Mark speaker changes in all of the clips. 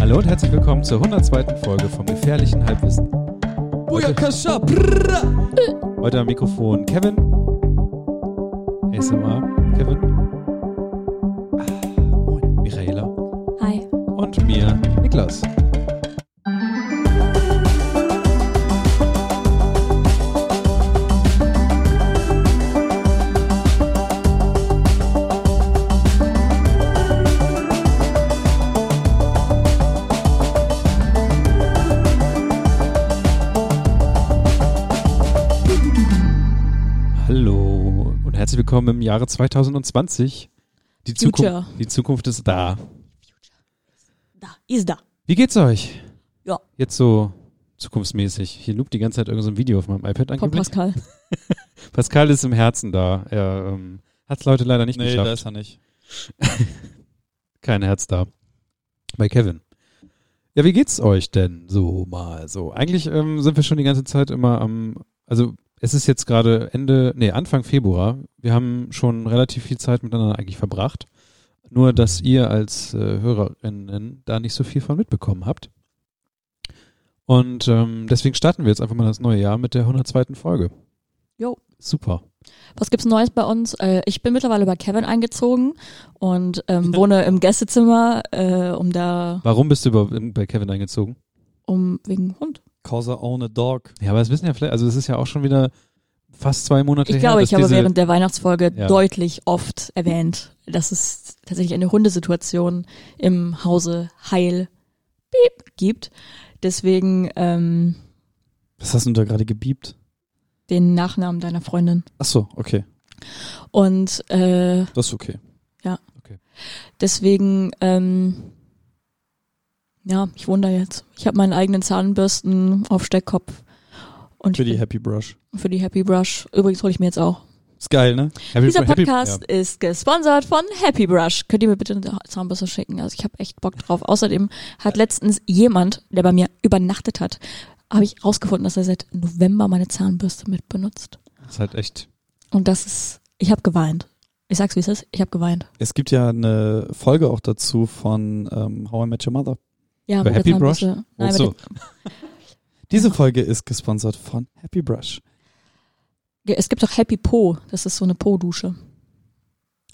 Speaker 1: Hallo und herzlich willkommen zur 102. Folge vom gefährlichen Halbwissen.
Speaker 2: Booyakasha,
Speaker 1: Heute am Mikrofon Kevin. ASMR Kevin. Ah, Moin, Michaela.
Speaker 3: Hi.
Speaker 1: Und mir, Niklas. Hallo und herzlich willkommen im Jahre 2020. Die,
Speaker 3: Future.
Speaker 1: Zukunft- die Zukunft ist da.
Speaker 3: Da, ist da.
Speaker 1: Wie geht's euch?
Speaker 3: Ja.
Speaker 1: Jetzt so zukunftsmäßig. Hier loopt die ganze Zeit irgendein so ein Video auf meinem iPad
Speaker 3: Von
Speaker 1: angeblich.
Speaker 3: Pascal.
Speaker 1: Pascal ist im Herzen da. Er ähm, hat es heute leider nicht
Speaker 2: Nee,
Speaker 1: geschafft.
Speaker 2: da ist er nicht.
Speaker 1: kein Herz da. Bei Kevin. Ja, wie geht's euch denn so mal so? Eigentlich ähm, sind wir schon die ganze Zeit immer am, also es ist jetzt gerade Ende, nee, Anfang Februar. Wir haben schon relativ viel Zeit miteinander eigentlich verbracht. Nur, dass ihr als äh, Hörerinnen da nicht so viel von mitbekommen habt. Und ähm, deswegen starten wir jetzt einfach mal das neue Jahr mit der 102. Folge.
Speaker 3: Jo.
Speaker 1: Super.
Speaker 3: Was gibt's Neues bei uns? Äh, ich bin mittlerweile bei Kevin eingezogen und ähm, wohne im Gästezimmer, äh, um da,
Speaker 1: Warum bist du überhaupt bei Kevin eingezogen?
Speaker 3: um wegen Hund.
Speaker 2: Cause I own a dog.
Speaker 1: Ja, aber das wissen ja vielleicht, also es ist ja auch schon wieder fast zwei Monate
Speaker 3: Ich
Speaker 1: her.
Speaker 3: glaube,
Speaker 1: dass
Speaker 3: ich habe
Speaker 1: diese,
Speaker 3: während der Weihnachtsfolge
Speaker 1: Ja.
Speaker 3: deutlich oft erwähnt, dass es tatsächlich eine Hundesituation im Hause Heil piep, gibt. Deswegen ähm,
Speaker 2: Was hast du da gerade gebiebt?
Speaker 3: den Nachnamen deiner Freundin.
Speaker 2: Ach so, okay.
Speaker 3: Und äh,
Speaker 2: Das ist okay.
Speaker 3: Deswegen, ähm, ja, ich wohne da jetzt. Ich habe meinen eigenen Zahnbürsten auf Steckkopf. Und
Speaker 2: Für
Speaker 3: ich
Speaker 2: die
Speaker 3: bin-
Speaker 2: Happy Brush.
Speaker 3: für die Happy Brush. Übrigens hole ich mir jetzt auch.
Speaker 2: Ist geil, ne?
Speaker 1: Happy-
Speaker 3: Dieser
Speaker 1: Happy-
Speaker 3: Podcast ist gesponsert von Happy Brush. Könnt ihr mir bitte eine Zahnbürste schicken? Also ich habe echt Bock drauf. Außerdem hat letztens jemand, der bei mir übernachtet hat, habe ich rausgefunden, dass er seit November meine Zahnbürste mit benutzt.
Speaker 1: Ja, ist halt echt.
Speaker 3: Und das ist, ich habe geweint. Ich sag's, wie es ist. Ich habe geweint.
Speaker 2: Es gibt ja eine Folge auch dazu von ähm, How I Met Your Mother.
Speaker 3: Ja,
Speaker 1: Über
Speaker 3: mit
Speaker 1: Happy
Speaker 3: der
Speaker 1: Brush?
Speaker 3: Zahnbürste. Nein,
Speaker 1: Ach
Speaker 3: mit
Speaker 1: so.
Speaker 3: der-
Speaker 2: Diese Folge ist gesponsert von Happy Brush.
Speaker 3: Ja, Es gibt auch Happy Po, das ist so eine Po-Dusche.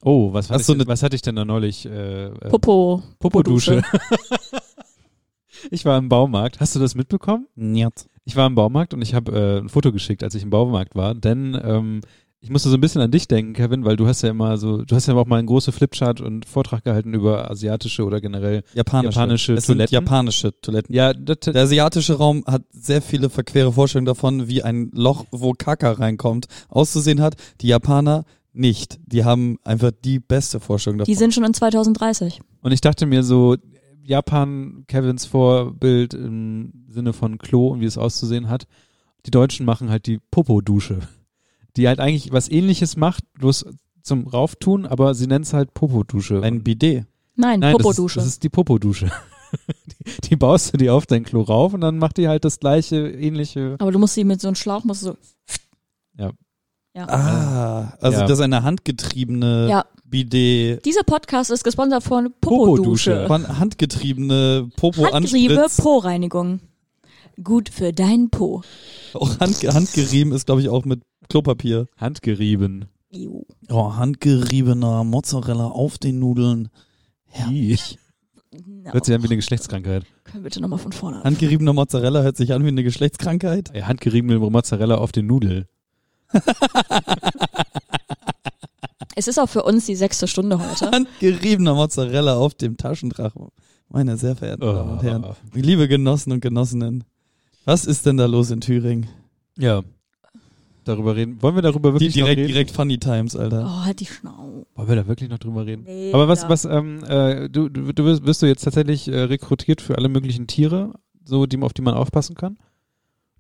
Speaker 1: Oh, was, hatte
Speaker 2: Hast du
Speaker 1: ich,
Speaker 2: ne-
Speaker 1: was hatte ich denn da neulich? Äh, äh,
Speaker 3: Popo.
Speaker 1: Popodusche. ich war im Baumarkt. Hast du das mitbekommen?
Speaker 2: Njet.
Speaker 1: Ich war im Baumarkt und ich habe äh, ein Foto geschickt, als ich im Baumarkt war, denn ähm, ich musste so ein bisschen an dich denken, Kevin, weil du hast ja immer so, du hast ja auch mal einen großen Flipchart und Vortrag gehalten über asiatische oder generell.
Speaker 2: Japanische.
Speaker 1: Japanische
Speaker 2: es sind
Speaker 1: Toiletten?
Speaker 2: Japanische Toiletten.
Speaker 1: Ja, das,
Speaker 2: Der asiatische Raum hat sehr viele verquere Vorstellungen davon, wie ein Loch, wo Kaka reinkommt, auszusehen hat. Die Japaner nicht. Die haben einfach die beste Vorstellung davon.
Speaker 3: Die sind schon in 2030.
Speaker 1: Und ich dachte mir so, Japan, Kevins Vorbild im Sinne von Klo und wie es auszusehen hat. Die Deutschen machen halt die Popo-Dusche. Die halt eigentlich was ähnliches macht, bloß zum Rauftun, aber sie nennt es halt Popo-Dusche.
Speaker 2: ein Bidet.
Speaker 1: Nein,
Speaker 3: Nein,
Speaker 1: das ist,
Speaker 3: Popo-Dusche.
Speaker 1: das ist die Popo-Dusche. Die, die baust du dir auf dein Klo rauf und dann macht die halt das gleiche, ähnliche.
Speaker 3: Aber du musst sie mit so einem Schlauch, musst du so.
Speaker 1: Ja.
Speaker 3: Ja.
Speaker 2: Ah, also
Speaker 1: Ja.
Speaker 2: das ist eine
Speaker 1: äh.
Speaker 2: handgetriebene
Speaker 3: Ja.
Speaker 2: Bidet.
Speaker 3: Dieser Podcast ist gesponsert von
Speaker 1: Popo-Dusche.
Speaker 3: Popo-Dusche.
Speaker 2: Von handgetriebene popo
Speaker 3: Handgeriebe
Speaker 2: anspritz
Speaker 3: Po-Reinigung. Gut für deinen Po.
Speaker 2: Auch Oh, hand, handgerieben ist, glaube ich, auch mit Klopapier.
Speaker 1: Handgerieben.
Speaker 3: Iu.
Speaker 2: Oh, handgeriebener Mozzarella auf den Nudeln.
Speaker 1: Ich.
Speaker 3: Na,
Speaker 1: Hört sich an wie eine Geschlechtskrankheit.
Speaker 3: Genau. können wir bitte nochmal von vorne an.
Speaker 2: Handgeriebener Mozzarella hört sich an wie eine Geschlechtskrankheit.
Speaker 1: Ja, Handgeriebene Mozzarella auf den Nudel.
Speaker 3: Es ist auch für uns die sechste Stunde heute.
Speaker 2: Handgeriebener Mozzarella auf dem Taschendrachen. Meine sehr verehrten Damen und Herren.
Speaker 1: Oh.
Speaker 2: Liebe Genossen und Genossinnen, was ist denn da los in Thüringen?
Speaker 1: Ja. Darüber reden. Wollen wir darüber
Speaker 2: Die,
Speaker 1: wirklich noch
Speaker 2: direkt,
Speaker 1: reden?
Speaker 2: direkt Funny Times, Alter.
Speaker 3: Oh, halt die Schnau.
Speaker 1: Wollen wir da wirklich noch drüber reden?
Speaker 3: Nee,
Speaker 1: Aber was,
Speaker 3: ja.
Speaker 1: was, ähm, äh, du, du du wirst, wirst du jetzt tatsächlich äh, rekrutiert für alle möglichen Tiere, so die, auf die man aufpassen kann?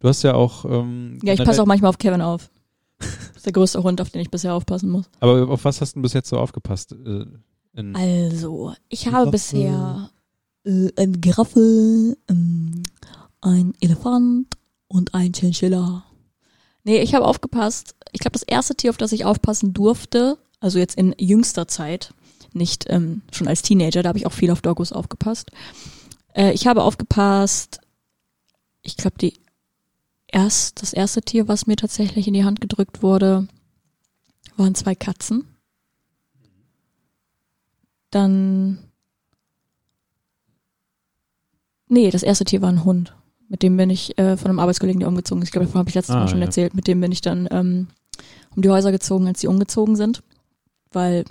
Speaker 1: Du hast ja auch. Ähm,
Speaker 3: Ja, ich
Speaker 1: generell-
Speaker 3: passe auch manchmal auf Kevin auf. Das ist der größte Hund, auf den ich bisher aufpassen muss.
Speaker 1: Aber auf was hast du bis jetzt so aufgepasst? Äh, in,
Speaker 3: Also, ich
Speaker 2: Giraffe.
Speaker 3: habe bisher äh, ein Giraffe, ähm, ein Elefant und ein Chinchilla. Nee, ich habe aufgepasst. Ich glaube, das erste Tier, auf das ich aufpassen durfte, also jetzt in jüngster Zeit, nicht ähm, schon als Teenager, da habe ich auch viel auf Doggos aufgepasst, Äh, ich habe aufgepasst, ich glaube, die erst, das erste Tier, was mir tatsächlich in die Hand gedrückt wurde, waren zwei Katzen. Dann. Nee, das erste Tier war ein Hund. Mit dem bin ich äh, von einem Arbeitskollegen, der umgezogen ist. Ich glaube, davon habe ich letztes
Speaker 1: Ah,
Speaker 3: Mal schon
Speaker 1: ja.
Speaker 3: erzählt. Mit dem bin ich dann ähm, um die Häuser gezogen, als die umgezogen sind. Weil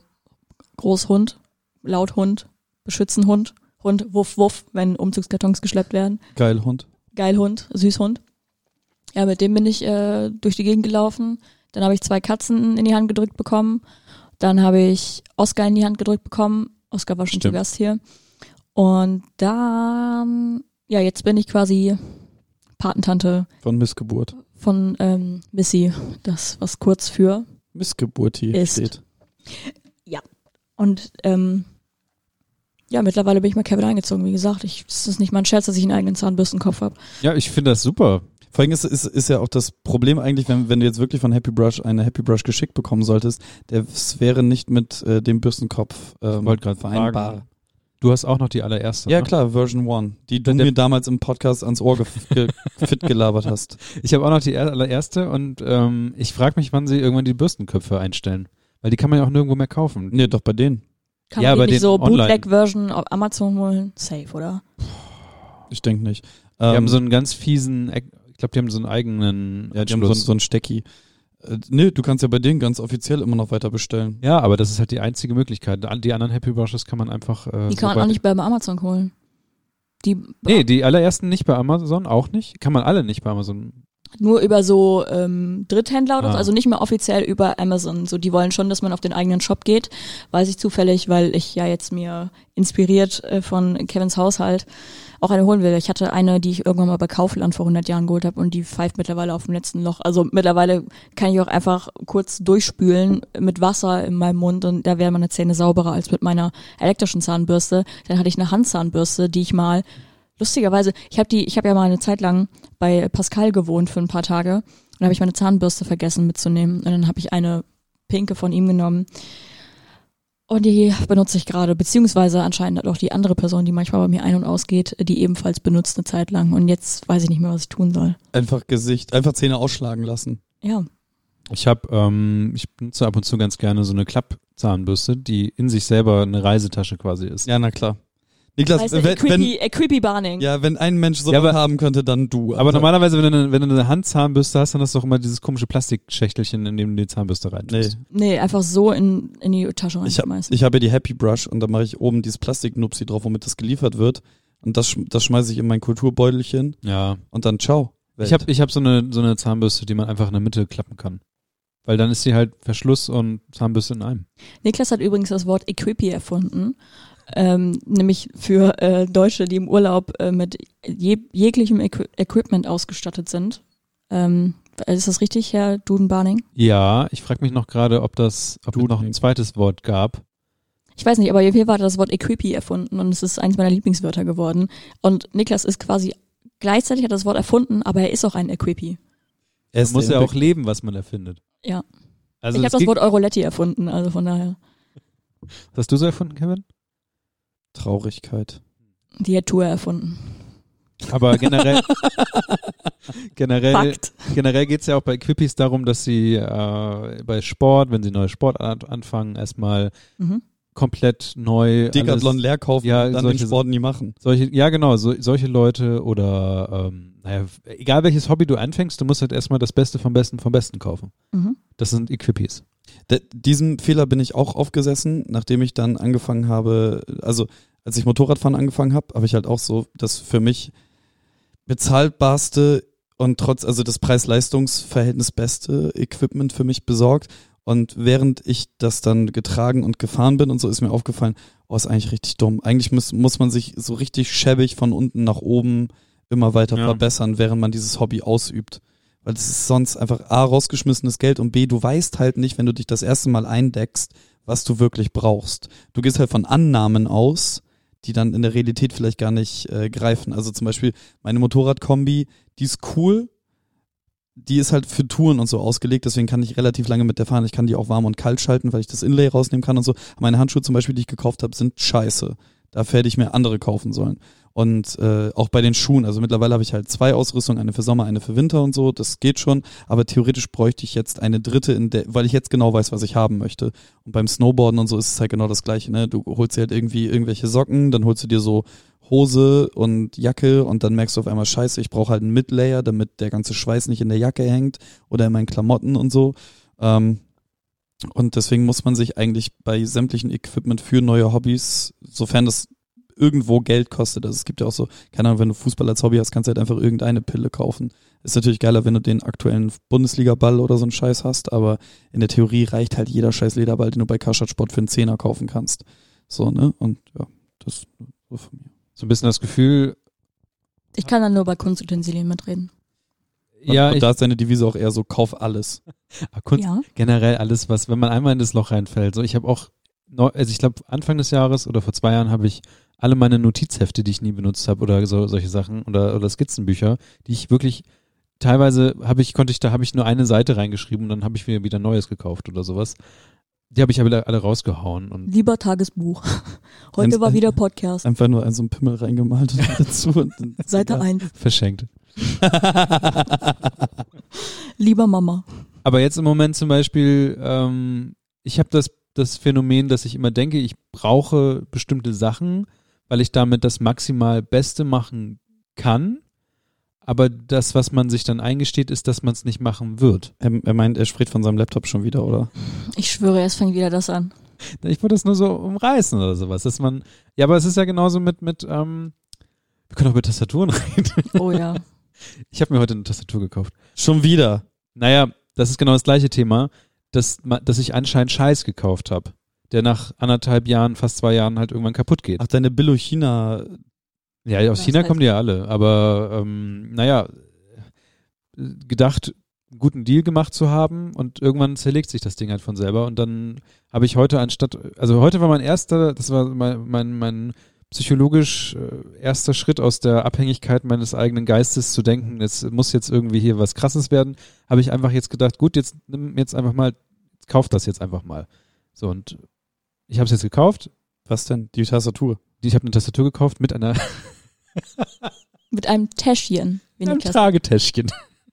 Speaker 3: Großhund, Lauthund, Beschützenhund, Hund, wuff, wuff, wenn Umzugskartons geschleppt werden.
Speaker 2: Geil Hund.
Speaker 3: Geilhund, Süßhund. Ja, mit dem bin ich äh, durch die Gegend gelaufen. Dann habe ich zwei Katzen in die Hand gedrückt bekommen. Dann habe ich Oscar in die Hand gedrückt bekommen. Oscar war schon zu
Speaker 1: Stimmt.
Speaker 3: Gast hier. Und dann, ja, jetzt bin ich quasi Patentante
Speaker 2: Von Missgeburt.
Speaker 3: von ähm, Missy. Das, was kurz für
Speaker 2: Missgeburt hier
Speaker 3: Ist.
Speaker 2: steht.
Speaker 3: Und ähm, ja, mittlerweile bin ich mal Kevin eingezogen. Wie gesagt, ich, es ist nicht mal ein Scherz, dass ich einen eigenen Zahnbürstenkopf habe.
Speaker 1: Ja, ich finde das super.
Speaker 2: Vor allem ist, ist, ist ja auch das Problem eigentlich, wenn, wenn du jetzt wirklich von Happy Brush eine Happy Brush geschickt bekommen solltest, der es wäre nicht mit äh, dem Bürstenkopf ähm,
Speaker 1: Wollte gerade
Speaker 2: vereinbar.
Speaker 1: fragen. äh, Du hast auch noch die allererste.
Speaker 2: Ja
Speaker 1: ne?
Speaker 2: klar, Version 1, die du
Speaker 1: Der-
Speaker 2: mir damals im Podcast ans Ohr gef- ge fit gelabert hast.
Speaker 1: Ich habe auch noch die er- allererste und ähm, ich frage mich, wann sie irgendwann die Bürstenköpfe einstellen. Weil die kann man ja auch nirgendwo mehr kaufen.
Speaker 2: Nee, doch bei denen.
Speaker 3: Kann
Speaker 1: Ja,
Speaker 3: man
Speaker 1: aber
Speaker 3: die nicht
Speaker 1: den
Speaker 3: so
Speaker 1: online-
Speaker 3: Bootleg-Version auf Amazon holen? Safe, oder?
Speaker 2: Ich denke nicht.
Speaker 1: Die
Speaker 2: Ähm,
Speaker 1: haben so einen ganz fiesen, Eck- ich glaube, die haben so einen eigenen
Speaker 2: ja, die haben so,
Speaker 1: Anschluss.
Speaker 2: ein- so ein Stecki. Äh, nee, du kannst ja bei denen ganz offiziell immer noch weiter bestellen.
Speaker 1: ja, aber das ist halt die einzige Möglichkeit. An- Die anderen Happy Brushes kann man einfach. Äh,
Speaker 3: Die
Speaker 1: so
Speaker 3: kann man
Speaker 1: weit-
Speaker 3: auch nicht bei Amazon holen. Die
Speaker 1: Nee, die allerersten nicht bei Amazon, auch nicht. Kann man alle nicht bei Amazon.
Speaker 3: nur über so ähm, Dritthändler oder so,
Speaker 1: Ah.
Speaker 3: also nicht mehr offiziell über Amazon. So, die wollen schon, dass man auf den eigenen Shop geht. Weiß ich zufällig, weil ich ja jetzt mir inspiriert äh, von Kevins Haushalt auch eine holen will. Ich hatte eine, die ich irgendwann mal bei Kaufland vor 100 Jahren geholt habe und die pfeift mittlerweile auf dem letzten Loch. Also mittlerweile kann ich auch einfach kurz durchspülen mit Wasser in meinem Mund und da wären meine Zähne sauberer als mit meiner elektrischen Zahnbürste. Dann hatte ich eine Handzahnbürste, die ich mal lustigerweise, ich habe die, ich habe ja mal eine Zeit lang bei Pascal gewohnt für ein paar Tage und habe ich meine Zahnbürste vergessen mitzunehmen und dann habe ich eine pinke von ihm genommen und die benutze ich gerade, beziehungsweise anscheinend hat auch die andere Person, die manchmal bei mir ein- und ausgeht, die ebenfalls benutzt eine Zeit lang und jetzt weiß ich nicht mehr, was ich tun soll.
Speaker 2: Einfach Gesicht, einfach Zähne ausschlagen lassen.
Speaker 3: Ja,
Speaker 1: Ich habe, ähm, ich benutze ab und zu ganz gerne so eine Klappzahnbürste, die in sich selber eine Reisetasche quasi ist.
Speaker 2: Ja, na klar. Niklas,
Speaker 3: weißt du,
Speaker 2: äh,
Speaker 3: äh,
Speaker 2: wenn, wenn,
Speaker 3: creepy, äh, creepy Barning.
Speaker 2: ja, wenn ein Mensch sowas
Speaker 1: Ja, aber-
Speaker 2: haben könnte, dann du.
Speaker 1: Aber normalerweise, wenn du, eine, wenn du eine Handzahnbürste hast, dann hast du doch immer dieses komische Plastikschächtelchen, in dem du die Zahnbürste
Speaker 2: Nee.
Speaker 1: reintust.
Speaker 3: Nee, einfach so in, in die Tasche
Speaker 2: Ich habe
Speaker 3: reinschmeißen.
Speaker 2: ich hab ja die Happy Brush und da mache ich oben dieses Plastiknupsi drauf, womit das geliefert wird. Und das, schm- das schmeiße ich in mein Kulturbeutelchen
Speaker 1: Ja.
Speaker 2: und dann ciao. Welt.
Speaker 1: Ich habe ich hab so, eine, so eine Zahnbürste, die man einfach in der Mitte klappen kann. Weil dann ist sie halt Verschluss und Zahnbürste in einem.
Speaker 3: Niklas hat übrigens das Wort Equippy erfunden, ähm, nämlich für äh, Deutsche, die im Urlaub äh, mit je jeglichem Equi Equipment ausgestattet sind. Ähm, ist das richtig, Herr Dudenbarning?
Speaker 1: Ja, ich frage mich noch gerade, ob das, ob es
Speaker 2: Duden.
Speaker 1: noch ein zweites Wort gab.
Speaker 3: Ich weiß nicht, aber hier war das Wort Equippy erfunden und es ist eins meiner Lieblingswörter geworden. Und Niklas ist quasi gleichzeitig hat das Wort erfunden, aber er ist auch ein Equippy.
Speaker 2: Er
Speaker 1: Man
Speaker 2: ist
Speaker 1: muss
Speaker 2: der
Speaker 1: ja auch
Speaker 2: Entwick-
Speaker 1: leben, was man erfindet.
Speaker 3: Ja.
Speaker 1: Also
Speaker 3: ich
Speaker 1: das
Speaker 3: habe das
Speaker 1: geht-
Speaker 3: Wort Euroletti erfunden, also von daher.
Speaker 1: was hast du so erfunden, Kevin?
Speaker 2: Traurigkeit.
Speaker 3: Die hat Tour erfunden.
Speaker 1: Aber generell, generell,
Speaker 3: Fakt.
Speaker 1: generell geht's ja auch bei Quippies darum, dass sie äh, bei Sport, wenn sie neue Sportart anfangen, erstmal
Speaker 3: Mhm.
Speaker 1: komplett neu
Speaker 2: Decathlon
Speaker 1: alles,
Speaker 2: leer kaufen
Speaker 1: Ja,
Speaker 2: und dann den
Speaker 1: solche-
Speaker 2: Sport nie machen.
Speaker 1: solche, ja genau, so, solche Leute oder ähm, naja, egal welches Hobby du anfängst, du musst halt erstmal das Beste vom Besten vom Besten kaufen.
Speaker 3: Mhm.
Speaker 1: Das sind Equippies.
Speaker 2: D diesem Fehler bin ich auch aufgesessen, nachdem ich dann angefangen habe, also als ich Motorradfahren angefangen habe, habe ich halt auch so das für mich bezahlbarste und trotz, also das Preis-Leistungs-Verhältnis beste Equipment für mich besorgt. Und während ich das dann getragen und gefahren bin und so, ist mir aufgefallen, oh, ist eigentlich richtig dumm. Eigentlich muss, muss man sich so richtig schäbig von unten nach oben immer weiter
Speaker 1: Ja.
Speaker 2: verbessern, während man dieses Hobby ausübt. Weil es ist sonst einfach A, rausgeschmissenes Geld und B, du weißt halt nicht, wenn du dich das erste Mal eindeckst, was du wirklich brauchst. Du gehst halt von Annahmen aus, die dann in der Realität vielleicht gar nicht äh, greifen. Also zum Beispiel meine Motorradkombi, die ist cool, die ist halt für Touren und so ausgelegt, deswegen kann ich relativ lange mit der fahren. Ich kann die auch warm und kalt schalten, weil ich das Inlay rausnehmen kann und so. Meine Handschuhe zum Beispiel, die ich gekauft habe, sind scheiße. Dafür hätte ich mir andere kaufen sollen. Und äh, auch bei den Schuhen, also mittlerweile habe ich halt zwei Ausrüstungen, eine für Sommer, eine für Winter und so, das geht schon. Aber theoretisch bräuchte ich jetzt eine dritte, in der, weil ich jetzt genau weiß, was ich haben möchte. Und beim Snowboarden und so ist es halt genau das gleiche, ne? Du holst dir halt irgendwie irgendwelche Socken, dann holst du dir so Hose und Jacke und dann merkst du auf einmal, scheiße, ich brauche halt einen Midlayer, damit der ganze Schweiß nicht in der Jacke hängt oder in meinen Klamotten und so. Ähm, und deswegen muss man sich eigentlich bei sämtlichen Equipment für neue Hobbys, sofern das irgendwo Geld kostet. Also es gibt ja auch so, keine Ahnung, wenn du Fußball als Hobby hast, kannst du halt einfach irgendeine Pille kaufen. Ist natürlich geiler, wenn du den aktuellen Bundesliga-Ball oder so einen Scheiß hast, aber in der Theorie reicht halt jeder scheiß Lederball, den du bei Kaschat Sport für einen Zehner kaufen kannst. So, ne? Und ja, das so von mir.
Speaker 1: So ein bisschen das Gefühl,
Speaker 3: Ich kann dann nur bei Kunstutensilien mitreden.
Speaker 1: ja,
Speaker 2: und, und
Speaker 1: ich,
Speaker 2: da ist deine Devise auch eher so, kauf alles.
Speaker 1: ah, Kunst,
Speaker 3: Ja.
Speaker 1: generell alles, was, wenn man einmal in das Loch reinfällt. So, ich habe auch, neu, also ich glaube, Anfang des Jahres oder vor zwei Jahren habe ich alle meine Notizhefte, die ich nie benutzt habe oder so, solche Sachen oder, oder Skizzenbücher, die ich wirklich teilweise habe ich konnte ich da habe ich nur eine Seite reingeschrieben und dann habe ich mir wieder neues gekauft oder sowas. Die habe ich aber alle rausgehauen und
Speaker 3: Lieber Tagesbuch.
Speaker 2: Wenn's-
Speaker 3: Heute war wieder Podcast.
Speaker 2: Einfach nur einen so einen Pimmel reingemalt und dazu. Und dann-
Speaker 3: Seite
Speaker 2: Ja.
Speaker 3: 1.
Speaker 1: verschenkt.
Speaker 3: Lieber Mama.
Speaker 1: Aber jetzt im Moment zum Beispiel, ähm, ich habe das, das Phänomen, dass ich immer denke, ich brauche bestimmte Sachen, weil ich damit das maximal Beste machen kann. Aber das, was man sich dann eingesteht, ist, dass man es nicht machen wird.
Speaker 2: Er, er meint, er spricht von seinem Laptop schon wieder, oder?
Speaker 3: Ich schwöre, es fängt wieder das an.
Speaker 1: Ich wollte das nur so umreißen oder sowas, dass man. Ja, aber es ist ja genauso mit mit. Ähm, wir können auch über Tastaturen reden.
Speaker 3: Oh ja.
Speaker 1: Ich habe mir heute eine Tastatur gekauft.
Speaker 2: Schon wieder.
Speaker 1: Naja, das ist genau das gleiche Thema, dass, ma- dass ich anscheinend Scheiß gekauft habe, der nach anderthalb Jahren, fast zwei Jahren halt irgendwann kaputt geht.
Speaker 2: Ach, deine Billo China.
Speaker 1: ja, aus
Speaker 3: das
Speaker 1: China
Speaker 3: heißt-
Speaker 1: kommen die ja alle, aber ähm, naja, äh, gedacht, einen guten Deal gemacht zu haben und irgendwann zerlegt sich das Ding halt von selber und dann habe ich heute anstatt, also heute war mein erster, das war mein, mein, mein psychologisch äh, erster Schritt aus der Abhängigkeit meines eigenen Geistes zu denken, es muss jetzt irgendwie hier was krasses werden, habe ich einfach jetzt gedacht, gut, jetzt nimm jetzt einfach mal, kauf das jetzt einfach mal. So und ich habe es jetzt gekauft,
Speaker 2: Was denn? Die Tastatur.
Speaker 1: ich habe eine Tastatur gekauft mit einer
Speaker 3: Mit einem Täschchen.
Speaker 1: einem
Speaker 3: Wenigstens.
Speaker 1: Tragetäschchen.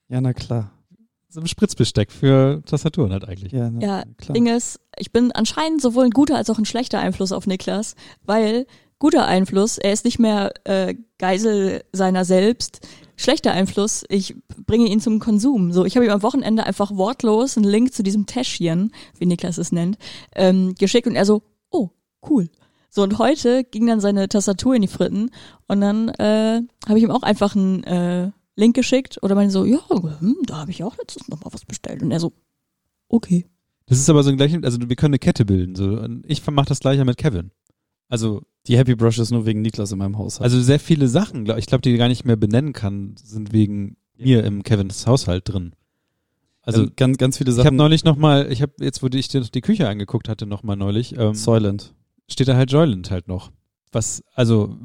Speaker 2: Ja, na klar.
Speaker 1: So ein Spritzbesteck für Tastaturen halt eigentlich.
Speaker 2: Ja, na,
Speaker 3: Ja,
Speaker 2: na klar.
Speaker 3: Ding ist, ich bin anscheinend sowohl ein guter als auch ein schlechter Einfluss auf Niklas, weil guter Einfluss, er ist nicht mehr äh, Geisel seiner selbst. Schlechter Einfluss, ich bringe ihn zum Konsum. So, ich habe ihm am Wochenende einfach wortlos einen Link zu diesem Täschchen, wie Niklas es nennt, ähm, geschickt und er so, oh, cool. So, und heute ging dann seine Tastatur in die Fritten und dann äh, habe ich ihm auch einfach einen äh, Link geschickt oder meinte so, ja, hm, da habe ich auch letztens nochmal was bestellt. Und er so, okay.
Speaker 1: Das ist aber so ein gleichen, also wir können eine Kette bilden. So. Und Ich mache das gleiche mit Kevin. Also,
Speaker 2: Die Happy Brush ist nur wegen Niklas in meinem Haushalt.
Speaker 1: also sehr viele Sachen, glaub, ich glaube, die ich gar nicht mehr benennen kann, sind wegen mir im Kevins Haushalt drin. Also,
Speaker 2: also ganz, ganz viele
Speaker 1: ich habe
Speaker 2: Sachen.
Speaker 1: neulich nochmal, ich habe jetzt, wo ich dir die Küche angeguckt hatte, nochmal neulich, ähm,
Speaker 2: Soylent.
Speaker 1: steht da halt Joyland halt noch. Was, also,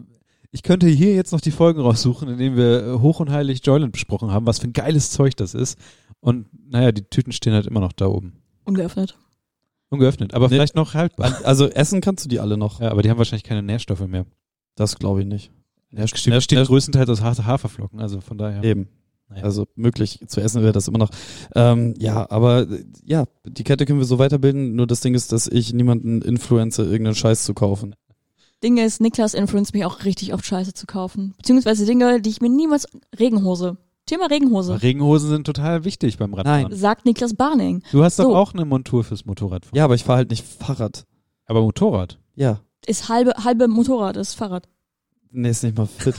Speaker 1: ich könnte hier jetzt noch die Folgen raussuchen, in denen wir äh, hoch und heilig Joyland besprochen haben, was für ein geiles Zeug das ist. Und naja, die Tüten stehen halt immer noch da oben.
Speaker 3: Ungeöffnet.
Speaker 1: Ungeöffnet, aber
Speaker 2: Nee.
Speaker 1: vielleicht noch haltbar.
Speaker 2: Also essen kannst du die alle noch.
Speaker 1: Ja, aber die haben wahrscheinlich keine Nährstoffe mehr.
Speaker 2: Das glaube ich nicht. Ja,
Speaker 1: Steht, steht größtenteils aus Hafer- Haferflocken, also von daher.
Speaker 2: Eben.
Speaker 1: Naja.
Speaker 2: Also möglich zu essen wäre das immer noch. Ähm, ja, aber äh, ja, die Kette können wir so weiterbilden. Nur das Ding ist, dass ich niemanden influenze, irgendeinen Scheiß zu kaufen.
Speaker 3: Ding ist, Niklas influenced mich auch richtig oft Scheiße zu kaufen. Beziehungsweise Dinge, die ich mir niemals. Regenhose. Thema Regenhose.
Speaker 1: Regenhosen sind total wichtig beim Radfahren.
Speaker 3: Sagt Niklas Barning.
Speaker 1: Du hast doch
Speaker 3: So.
Speaker 1: auch eine Montur fürs Motorrad.
Speaker 2: Ja, aber ich fahre halt nicht Fahrrad.
Speaker 1: Aber Motorrad.
Speaker 2: Ja.
Speaker 3: Ist halbe, halbe Motorrad, ist Fahrrad.
Speaker 2: Nee, ist nicht mal fit.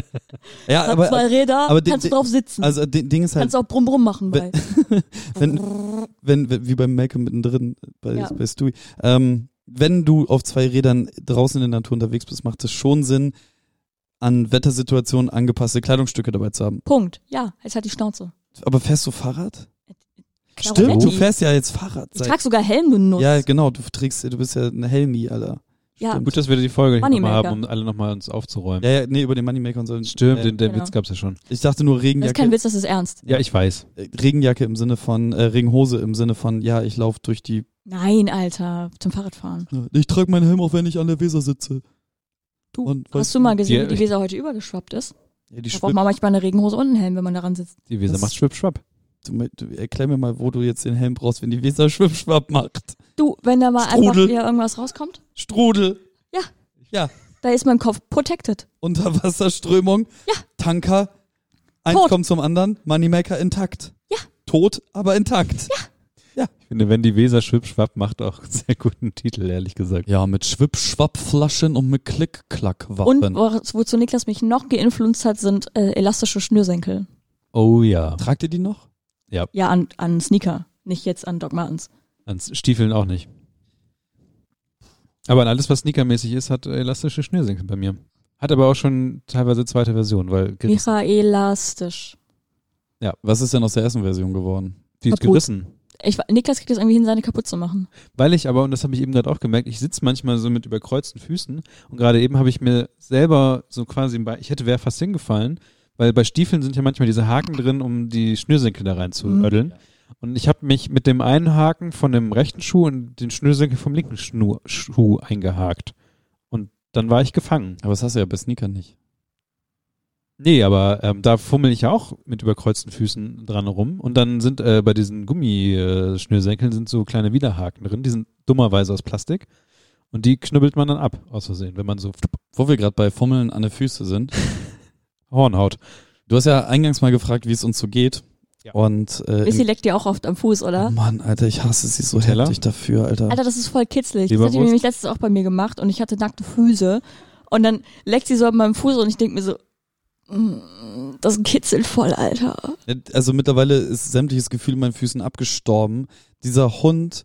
Speaker 2: ja,
Speaker 3: Hat
Speaker 2: aber also,
Speaker 3: zwei Räder,
Speaker 2: aber die-
Speaker 3: kannst du
Speaker 2: die-
Speaker 3: drauf sitzen.
Speaker 2: also d- Ding ist halt,
Speaker 3: kannst auch brumm brumm machen bei.
Speaker 2: wenn, wenn, wenn wie beim Malcolm mittendrin bei,
Speaker 3: Ja.
Speaker 2: bei Stewie, ähm, wenn du auf zwei Rädern draußen in der Natur unterwegs bist, macht es schon Sinn, an Wettersituationen angepasste Kleidungsstücke dabei zu haben.
Speaker 3: Punkt. Ja, jetzt hat die Schnauze.
Speaker 2: Aber fährst du Fahrrad?
Speaker 3: Klaroletti.
Speaker 2: du fährst ja jetzt Fahrrad.
Speaker 3: Ich trag sogar Helm, du Nuss.
Speaker 2: ja, genau, du trägst, du bist ja ein Helmi, Alter.
Speaker 3: Ja.
Speaker 2: Stimmt.
Speaker 1: Gut, dass wir die Folge nicht nochmal
Speaker 3: Moneymaker.
Speaker 1: haben, um alle nochmal uns aufzuräumen.
Speaker 2: Ja, ja, nee, über den Moneymaker und so.
Speaker 1: Stimmt,
Speaker 2: Äh,
Speaker 1: den, den
Speaker 3: Genau.
Speaker 1: Witz gab's ja schon.
Speaker 2: ich dachte nur
Speaker 3: Das
Speaker 2: Regenjacke.
Speaker 3: ist kein Witz, das ist ernst.
Speaker 1: Ja, ich weiß.
Speaker 2: äh, Regenjacke im Sinne von, äh, Regenhose im Sinne von, ja, ich laufe durch die.
Speaker 3: Nein, Alter, zum Fahrradfahren.
Speaker 2: Ich trage meinen Helm auch, wenn ich an der Weser sitze.
Speaker 3: Du,
Speaker 2: Und was-
Speaker 3: hast du mal
Speaker 1: Ja,
Speaker 3: gesehen, wie
Speaker 1: ich-
Speaker 3: die Weser heute übergeschwappt ist?
Speaker 2: Ja, die
Speaker 3: Da
Speaker 2: Schwip,
Speaker 3: braucht man manchmal eine Regenhose und einen Helm, wenn man daran sitzt.
Speaker 1: Die Weser
Speaker 2: Das-
Speaker 1: macht Schwipp-Schwapp.
Speaker 2: du, du, erklär mir mal, wo du jetzt den Helm brauchst, wenn die Weser Schwimmschwapp macht.
Speaker 3: Du, wenn da mal
Speaker 2: Strudel.
Speaker 3: einfach wieder irgendwas rauskommt,
Speaker 2: Strudel,
Speaker 3: da ist mein Kopf protected.
Speaker 2: Unterwasserströmung,
Speaker 3: Ja.
Speaker 2: Tanker, eins
Speaker 3: Tot.
Speaker 2: kommt zum anderen, Moneymaker intakt.
Speaker 3: Ja.
Speaker 2: Tot, aber intakt.
Speaker 1: Ich finde, wenn die Weser Schwipp-Schwapp macht, auch einen sehr guten Titel, ehrlich gesagt.
Speaker 2: Ja, mit Schwipp-Schwapp-Flaschen und mit
Speaker 3: Und
Speaker 2: Klick-Klack-Wappen.
Speaker 3: wo- wozu Niklas mich noch geinfluenzt hat, sind äh, elastische Schnürsenkel.
Speaker 1: Oh ja.
Speaker 2: Tragt ihr die noch?
Speaker 3: Ja, an, an Sneaker, nicht jetzt an Doc Martens.
Speaker 1: An Stiefeln auch nicht. Aber an alles, was sneakermäßig ist, hat äh, elastische Schnürsenkel bei mir. Hat aber auch schon teilweise zweite Version, weil
Speaker 2: Genau.
Speaker 1: ger
Speaker 3: Michaelastisch.
Speaker 2: Was ist denn aus der ersten Version geworden?
Speaker 1: die ist
Speaker 3: kaputt.
Speaker 1: gerissen.
Speaker 3: Ich, wa- Niklas kriegt das irgendwie hin, seine kaputt zu machen.
Speaker 1: Weil ich aber, und das habe ich eben gerade auch gemerkt, ich sitze manchmal so mit überkreuzten Füßen und gerade eben habe ich mir selber so quasi, im Bein- ich hätte wäre fast hingefallen, weil bei Stiefeln sind ja manchmal diese Haken drin, um die Schnürsenkel da reinzuödeln. Und ich habe mich mit dem einen Haken von dem rechten Schuh und den Schnürsenkel vom linken Schnu Schuh eingehakt. Und dann war ich gefangen.
Speaker 2: Aber das hast du ja bei Sneaker nicht.
Speaker 1: Nee, aber ähm, da fummel ich ja auch mit überkreuzten Füßen dran rum. Und dann sind äh, bei diesen Gummischnürsenkeln sind so kleine Widerhaken drin. Die sind dummerweise aus Plastik. Und die knüppelt man dann ab, aus Versehen, wenn man so ftup,
Speaker 2: Wo wir gerade bei Fummeln an der Füße sind.
Speaker 1: Hornhaut.
Speaker 2: Du hast ja eingangs mal gefragt, wie es uns so geht.
Speaker 1: Ja.
Speaker 2: Und äh,
Speaker 3: Missy
Speaker 2: in,
Speaker 3: leckt dir auch oft am Fuß,
Speaker 2: oh
Speaker 3: oder?
Speaker 2: Mann, Alter, ich hasse sie so
Speaker 1: Nutella?
Speaker 2: heftig dafür, Alter.
Speaker 3: Alter, das ist voll kitzlig. Das hat die
Speaker 1: Leberwurst?
Speaker 3: nämlich letztes auch bei mir gemacht und ich hatte nackte Füße. Und dann leckt sie so an meinem Fuß und ich denk mir so, mm, das kitzelt voll, Alter.
Speaker 2: Also mittlerweile ist sämtliches Gefühl in meinen Füßen abgestorben. Dieser Hund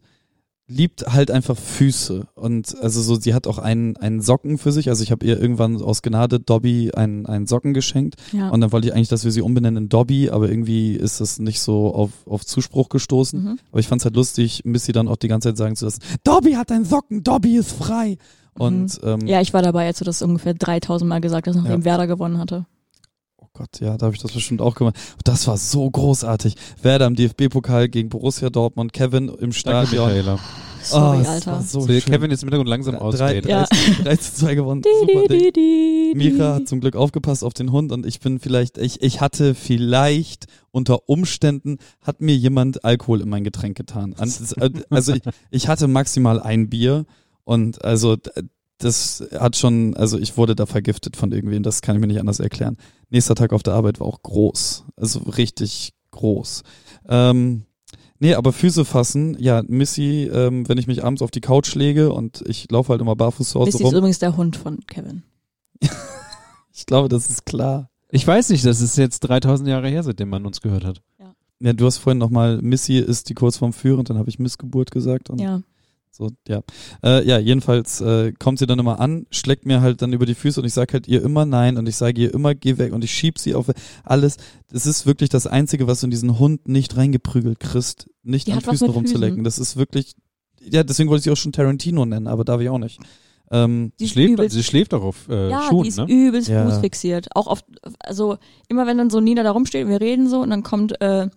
Speaker 2: liebt halt einfach Füße und also so sie hat auch einen einen Socken für sich also ich habe ihr irgendwann aus Gnade Dobby einen einen Socken geschenkt
Speaker 3: Ja.
Speaker 2: und dann wollte ich eigentlich dass wir sie umbenennen in Dobby aber irgendwie ist das nicht so auf auf Zuspruch gestoßen
Speaker 3: mhm.
Speaker 2: Aber ich fand's halt lustig, Missy dann auch die ganze Zeit sagen zu lassen, Dobby hat einen Socken, Dobby ist frei.
Speaker 3: Mhm.
Speaker 2: Und ähm,
Speaker 3: ja, ich war dabei, als du das ungefähr 3000 Mal gesagt hast, nachdem
Speaker 2: Ja.
Speaker 3: Werder gewonnen hatte.
Speaker 2: oh Gott, ja, da habe ich das bestimmt auch gemacht. Das war so großartig. Werder im DFB-Pokal gegen Borussia Dortmund, Kevin im
Speaker 1: Danke,
Speaker 2: Stadion.
Speaker 1: Michaela.
Speaker 3: Sorry,
Speaker 2: es Oh, war
Speaker 3: Alter.
Speaker 2: so
Speaker 1: So,
Speaker 2: schön.
Speaker 1: Kevin jetzt im Hintergrund langsam
Speaker 2: drei,
Speaker 1: ausreden.
Speaker 2: drei,
Speaker 3: Ja.
Speaker 2: 3 zu 2 gewonnen.
Speaker 3: Di,
Speaker 2: Super
Speaker 3: di,
Speaker 2: Ding.
Speaker 3: di, di, di.
Speaker 2: Mira hat zum Glück aufgepasst auf den Hund und ich bin vielleicht, ich, ich hatte vielleicht unter Umständen, hat mir jemand Alkohol in mein Getränk getan. An- Also ich, ich hatte maximal ein Bier und also d- das hat schon, also ich wurde da vergiftet von irgendwem, das kann ich mir nicht anders erklären. Nächster Tag auf der Arbeit war auch groß, also richtig groß. Ähm, Nee, aber Füße fassen, ja, Missy, ähm, wenn ich mich abends auf die Couch lege und ich laufe halt immer barfuß zu Hause
Speaker 3: Missy ist
Speaker 2: rum.
Speaker 3: übrigens der Hund von Kevin.
Speaker 2: Ich glaube, das ist klar.
Speaker 1: Ich weiß nicht, das ist jetzt 3000 Jahre her, seitdem man uns gehört hat.
Speaker 2: Ja, du hast vorhin nochmal, Missy ist die Kurzform für und dann habe ich Missgeburt gesagt und
Speaker 3: Ja.
Speaker 2: so, ja. Äh, ja, jedenfalls äh, kommt sie dann immer an, schlägt mir halt dann über die Füße und ich sage halt ihr immer nein und ich sage ihr immer geh weg und ich schieb sie auf alles. Das ist wirklich das Einzige, was du in diesen Hund nicht reingeprügelt kriegst, nicht
Speaker 3: Die
Speaker 2: an
Speaker 3: hat was
Speaker 2: Füßen
Speaker 3: mit
Speaker 2: rumzulecken.
Speaker 3: Füßen.
Speaker 2: Das ist wirklich, ja, deswegen wollte ich sie auch schon Tarantino nennen, aber darf ich auch nicht. Ähm,
Speaker 3: Die
Speaker 1: Sie
Speaker 3: ist
Speaker 1: schläft,
Speaker 3: übelst,
Speaker 1: sie schläft auch auf äh,
Speaker 3: ja, die
Speaker 1: Schuhen,
Speaker 3: ist
Speaker 1: ne?
Speaker 3: übelst
Speaker 2: Ja.
Speaker 3: fußfixiert. Auch oft, also immer wenn dann so Nina da rumsteht und wir reden so und dann kommt äh,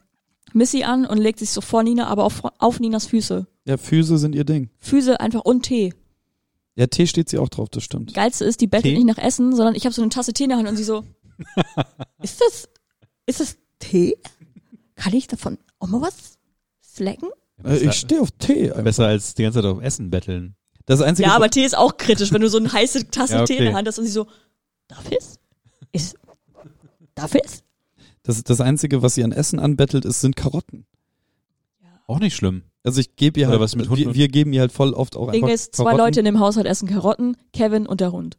Speaker 3: Missy an und legt sich so vor Nina, aber auf, auf Ninas Füße.
Speaker 2: ja, Füße sind ihr Ding.
Speaker 3: Füße einfach und Tee.
Speaker 2: Ja, Tee steht sie auch drauf, das stimmt.
Speaker 3: Geilste ist, die bettelt
Speaker 1: Tee?
Speaker 3: nicht nach Essen, sondern ich habe so eine Tasse Tee in der Hand und sie so, ist das, ist das Tee? Kann ich davon auch mal was slacken?
Speaker 2: Äh, ich
Speaker 1: besser,
Speaker 2: stehe auf Tee. einfach.
Speaker 1: besser als die ganze Zeit auf Essen betteln.
Speaker 2: Das Einzige,
Speaker 3: Ja, aber Tee ist auch kritisch, wenn du so eine heiße Tasse
Speaker 1: Ja,
Speaker 3: Tee in der
Speaker 1: okay.
Speaker 3: Hand hast und sie so, darf ich's? Ist, darf ich's?
Speaker 2: das, das Einzige, was sie an Essen anbettelt, ist, sind Karotten.
Speaker 1: Auch nicht schlimm.
Speaker 2: Also ich gebe ihr
Speaker 1: Oder
Speaker 2: halt,
Speaker 1: was mit Hunden
Speaker 2: wir,
Speaker 1: und-
Speaker 2: wir geben ihr halt voll oft auch
Speaker 3: Ding
Speaker 2: einfach
Speaker 3: ist, zwei
Speaker 2: Karotten.
Speaker 3: Leute in dem Haushalt essen Karotten, Kevin und der Hund.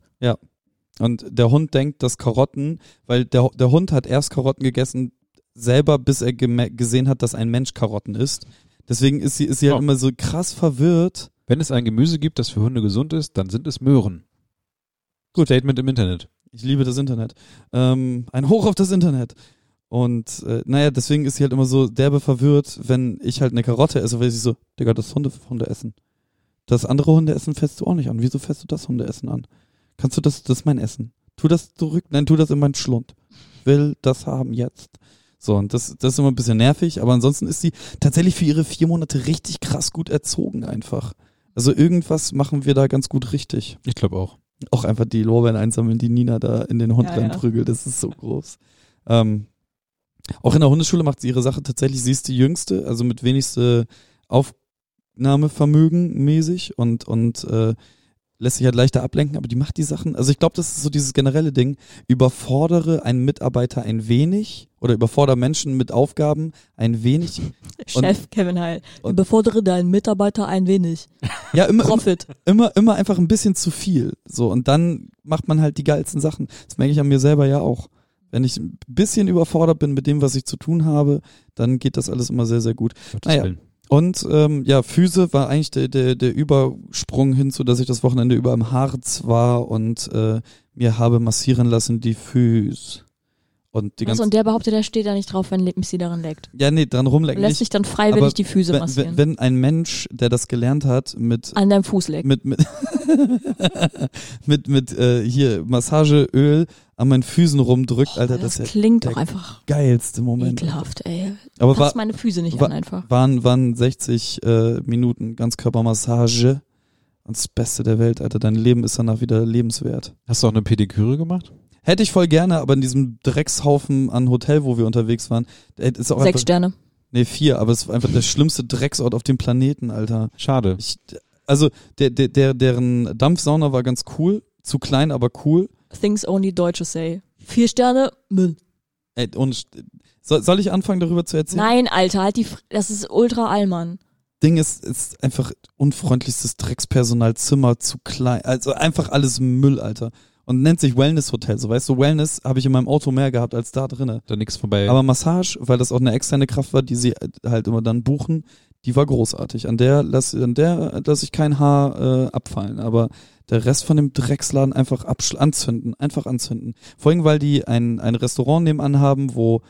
Speaker 2: Und der Hund denkt, dass Karotten, weil der, der Hund hat erst Karotten gegessen, selber, bis er geme- gesehen hat, dass ein Mensch Karotten isst. Deswegen ist sie, ist sie halt
Speaker 1: Oh.
Speaker 2: immer so krass verwirrt.
Speaker 1: Wenn es ein Gemüse gibt, das für Hunde gesund ist, dann sind es Möhren. Gut. Statement im Internet.
Speaker 2: Ich liebe das Internet. Ähm, ein Hoch auf das Internet. Und äh, naja, deswegen ist sie halt immer so derbe verwirrt, wenn ich halt eine Karotte esse, weil sie so, Digga, das Hunde, Hunde essen. Das andere Hunde essen fällst du auch nicht an. Wieso fällst du das Hunde essen an? Kannst du das, das ist mein Essen. Tu das zurück, nein, tu das in meinen Schlund. Will das haben jetzt. So, und das, das ist immer ein bisschen nervig, aber ansonsten ist sie tatsächlich für ihre vier Monate richtig krass gut erzogen einfach. Also irgendwas machen wir da ganz gut richtig.
Speaker 1: Ich glaube auch. Um
Speaker 2: Auch einfach die Lorbeeren einsammeln, die Nina da in den Hund
Speaker 3: Ja, ja.
Speaker 2: reinprügelt. Das ist so groß. Ähm, auch in der Hundeschule macht sie ihre Sache tatsächlich. Sie ist die Jüngste, also mit wenigste Aufnahmevermögen mäßig und, und äh, lässt sich halt leichter ablenken, aber die macht die Sachen. Also ich glaube, das ist so dieses generelle Ding. Überfordere einen Mitarbeiter ein wenig oder überfordere Menschen mit Aufgaben ein wenig.
Speaker 3: Chef Kevin Heil.
Speaker 2: und-
Speaker 3: Befordere deinen Mitarbeiter ein wenig.
Speaker 2: Ja, immer, immer,
Speaker 3: Profit.
Speaker 2: immer, immer einfach ein bisschen zu viel. So, und dann macht man halt die geilsten Sachen. Das merke ich an mir selber ja auch. Wenn ich ein bisschen überfordert bin mit dem, was ich zu tun habe, dann geht das alles immer sehr, sehr gut.
Speaker 1: Gottes
Speaker 2: Naja.
Speaker 1: Willen.
Speaker 2: Und ähm, ja, Füße war eigentlich der, der, der Übersprung hinzu, dass ich das Wochenende über im Harz war und äh, mir habe massieren lassen die Füße. Und die
Speaker 3: Also,
Speaker 2: ganze.
Speaker 3: und der behauptet, der steht da nicht drauf, wenn Lippensi daran leckt.
Speaker 2: Ja, nee, dran
Speaker 3: Und
Speaker 2: rumlecken.
Speaker 3: lässt
Speaker 2: Nicht,
Speaker 3: sich dann freiwillig
Speaker 2: aber
Speaker 3: die Füße
Speaker 2: wenn,
Speaker 3: massieren.
Speaker 2: wenn, wenn ein Mensch, der das gelernt hat, mit
Speaker 3: an deinem Fuß leckt.
Speaker 2: mit mit mit, mit äh, hier Massageöl an meinen Füßen rumdrückt, Alter, das ist ja
Speaker 3: klingt doch
Speaker 2: der
Speaker 3: einfach
Speaker 2: der geilste Moment.
Speaker 3: Oh, ekelhaft, ey.
Speaker 2: Aber war,
Speaker 3: Fass meine Füße nicht
Speaker 2: wa-
Speaker 3: an einfach.
Speaker 2: waren waren 60 äh, Minuten Ganzkörpermassage und das Beste der Welt, Alter, dein Leben ist danach wieder lebenswert.
Speaker 1: Hast du auch eine Pediküre gemacht?
Speaker 2: Hätte ich voll gerne, aber in diesem Dreckshaufen an Hotel, wo wir unterwegs waren, äh, ist auch
Speaker 3: Sechs
Speaker 2: einfach,
Speaker 3: Sterne.
Speaker 2: nee vier, aber es war einfach der schlimmste Drecksort auf dem Planeten, Alter.
Speaker 1: Schade.
Speaker 2: Ich, also der, der, der, deren Dampfsauna war ganz cool, zu klein, aber cool.
Speaker 3: Things only Deutsche say. Vier Sterne, Müll.
Speaker 2: Ey, ohne, Sch- soll, soll ich anfangen, darüber zu erzählen?
Speaker 3: Nein, Alter, halt die. Fr das ist ultra Allmann.
Speaker 2: Ding ist, ist einfach unfreundlichstes Dreckspersonal, Zimmer zu klein, also einfach alles Müll, Alter. Und nennt sich Wellness-Hotel. So, weißt du, Wellness habe ich in meinem Auto mehr gehabt als da drinne.
Speaker 1: Da nichts vorbei.
Speaker 2: Aber Massage, weil das auch eine externe Kraft war, die sie halt immer dann buchen, die war großartig. An der lasse an der lass ich kein Haar äh, abfallen, aber der Rest von dem Drecksladen einfach absch- anzünden, einfach anzünden. Vor allem, weil die ein, ein Restaurant nebenan haben, wo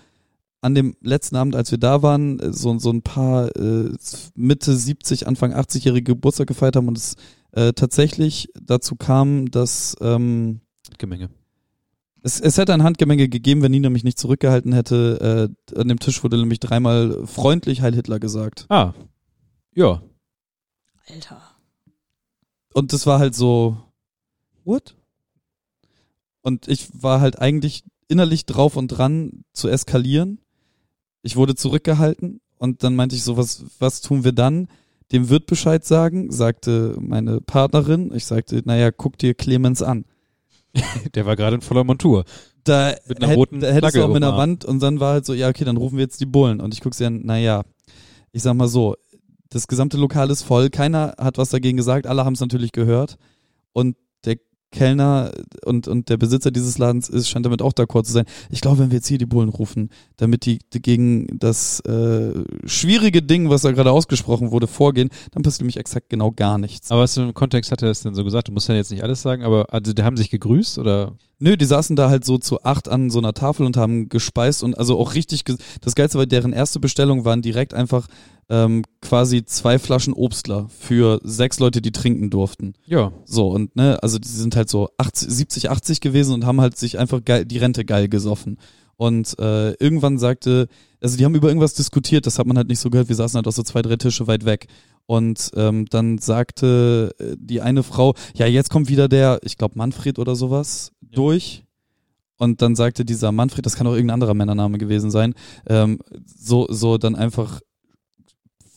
Speaker 2: an dem letzten Abend, als wir da waren, äh, so, so ein paar äh, Mitte 70, Anfang 80-jährige Geburtstag gefeiert haben und es äh, tatsächlich dazu kam, dass ähm,
Speaker 1: Gemenge.
Speaker 2: es, es hätte ein Handgemenge gegeben, wenn Nina mich nicht zurückgehalten hätte. Äh, an dem Tisch wurde nämlich dreimal freundlich Heil Hitler gesagt.
Speaker 1: Ah. Ja.
Speaker 3: Alter.
Speaker 2: Und das war halt so, what? Und ich war halt eigentlich innerlich drauf und dran zu eskalieren. Ich wurde zurückgehalten und dann meinte ich so, was, was tun wir dann? Dem Wirt Bescheid sagen, sagte meine Partnerin. Ich sagte, naja, guck dir Clemens an.
Speaker 1: Der war gerade in voller Montur.
Speaker 2: da,
Speaker 1: Mit einer
Speaker 2: hätt-
Speaker 1: roten
Speaker 2: da hättest du
Speaker 1: Flagge
Speaker 2: auch mit einer
Speaker 1: oben am-
Speaker 2: Wand und dann war halt so, ja, okay, dann rufen wir jetzt die Bullen. Und ich gucke sie an, naja, ich sag mal so, das gesamte Lokal ist voll, keiner hat was dagegen gesagt, alle haben es natürlich gehört. Und der Kellner und, und der Besitzer dieses Ladens ist, scheint damit auch d'accord zu sein. Ich glaube, wenn wir jetzt hier die Bullen rufen, damit die, die gegen das äh, schwierige Ding, was da gerade ausgesprochen wurde, vorgehen, dann passiert nämlich exakt genau gar nichts.
Speaker 1: Aber was im Kontext hat er das denn so gesagt? Du musst ja jetzt nicht alles sagen, aber also, die haben sich gegrüßt oder?
Speaker 2: Nö, die saßen da halt so zu acht an so einer Tafel und haben gespeist und also auch richtig. ges- Das Geilste war, deren erste Bestellung waren direkt einfach ähm, quasi zwei Flaschen Obstler für sechs Leute, die trinken durften.
Speaker 1: Ja.
Speaker 2: So und ne, also die sind halt so 80, 70, 80 gewesen und haben halt sich einfach geil, die Rente geil gesoffen. Und äh, irgendwann sagte, also die haben über irgendwas diskutiert, das hat man halt nicht so gehört. Wir saßen halt auch so zwei, drei Tische weit weg. Und ähm, dann sagte äh, die eine Frau, ja, jetzt kommt wieder der, ich glaube Manfred oder sowas, durch. Und dann sagte dieser Manfred, das kann auch irgendein anderer Männername gewesen sein, ähm, so, so dann einfach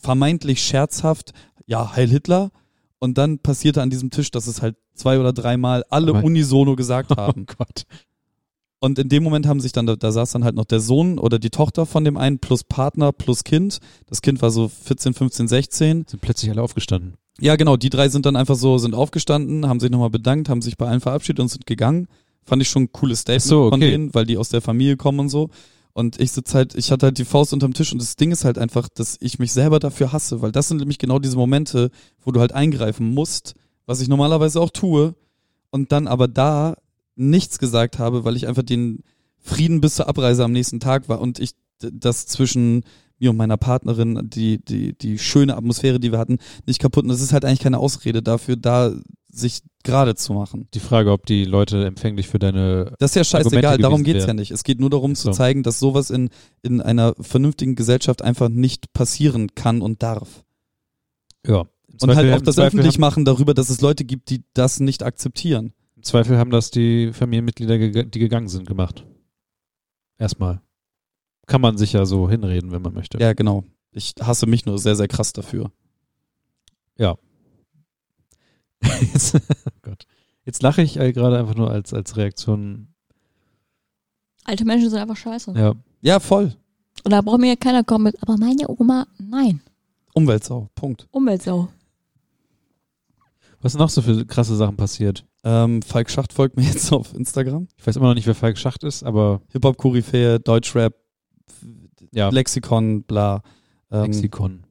Speaker 2: vermeintlich scherzhaft, ja, Heil Hitler. Und dann passierte an diesem Tisch, dass es halt zwei oder dreimal alle
Speaker 1: Aber-
Speaker 2: unisono gesagt haben.
Speaker 1: Gott.
Speaker 2: Und in dem Moment haben sich dann, da, da saß dann halt noch der Sohn oder die Tochter von dem einen plus Partner plus Kind. Das Kind war so 14, 15, 16.
Speaker 1: Sind plötzlich alle aufgestanden.
Speaker 2: Ja, genau, die drei sind dann einfach so, sind aufgestanden, haben sich nochmal bedankt, haben sich bei allen verabschiedet und sind gegangen. Fand ich schon ein cooles Statement
Speaker 1: Ach so,
Speaker 2: von
Speaker 1: okay.
Speaker 2: denen, weil die aus der Familie kommen und so. Und ich sitze halt, ich hatte halt die Faust unterm Tisch und das Ding ist halt einfach, dass ich mich selber dafür hasse, weil das sind nämlich genau diese Momente, wo du halt eingreifen musst, was ich normalerweise auch tue und dann aber da nichts gesagt habe, weil ich einfach den Frieden bis zur Abreise am nächsten Tag war und ich d- das zwischen mir und meiner Partnerin, die, die, die schöne Atmosphäre, die wir hatten, nicht kaputt. Und das ist halt eigentlich keine Ausrede dafür, da sich gerade zu machen.
Speaker 1: Die Frage, ob die Leute empfänglich für deine
Speaker 2: Das ist ja scheißegal,
Speaker 1: Argumente
Speaker 2: darum
Speaker 1: gewesen
Speaker 2: geht's ja
Speaker 1: wären.
Speaker 2: nicht. Es geht nur darum zu
Speaker 1: So.
Speaker 2: zeigen, dass sowas in, in einer vernünftigen Gesellschaft einfach nicht passieren kann und darf.
Speaker 1: ja. Im
Speaker 2: Und
Speaker 1: Zweifel-
Speaker 2: halt auch
Speaker 1: im
Speaker 2: das
Speaker 1: Zweifel
Speaker 2: öffentlich machen darüber, dass es Leute gibt, die das nicht akzeptieren.
Speaker 1: Im Zweifel haben das die Familienmitglieder, geg- die gegangen sind, gemacht. Erstmal. Kann man sich ja so hinreden, wenn man möchte.
Speaker 2: Ja, genau. Ich hasse mich nur sehr, sehr krass dafür.
Speaker 1: Jetzt, oh Gott. Jetzt lache ich äh, gerade einfach nur als, als Reaktion.
Speaker 3: Alte Menschen sind einfach scheiße.
Speaker 1: Ja.
Speaker 2: Ja, voll.
Speaker 3: Und da braucht mir ja keiner kommen mit, aber meine Oma, nein.
Speaker 2: Umweltsau. Punkt.
Speaker 3: Umweltsau.
Speaker 1: Was sind noch so für krasse Sachen passiert?
Speaker 2: Ähm, Falk Schacht folgt mir jetzt auf Instagram.
Speaker 1: Ich weiß immer noch nicht, wer Falk Schacht ist, aber
Speaker 2: Hip-Hop-Koryphäe, Deutschrap,
Speaker 1: ja,
Speaker 2: Lexikon, bla. Ähm,
Speaker 1: Lexikon.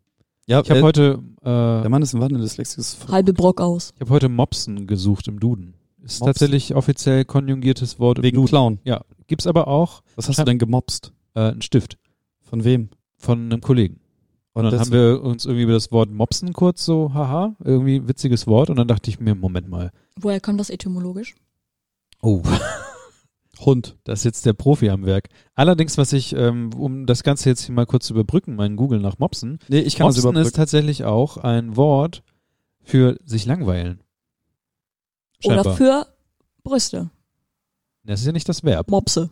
Speaker 2: Ja,
Speaker 1: Ich habe
Speaker 2: äh,
Speaker 1: heute,
Speaker 2: der
Speaker 1: äh,
Speaker 2: Mann ist ein wandelndes Lexikon.
Speaker 3: Halbe Brock aus.
Speaker 1: ich hab heute Mopsen gesucht im Duden. Ist
Speaker 2: Mopsen?
Speaker 1: tatsächlich offiziell konjugiertes Wort im
Speaker 2: Wegen
Speaker 1: Duden.
Speaker 2: Clown.
Speaker 1: Ja, gibt's aber auch
Speaker 2: Was hast du denn gemobst?
Speaker 1: äh, einen Stift
Speaker 2: Von wem?
Speaker 1: von einem Kollegen. Und dann
Speaker 2: Das-
Speaker 1: haben wir uns irgendwie über das Wort Mopsen kurz so, haha, irgendwie witziges Wort. Und dann dachte ich mir, Moment mal.
Speaker 3: Woher kommt das etymologisch?
Speaker 1: Oh,
Speaker 2: Hund.
Speaker 1: Das ist jetzt der Profi am Werk. Allerdings, was ich, ähm, um das Ganze jetzt hier mal kurz zu überbrücken, meinen Google nach Mopsen.
Speaker 2: Nee, ich kann
Speaker 1: Mopsen
Speaker 2: das
Speaker 1: ist
Speaker 2: überbrücken.
Speaker 1: tatsächlich auch ein Wort für sich langweilen. Scheinbar.
Speaker 3: Oder für Brüste.
Speaker 1: das ist ja nicht das Verb.
Speaker 3: Mopse.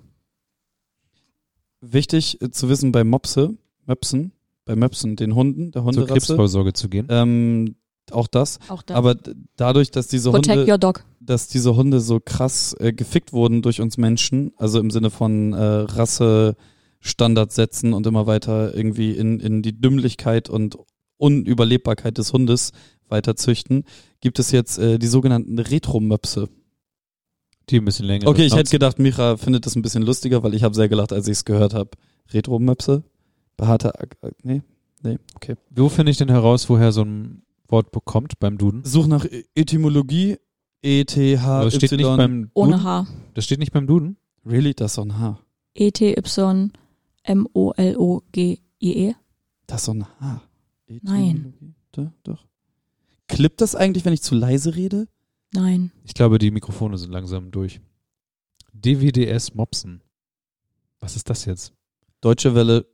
Speaker 2: Wichtig äh, zu wissen bei Mopse, Möpsen, bei Möpsen, den Hunden, der
Speaker 1: Zur
Speaker 2: Hunderasse.
Speaker 1: Krebsvorsorge zu gehen.
Speaker 2: Ähm, auch das.
Speaker 3: Auch da.
Speaker 2: Aber d- dadurch, dass diese
Speaker 3: Protect
Speaker 2: Hunde
Speaker 3: your dog.
Speaker 2: dass diese Hunde so krass äh, gefickt wurden durch uns Menschen, also im Sinne von äh, Rasse, Standards setzen und immer weiter irgendwie in, in die Dümmlichkeit und Unüberlebbarkeit des Hundes weiter züchten, gibt es jetzt äh, die sogenannten Retromöpse.
Speaker 1: Die ein bisschen länger.
Speaker 2: Okay, ich hätte gedacht, Micha findet das ein bisschen lustiger, weil ich habe sehr gelacht, als ich es gehört habe. Retromöpse? Behaarte, Ak- Ak- nee.
Speaker 1: Wo finde ich denn heraus, woher so ein Wort bekommt beim Duden?
Speaker 2: Such nach E- Etymologie, E
Speaker 1: Aber
Speaker 2: E-T-H-Y.
Speaker 1: das steht nicht beim
Speaker 3: Ohne
Speaker 1: Duden.
Speaker 3: H. E
Speaker 1: Das steht nicht beim Duden.
Speaker 2: Really, das ist doch ein H.
Speaker 3: E-T-Y-M-O-L-O-G-I-E.
Speaker 2: Das ist so ein Haar.
Speaker 3: Nein.
Speaker 2: Doch, doch. Klippt das eigentlich, wenn ich zu leise rede?
Speaker 3: Nein.
Speaker 1: Ich glaube, die Mikrofone sind langsam durch. DWDS Mopsen. Was ist das jetzt?
Speaker 2: Deutsche Welle.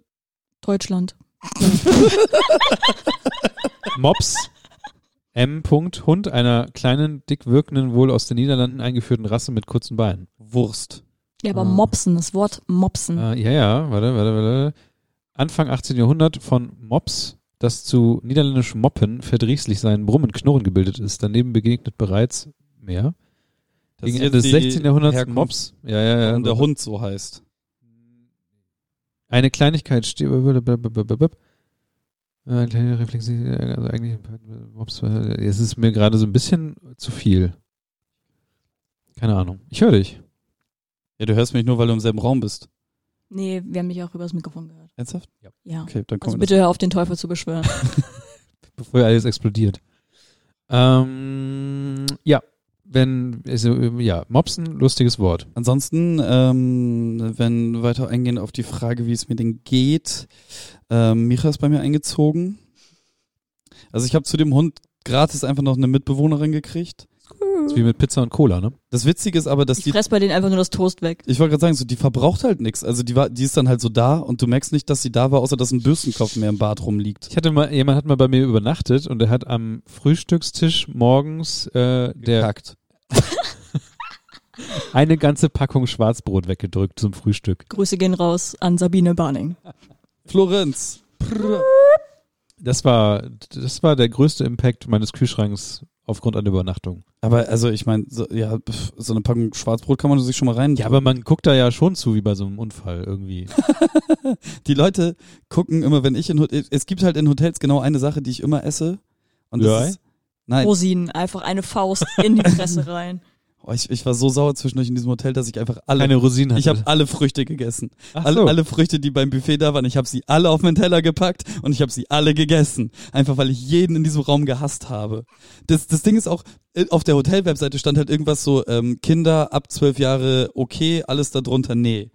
Speaker 3: Deutschland.
Speaker 1: Mops. M. Hund einer kleinen, dick wirkenden, wohl aus den Niederlanden eingeführten Rasse mit kurzen Beinen.
Speaker 2: Wurst.
Speaker 3: Ja, aber
Speaker 1: Ah.
Speaker 3: Mopsen, das Wort
Speaker 2: Mhm.
Speaker 3: Mopsen.
Speaker 2: Ah.
Speaker 1: Äh, ja, ja, warte, warte, warte. Anfang 18. Jahrhundert von Mops, das zu niederländisch Moppen verdrießlich sein Brummen, Knurren gebildet ist. Daneben begegnet bereits mehr.
Speaker 2: Das
Speaker 1: Gegen
Speaker 2: ist
Speaker 1: Ende
Speaker 2: jetzt
Speaker 1: des
Speaker 2: die
Speaker 1: 16. Jahrhunderts
Speaker 2: Herkunft,
Speaker 1: Mops. Ja, ja, ja.
Speaker 2: warum der Hund so heißt.
Speaker 1: Hm, Eine Kleinigkeit steht. Äh, Eine kleine Reflexion, also eigentlich, ups, äh, es ist mir gerade so ein bisschen zu viel. Keine Ahnung. Ich höre dich.
Speaker 2: Ja, du hörst mich nur, weil du im selben Raum bist.
Speaker 3: Nee, wir haben mich auch übers Mikrofon gehört.
Speaker 2: Ernsthaft?
Speaker 3: Ja.
Speaker 2: Okay, dann kommen
Speaker 3: Also
Speaker 2: wir
Speaker 3: bitte hör auf, den Teufel zu beschwören.
Speaker 1: bevor alles explodiert. Ähm, ja, wenn, also, ähm, ja, Mopsen, lustiges Wort.
Speaker 2: das. Ansonsten, ähm, wenn weiter eingehend auf die Frage, wie es mir denn geht, ähm, Micha ist bei mir eingezogen. Also ich habe zu dem Hund gratis einfach noch eine Mitbewohnerin gekriegt.
Speaker 1: Ist wie mit Pizza und Cola, ne?
Speaker 2: Das Witzige ist aber, dass
Speaker 3: Ich
Speaker 2: die
Speaker 3: fress bei denen einfach nur das Toast weg.
Speaker 2: Ich wollte gerade sagen, so, die verbraucht halt nichts. Also die, war, die ist dann halt so da und du merkst nicht, dass sie da war, außer dass ein Bürstenkopf mehr im Bad rumliegt.
Speaker 1: Ich hatte mal, jemand hat mal bei mir übernachtet und er hat am Frühstückstisch morgens äh, der
Speaker 2: Gekackt.
Speaker 1: eine ganze Packung Schwarzbrot weggedrückt zum Frühstück.
Speaker 3: Grüße gehen raus an Sabine Barning.
Speaker 2: Florenz. Prr.
Speaker 1: Das war, das war der größte Impact meines Kühlschranks aufgrund einer Übernachtung.
Speaker 2: Aber also ich meine, so, ja, pf, so eine Packung Schwarzbrot kann man sich schon mal rein.
Speaker 1: Ja, aber man guckt da ja schon zu, wie bei so einem Unfall irgendwie.
Speaker 2: die Leute gucken immer, wenn ich in Hotels. Es gibt halt in Hotels genau eine Sache, die ich immer esse. Und
Speaker 1: Rührei?
Speaker 2: das ist, nein,
Speaker 3: Rosinen, einfach eine Faust in die Fresse rein.
Speaker 2: oh, ich, ich war so sauer zwischendurch in diesem Hotel, dass ich einfach alle.
Speaker 1: Keine Rosinen
Speaker 2: ich habe
Speaker 1: hatte.
Speaker 2: alle Früchte gegessen.
Speaker 1: Ach
Speaker 2: Alle,
Speaker 1: so.
Speaker 2: alle Früchte, die beim Buffet da waren, ich habe sie alle auf meinen Teller gepackt und ich habe sie alle gegessen. Einfach weil ich jeden in diesem Raum gehasst habe. Das, das Ding ist auch, äh, auf der Hotel-Webseite stand halt irgendwas so, ähm, Kinder ab zwölf Jahre okay, alles darunter nee.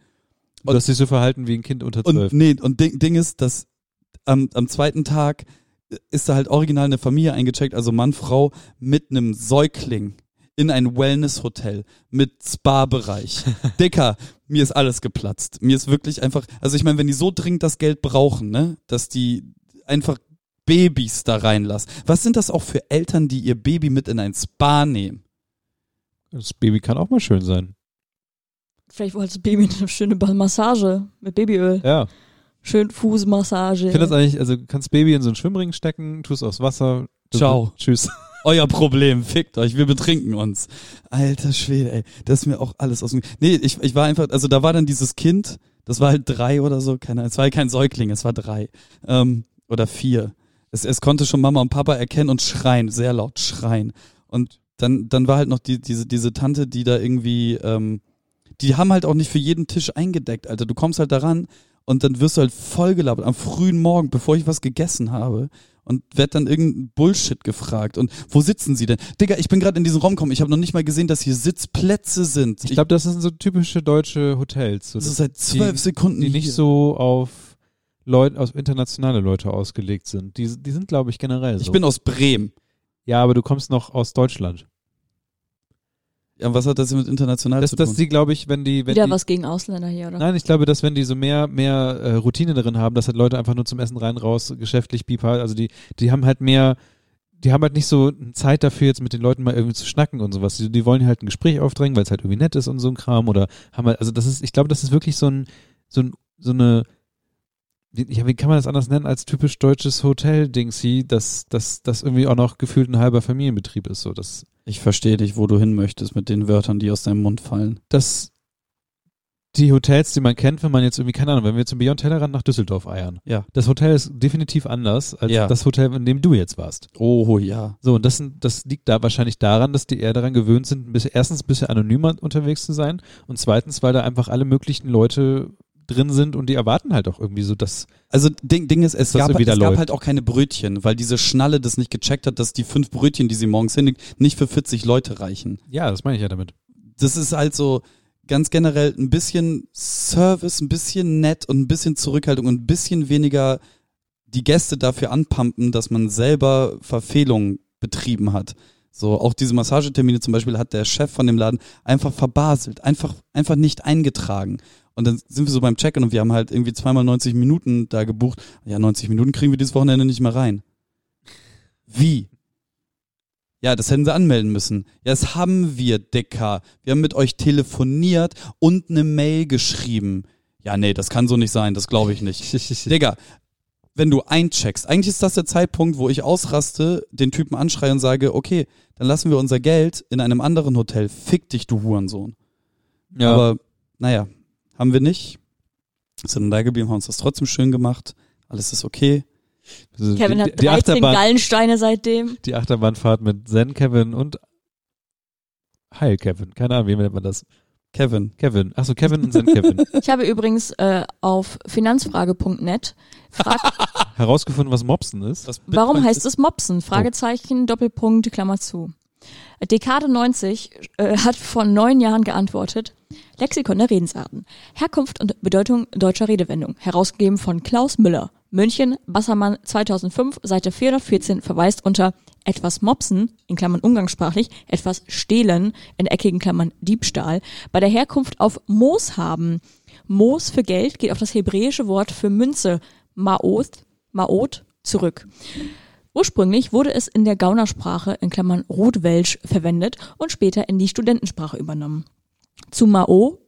Speaker 1: du hast dich so verhalten wie ein Kind unter
Speaker 2: Und
Speaker 1: zwölf.
Speaker 2: nee, und Ding, Ding ist, dass am, am zweiten Tag äh, ist da halt original eine Familie eingecheckt, also Mann, Frau, mit einem Säugling in ein Wellness-Hotel mit Spa-Bereich. Dicker, mir ist alles geplatzt. Mir ist wirklich einfach, also ich meine, wenn die so dringend das Geld brauchen, ne, dass die einfach Babys da reinlassen. Was sind das auch für Eltern, die ihr Baby mit in ein Spa nehmen?
Speaker 1: Das Baby kann auch mal schön sein.
Speaker 3: Vielleicht wolltest du Baby eine schöne Ba- Massage mit Babyöl.
Speaker 1: Ja.
Speaker 3: Schön Fußmassage.
Speaker 1: Ich finde das eigentlich, also kannst Baby in so einen Schwimmring stecken, tust aufs Wasser. das
Speaker 2: Ciao.
Speaker 1: wird- Tschüss.
Speaker 2: Euer Problem, fickt euch, wir betrinken uns. Alter Schwede, ey, das ist mir auch alles aus dem... Nee, ich, ich war einfach, also da war dann dieses Kind, das war halt drei oder so, keine Ahnung, es war halt kein Säugling, es war drei ähm, oder vier. Es, es konnte schon Mama und Papa erkennen und schreien, sehr laut schreien. Und dann, dann war halt noch die, diese, diese Tante, die da irgendwie, ähm, die haben halt auch nicht für jeden Tisch eingedeckt, Alter. Du kommst halt daran und dann wirst du halt vollgelabert am frühen Morgen, bevor ich was gegessen habe und werd dann irgendein Bullshit gefragt. Und wo sitzen sie denn? Digga, ich bin gerade in diesem Raum gekommen. Ich habe noch nicht mal gesehen, dass hier Sitzplätze sind.
Speaker 1: Ich glaube, das sind so typische deutsche Hotels, so,
Speaker 2: das ist
Speaker 1: dass,
Speaker 2: seit zwölf
Speaker 1: die-
Speaker 2: Sekunden
Speaker 1: die nicht
Speaker 2: hier.
Speaker 1: so auf Leute, auf internationale Leute ausgelegt sind. Die, die sind, glaube ich, generell so.
Speaker 2: Ich bin aus Bremen.
Speaker 1: ja, aber du kommst noch aus Deutschland.
Speaker 2: Ja, was hat das mit international
Speaker 1: Dass,
Speaker 2: zu
Speaker 1: dass
Speaker 2: tun?
Speaker 1: die, glaube ich, wenn die, wenn
Speaker 3: Wieder
Speaker 1: die,
Speaker 3: was gegen Ausländer hier, oder?
Speaker 1: Nein, ich glaube, dass wenn die so mehr, mehr äh, Routine darin haben, dass halt Leute einfach nur zum Essen rein, raus, geschäftlich, bipal, also die, die haben halt mehr, die haben halt nicht so Zeit dafür, jetzt mit den Leuten mal irgendwie zu schnacken und sowas. Die, die wollen halt ein Gespräch aufdrängen, weil es halt irgendwie nett ist und so ein Kram oder haben halt, also das ist, ich glaube, das ist wirklich so ein, so ein, so eine, wie- ja, wie kann man das anders nennen als typisch deutsches Hotel-Dings, dass das, das irgendwie auch noch gefühlt ein halber Familienbetrieb ist, so, das
Speaker 2: ich verstehe dich, wo du hin möchtest mit den Wörtern, die aus deinem Mund fallen.
Speaker 1: dass die Hotels, die man kennt, wenn man jetzt irgendwie, keine Ahnung, wenn wir zum Beyond Tellerrand nach Düsseldorf eiern.
Speaker 2: Ja.
Speaker 1: Das Hotel ist definitiv anders als
Speaker 2: Ja.
Speaker 1: das Hotel, in dem du jetzt warst.
Speaker 2: Oh ja.
Speaker 1: So, und das, sind, das liegt da wahrscheinlich daran, dass die eher daran gewöhnt sind, ein bisschen, erstens ein bisschen anonymer unterwegs zu sein und zweitens, weil da einfach alle möglichen Leute drin sind und die erwarten halt auch irgendwie so, dass
Speaker 2: Also Ding, Ding ist, es,
Speaker 1: Dass
Speaker 2: gab,
Speaker 1: er wieder
Speaker 2: es gab
Speaker 1: läuft.
Speaker 2: halt auch keine Brötchen, weil diese Schnalle das nicht gecheckt hat, dass die fünf Brötchen, die sie morgens hinlegt, nicht für 40 Leute reichen.
Speaker 1: ja, das meine ich ja damit.
Speaker 2: das ist halt so ganz generell ein bisschen Service, ein bisschen nett und ein bisschen Zurückhaltung und ein bisschen weniger die Gäste dafür anpumpen, dass man selber Verfehlungen betrieben hat. So, auch diese Massagetermine zum Beispiel hat der Chef von dem Laden einfach verbaselt, einfach, einfach nicht eingetragen. Und dann sind wir so beim Check-in und wir haben halt irgendwie zweimal 90 Minuten da gebucht. Ja, 90 Minuten kriegen wir dieses Wochenende nicht mehr rein. Wie? Ja, das hätten sie anmelden müssen. Ja, das haben wir, Dicker. Wir haben mit euch telefoniert und eine Mail geschrieben. Ja, nee, das kann so nicht sein, das glaube ich nicht. Digga, wenn du eincheckst, eigentlich ist das der Zeitpunkt, wo ich ausraste, den Typen anschreie und sage, okay, dann lassen wir unser Geld in einem anderen Hotel. Fick dich, du Hurensohn.
Speaker 1: Ja.
Speaker 2: Aber naja, haben wir nicht. Sind dann da geblieben, haben uns das trotzdem schön gemacht. Alles ist okay.
Speaker 1: Also die-
Speaker 3: Kevin
Speaker 1: die,
Speaker 3: hat
Speaker 1: die
Speaker 3: 13
Speaker 1: Achterbahn,
Speaker 3: Gallensteine seitdem.
Speaker 1: die Achterbahnfahrt mit Zen Kevin und Heil Kevin, keine Ahnung, wie nennt man das?
Speaker 2: Kevin,
Speaker 1: Kevin, achso, Kevin und Zen Kevin.
Speaker 3: Ich habe übrigens äh, auf finanzfrage.net fragt,
Speaker 1: herausgefunden, was Mobsen ist.
Speaker 2: was Bitcoin
Speaker 3: warum
Speaker 2: ist-
Speaker 3: heißt es Mopsen? Fragezeichen, Doppelpunkt, Klammer zu. Dekade 90 äh, hat vor neun Jahren geantwortet, Lexikon der Redensarten. Herkunft und Bedeutung deutscher Redewendung. Herausgegeben von Klaus Müller. München, Bassermann 2005, Seite 414, verweist unter etwas mopsen, in Klammern umgangssprachlich, etwas stehlen, in eckigen Klammern Diebstahl, bei der Herkunft auf Moos haben. Moos für Geld geht auf das hebräische Wort für Münze, Maoth, Maot, zurück. Ursprünglich wurde es in der Gaunersprache, in Klammern Rotwelsch, verwendet und später in die Studentensprache übernommen zu Mao,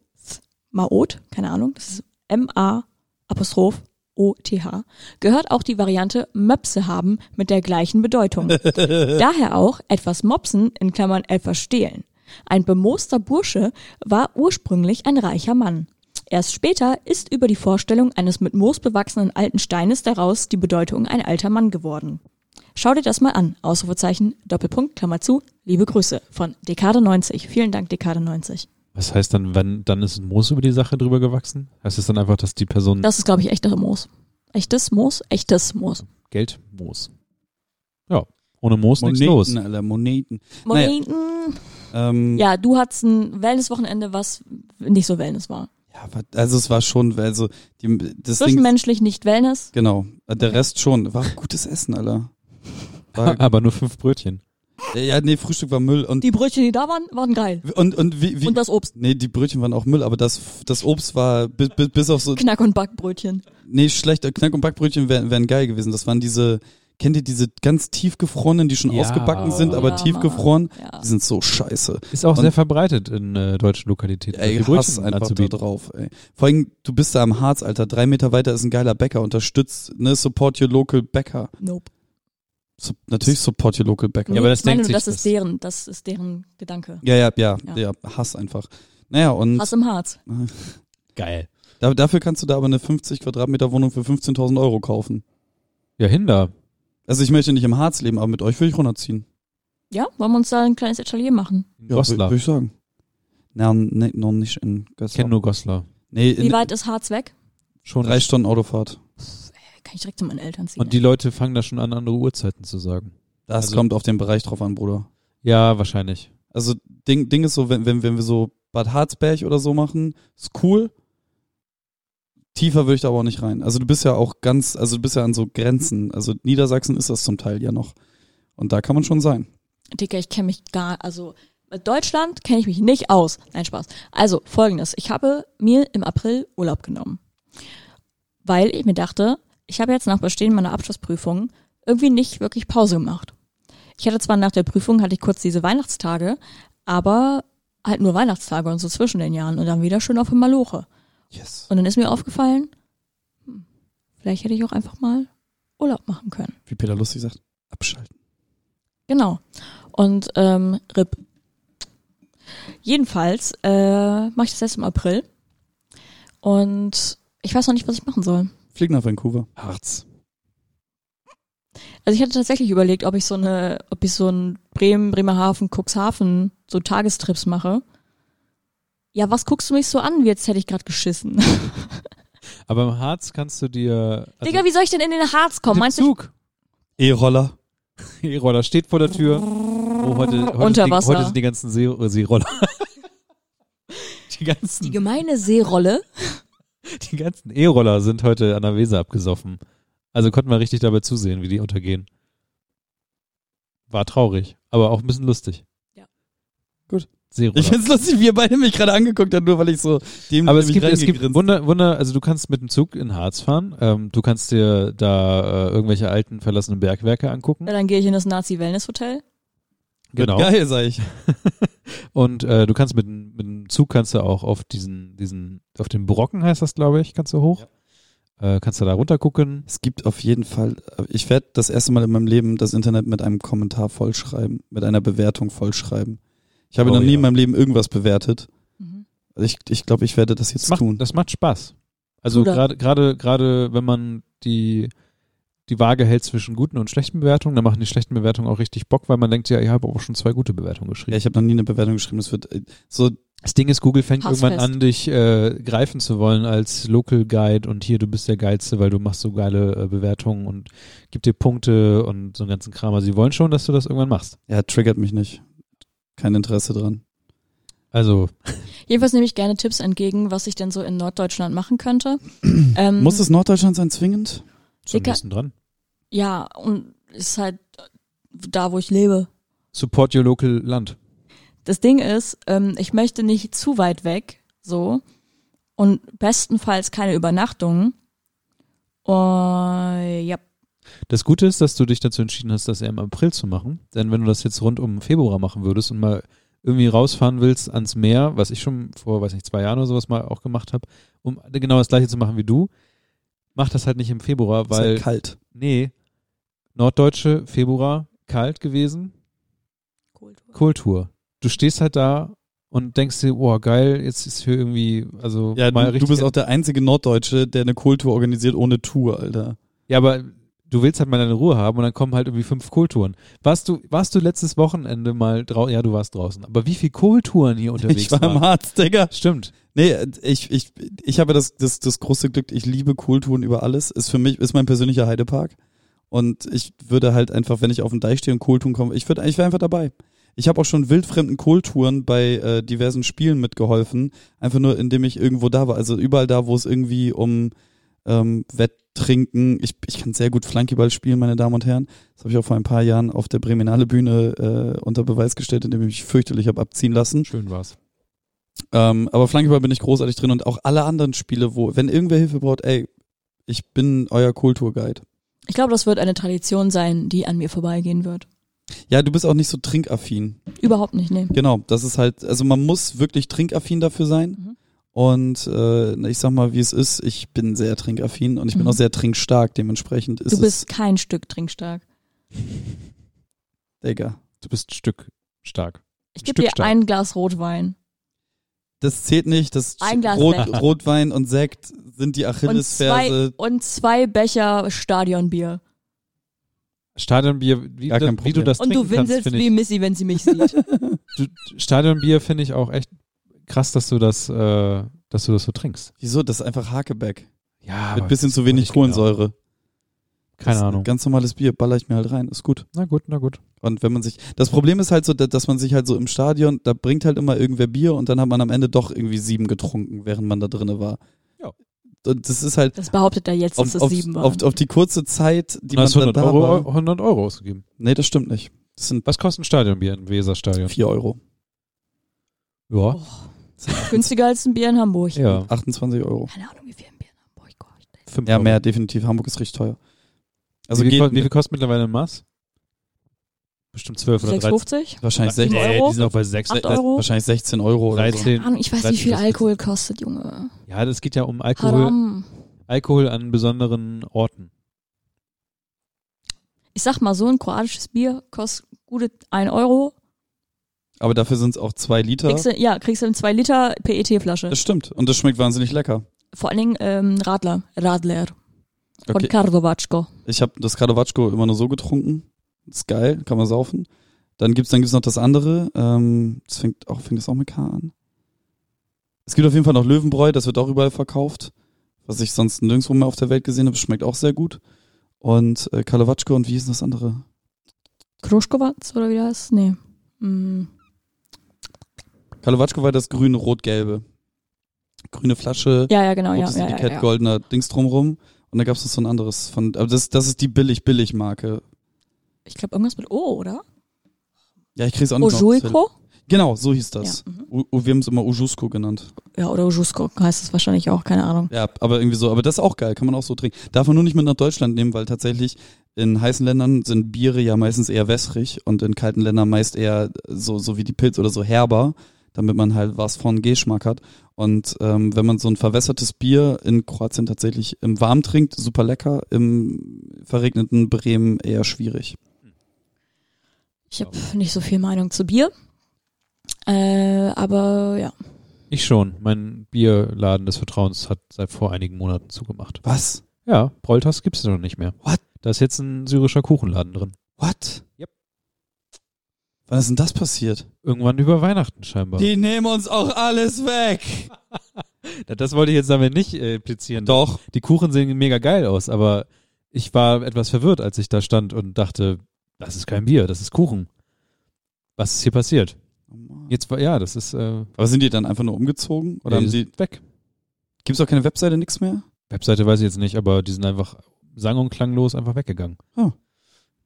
Speaker 3: Maot, keine Ahnung, das ist M-A Apostroph O-T-H, gehört auch die Variante Möpse haben mit der gleichen Bedeutung. Daher auch etwas mopsen, in Klammern etwas stehlen. Ein bemooster Bursche war ursprünglich ein reicher Mann. Erst später ist über die Vorstellung eines mit Moos bewachsenen alten Steines daraus die Bedeutung ein alter Mann geworden. Schau dir das mal an. Ausrufezeichen, Doppelpunkt, Klammer zu, liebe Grüße von Dekade 90. Vielen Dank, Dekade 90.
Speaker 1: Was heißt dann, wenn, dann ist ein Moos über die Sache drüber gewachsen? Heißt es dann einfach, dass die Person
Speaker 3: Das ist, glaube ich, echter Moos. Echtes Moos? Echtes Moos.
Speaker 1: Geld Moos? Ja. Ohne Moos nichts los.
Speaker 2: Moneten, Alter, Moneten. Naja.
Speaker 3: Moneten.
Speaker 2: Ähm,
Speaker 3: Ja, du hattest ein Wellness-Wochenende, was nicht so Wellness war.
Speaker 2: Ja, wa- also es war schon, also die, das Ding,
Speaker 3: Zwischenmenschlich nicht Wellness.
Speaker 2: genau, der Rest schon, war gutes Essen, Alter. War,
Speaker 1: Aber nur fünf Brötchen.
Speaker 2: ja, nee, Frühstück war Müll und
Speaker 3: Die Brötchen, die da waren, waren geil.
Speaker 2: und und wie, wie
Speaker 3: Und das Obst.
Speaker 2: nee, die Brötchen waren auch Müll, aber das das Obst war bis, bis, bis auf so äh,
Speaker 3: Knack- und Backbrötchen.
Speaker 2: nee, schlechte Knack und Backbrötchen wären wären geil gewesen. Das waren diese Kennt ihr diese ganz tiefgefrorenen, die schon
Speaker 1: Ja.
Speaker 2: ausgebacken sind, aber
Speaker 3: Ja,
Speaker 2: tiefgefroren?
Speaker 3: Mann, Ja.
Speaker 2: Die sind so scheiße.
Speaker 1: Ist auch
Speaker 2: Und-
Speaker 1: sehr verbreitet in äh, deutschen Lokalitäten.
Speaker 2: Ey,
Speaker 1: die
Speaker 2: ich hasse einfach da
Speaker 1: anzubieten.
Speaker 2: drauf. Ey. Vor allem, du bist da am Harz, Alter. Drei Meter weiter ist ein geiler Bäcker. Unterstützt, ne? Support your local Bäcker.
Speaker 3: Nope.
Speaker 2: Su natürlich support your local Bäcker.
Speaker 1: Ja, aber das
Speaker 3: ich meine,
Speaker 1: denkt
Speaker 3: nur,
Speaker 1: sich
Speaker 3: das
Speaker 1: das.
Speaker 3: ist deren, das ist deren Gedanke.
Speaker 2: Ja, ja, ja, ja,
Speaker 3: Ja.
Speaker 2: Hass einfach. Naja, und
Speaker 3: Hass im Harz.
Speaker 1: Geil.
Speaker 2: da, dafür kannst du da aber eine 50 Quadratmeter Wohnung für 15.000 Euro kaufen.
Speaker 1: Ja, hin da.
Speaker 2: Also ich möchte nicht im Harz leben, aber mit euch will ich runterziehen.
Speaker 3: Ja, wollen wir uns da ein kleines Atelier machen?
Speaker 1: In
Speaker 2: Ja,
Speaker 1: Goslar.
Speaker 2: würde ich sagen. Na, ne, noch nicht in
Speaker 1: Ich
Speaker 2: Göslar.
Speaker 1: kenne nur Goslar.
Speaker 2: Nee,
Speaker 3: Wie
Speaker 2: in
Speaker 3: weit ist Harz weg?
Speaker 1: Schon.
Speaker 2: drei Stunden Autofahrt.
Speaker 3: Kann ich direkt zu meinen Eltern ziehen.
Speaker 1: Und die Leute fangen da schon an, andere Uhrzeiten zu sagen.
Speaker 2: Das
Speaker 1: Also-
Speaker 2: kommt auf den Bereich drauf an, Bruder.
Speaker 1: Ja, wahrscheinlich.
Speaker 2: Also Ding, Ding ist so, wenn, wenn, wenn wir so Bad Harzberg oder so machen, ist cool. Tiefer würde ich da aber auch nicht rein. Also du bist ja auch ganz, also du bist ja an so Grenzen. Also Niedersachsen ist das zum Teil ja noch. Und da kann man schon sein.
Speaker 3: Dicker, ich kenne mich gar, also mit Deutschland kenne ich mich nicht aus. Nein, Spaß. Also folgendes, ich habe mir im April Urlaub genommen, weil ich mir dachte, ich habe jetzt nach Bestehen meiner Abschlussprüfung irgendwie nicht wirklich Pause gemacht. Ich hatte zwar nach der Prüfung, hatte ich kurz diese Weihnachtstage, aber halt nur Weihnachtstage und so zwischen den Jahren und dann wieder schön auf dem Maloche.
Speaker 2: Yes.
Speaker 3: Und dann ist mir aufgefallen, hm, vielleicht hätte ich auch einfach mal Urlaub machen können.
Speaker 2: Wie Peter Lustig sagt, abschalten.
Speaker 3: Genau. Und ähm, RIP. Jedenfalls äh, mache ich das jetzt im April. Und ich weiß noch nicht, was ich machen soll.
Speaker 2: Fliegen nach Vancouver.
Speaker 1: Harz.
Speaker 3: Also ich hatte tatsächlich überlegt, ob ich so eine, ob ich so ein Bremen, Bremerhaven, Cuxhaven, so Tagestrips mache. Ja, was guckst du mich so an, wie jetzt hätte ich gerade geschissen?
Speaker 2: Also
Speaker 1: Aber im Harz kannst du dir. Also,
Speaker 3: Digga, wie soll ich denn in den Harz kommen?
Speaker 1: der
Speaker 3: Meinst du,
Speaker 1: Zug.
Speaker 2: E-Roller.
Speaker 1: E-Roller steht vor der Tür. Oh, heute, heute,
Speaker 3: Unter
Speaker 1: sind die,
Speaker 3: Wasser.
Speaker 1: heute sind die ganzen See äh, Seeroller. die
Speaker 3: die
Speaker 1: ganzen
Speaker 3: gemeine Seerolle?
Speaker 1: die ganzen E-Roller sind heute an der Weser abgesoffen. Also konnten wir richtig dabei zusehen, wie die untergehen. War traurig, aber auch ein bisschen lustig.
Speaker 3: Ja.
Speaker 2: Gut.
Speaker 1: Seeroller.
Speaker 2: Ich find's lustig, wie ihr beide mich gerade angeguckt habt, nur weil ich so dem
Speaker 1: Aber es gibt, es gibt
Speaker 2: reingegrinst
Speaker 1: Wunder, Wunder, also du kannst mit dem Zug in Harz fahren, ähm, du kannst dir da äh, irgendwelche alten verlassenen Bergwerke angucken.
Speaker 3: Ja, dann gehe ich in das Nazi-Wellness-Hotel.
Speaker 1: Genau.
Speaker 2: Geil, sag ich.
Speaker 1: Und äh, du kannst mit, dem- mit dem Zug kannst du auch auf diesen, diesen, auf den Brocken heißt das, glaube ich, kannst du hoch. Äh, kannst du da runter gucken.
Speaker 2: Es gibt auf jeden Fall, ich werde das erste Mal in meinem Leben das Internet mit einem Kommentar vollschreiben, mit einer Bewertung vollschreiben. Ich habe
Speaker 1: Oh
Speaker 2: noch nie
Speaker 1: ja.
Speaker 2: in meinem Leben irgendwas bewertet.
Speaker 3: Mhm.
Speaker 2: Also Ich, ich glaube, ich werde das
Speaker 1: Das
Speaker 2: jetzt
Speaker 1: macht,
Speaker 2: tun.
Speaker 1: das macht Spaß. Also
Speaker 3: Oder-
Speaker 1: gerade gerade gerade wenn man die die Waage hält zwischen guten und schlechten Bewertungen, dann machen die schlechten Bewertungen auch richtig Bock, weil man denkt ja, ich habe auch schon zwei gute Bewertungen geschrieben.
Speaker 2: ja, ich habe noch nie eine Bewertung geschrieben. Das wird äh, so,
Speaker 1: Das Ding ist, Google fängt
Speaker 3: Hassfest.
Speaker 1: irgendwann an, dich äh, greifen zu wollen als Local Guide und hier, du bist der Geilste, weil du machst so geile äh, Bewertungen und gibt dir Punkte und so einen ganzen Kram. Also sie wollen schon, dass du das irgendwann machst.
Speaker 2: ja, triggert mich nicht. Kein Interesse dran.
Speaker 1: Also
Speaker 3: Jedenfalls nehme ich gerne Tipps entgegen, was ich denn so in Norddeutschland machen könnte. ähm,
Speaker 2: Muss es Norddeutschland sein zwingend?
Speaker 1: zum
Speaker 3: Dicker-
Speaker 1: nächsten dran.
Speaker 3: Ja, und ist halt da, wo ich lebe.
Speaker 1: Support your local Land.
Speaker 3: Das Ding ist, ähm, ich möchte nicht zu weit weg, so. Und bestenfalls keine Übernachtungen. Uh, ja,
Speaker 1: Das Gute ist, dass du dich dazu entschieden hast, das eher im April zu machen. Denn wenn du das jetzt rund um Februar machen würdest und mal irgendwie rausfahren willst ans Meer, was ich schon vor, weiß nicht, zwei Jahren oder sowas mal auch gemacht habe, um genau das gleiche zu machen wie du, mach das halt nicht im Februar,
Speaker 2: ist
Speaker 1: weil
Speaker 2: halt kalt.
Speaker 1: Nee. Norddeutsche, Februar, kalt gewesen, Kultur. Du stehst halt da und denkst dir, boah, geil, jetzt ist hier irgendwie, also
Speaker 2: Ja,
Speaker 1: mal
Speaker 2: du, du
Speaker 1: richtig-
Speaker 2: bist auch der einzige Norddeutsche, der eine Kultur organisiert ohne Tour, Alter.
Speaker 1: Ja, aber du willst halt mal deine Ruhe haben und dann kommen halt irgendwie fünf Kulturen. Warst du, warst du letztes Wochenende mal draußen? Ja, du warst draußen. Aber wie viel Kulturen hier unterwegs
Speaker 2: Ich war im
Speaker 1: waren?
Speaker 2: Harz, Digga.
Speaker 1: Stimmt.
Speaker 2: Nee, ich, ich, ich habe das, das, das große Glück, ich liebe Kulturen über alles. Ist für mich, ist mein persönlicher Heidepark. Und ich würde halt einfach, wenn ich auf dem Deich stehe und Kulturen komme, ich würde, ich wäre einfach dabei. Ich habe auch schon wildfremden Kulturen bei äh, diversen Spielen mitgeholfen. Einfach nur, indem ich irgendwo da war. Also überall da, wo es irgendwie um ähm, Wetttrinken, ich, ich kann sehr gut Flankyball spielen, meine Damen und Herren. Das habe ich auch vor ein paar Jahren auf der Breminale Bühne äh, unter Beweis gestellt, indem ich mich fürchterlich habe abziehen lassen.
Speaker 1: Schön war's.
Speaker 2: Ähm, aber Flankeball bin ich großartig drin und auch alle anderen Spiele, wo, wenn irgendwer Hilfe braucht, ey, ich bin euer Kulturguide.
Speaker 3: Ich glaube, das wird eine Tradition sein, die an mir vorbeigehen wird.
Speaker 2: Ja, du bist auch nicht so trinkaffin.
Speaker 3: Überhaupt nicht, nee.
Speaker 2: Genau, das ist halt, also man muss wirklich trinkaffin dafür sein.
Speaker 3: Mhm.
Speaker 2: Und äh, ich sag mal, wie es ist, ich bin sehr trinkaffin und ich bin
Speaker 3: Mhm.
Speaker 2: auch sehr trinkstark. Dementsprechend ist
Speaker 3: Du bist kein Stück trinkstark.
Speaker 2: es, Digga.
Speaker 1: Du bist Stück stark.
Speaker 3: Ich
Speaker 1: Stück
Speaker 3: gebe dir
Speaker 1: stark.
Speaker 3: ein Glas Rotwein
Speaker 2: Das zählt nicht, das
Speaker 3: Ein Glas
Speaker 2: Rot,
Speaker 3: Sekt.
Speaker 2: Rotwein und Sekt sind die
Speaker 3: und zwei,
Speaker 2: Achillesferse.
Speaker 3: und zwei Becher Stadionbier.
Speaker 1: Stadionbier, wie,
Speaker 2: Gar kein
Speaker 1: wie du
Speaker 2: Problem.
Speaker 1: das
Speaker 3: Und du
Speaker 1: trinken kannst,
Speaker 3: winselst
Speaker 1: finde
Speaker 3: wie
Speaker 1: ich.
Speaker 3: Missy, wenn sie mich sieht.
Speaker 1: Du, Stadionbier finde ich auch echt krass, dass du das, äh, dass du das so trinkst.
Speaker 2: Wieso? Das ist einfach Hakeback.
Speaker 1: Ja,
Speaker 2: Mit bisschen zu wenig Kohlensäure.
Speaker 1: Keine
Speaker 2: das,
Speaker 1: Ahnung.
Speaker 2: Ganz normales Bier, baller ich mir halt rein, ist gut.
Speaker 1: Na gut, na gut.
Speaker 2: Und wenn man sich, das Problem ist halt so, da- dass man sich halt so im Stadion, da bringt halt immer irgendwer Bier und dann hat man am Ende doch irgendwie sieben getrunken, während man da drinne war.
Speaker 1: Ja.
Speaker 2: Und das ist halt
Speaker 3: Das behauptet er jetzt, dass
Speaker 2: auf,
Speaker 3: das
Speaker 2: auf,
Speaker 3: sieben waren.
Speaker 2: auf, auf die kurze Zeit, die
Speaker 1: Du hast
Speaker 2: man
Speaker 1: 100
Speaker 2: da, da
Speaker 1: Euro,
Speaker 2: war.
Speaker 1: 100 Euro ausgegeben.
Speaker 2: Nee, das stimmt nicht. Das sind
Speaker 1: Was kostet ein Stadionbier im Weserstadion?
Speaker 2: vier Euro.
Speaker 1: Ja.
Speaker 3: Günstiger als ein Bier in Hamburg.
Speaker 1: Ja.
Speaker 2: 28 Euro.
Speaker 3: Keine Ahnung, wie viel ein Bier in Hamburg kostet.
Speaker 1: Fünf
Speaker 2: Ja,
Speaker 1: Euro.
Speaker 2: mehr, definitiv. Hamburg ist richtig teuer. Also
Speaker 1: wie, viel,
Speaker 2: geht
Speaker 1: ko- wie viel kostet mittlerweile ein Maß? Bestimmt 12
Speaker 2: Also
Speaker 1: oder 13.
Speaker 3: 6,50?
Speaker 2: wahrscheinlich
Speaker 1: Nein,
Speaker 2: 16,
Speaker 3: Euro? Ah.
Speaker 1: nee, die sind auch bei 6.
Speaker 3: Acht Euro?
Speaker 2: wahrscheinlich 16 Euro oder so.
Speaker 1: 13.
Speaker 3: Keine Ahnung, ich weiß nicht, wie viel
Speaker 1: 13 bis
Speaker 3: Alkohol kostet, Junge.
Speaker 1: Ja, das geht ja um Alkohol,
Speaker 3: Haram.
Speaker 1: Alkohol an besonderen Orten.
Speaker 3: Ich sag mal, so ein kroatisches Bier kostet gute 1 Euro.
Speaker 2: Aber dafür sind es auch zwei Liter.
Speaker 3: Kriegst du, ja, kriegst du eine 2 Liter PET-Flasche.
Speaker 2: Das stimmt. Und das schmeckt wahnsinnig lecker.
Speaker 3: Vor allen Dingen ähm, Radler. Radler. Von
Speaker 2: Okay.
Speaker 3: Karlovačko.
Speaker 2: Ich habe das Kradowatschko immer nur so getrunken. Ist geil, kann man saufen. Dann gibt's dann gibt's noch das andere. Ähm, das fängt auch fängt das auch mit K an. Es gibt auf jeden Fall noch Löwenbräu, das wird auch überall verkauft, was ich sonst nirgendwo mehr auf der Welt gesehen habe. Schmeckt auch sehr gut. Und äh, Kalawatschko und wie hieß denn das andere?
Speaker 3: Kruschkowatz oder wie das heißt? Nee. Hm.
Speaker 2: Kalawatschko war das grüne, rot-gelbe. Grüne Flasche,
Speaker 3: Ja, ja, genau. Ja,
Speaker 2: rotes
Speaker 3: ja, ja,
Speaker 2: Etikett,
Speaker 3: ja.
Speaker 2: goldener Dings drumrum. Und da gab's noch so ein anderes von. Aber das, das ist die billig-billig-Marke.
Speaker 3: Ich glaube, irgendwas mit O, oder?
Speaker 2: Ja, ich krieg's auch nicht. mehr auf die Zelle.
Speaker 3: Ojulko?
Speaker 2: Genau, so hieß
Speaker 3: Ja,
Speaker 2: das.
Speaker 3: mhm.
Speaker 2: U U- wir haben es immer Ujusko genannt.
Speaker 3: ja, oder Ojusko heißt es wahrscheinlich auch, keine Ahnung.
Speaker 2: Ja, aber irgendwie so. Aber das ist auch geil, kann man auch so trinken. Darf man nur nicht mit nach Deutschland nehmen, weil tatsächlich in heißen Ländern sind Biere ja meistens eher wässrig und in kalten Ländern meist eher so, so wie die Pilz oder so herber, damit man halt was von Geschmack hat. Und ähm, wenn man so ein verwässertes Bier in Kroatien tatsächlich im Warm trinkt, super lecker, im verregneten Bremen eher schwierig.
Speaker 3: Ich habe nicht so viel Meinung zu Bier. Äh, aber ja.
Speaker 1: Ich schon. Mein Bierladen des Vertrauens hat seit vor einigen Monaten zugemacht.
Speaker 2: Was?
Speaker 1: Ja, Polters gibt's noch nicht mehr.
Speaker 2: What?
Speaker 1: Da ist jetzt ein syrischer Kuchenladen drin.
Speaker 2: What?
Speaker 1: Yep.
Speaker 2: Wann ist denn das passiert?
Speaker 1: Irgendwann über Weihnachten scheinbar.
Speaker 2: Die nehmen uns auch alles weg.
Speaker 1: Na, das wollte ich jetzt damit nicht äh, implizieren.
Speaker 2: Doch.
Speaker 1: Die Kuchen sehen mega geil aus, aber ich war etwas verwirrt, als ich da stand und dachte, das ist kein Bier, das ist Kuchen. Was ist hier passiert? Jetzt war, ja, das ist, äh,
Speaker 2: Aber sind die dann einfach nur umgezogen?
Speaker 1: nee,
Speaker 2: Oder haben
Speaker 1: die
Speaker 2: sie,
Speaker 1: sind weg.
Speaker 2: gibt's auch keine Webseite, nix mehr?
Speaker 1: Webseite weiß ich jetzt nicht, aber die sind einfach sang- und klanglos einfach weggegangen.
Speaker 2: Oh.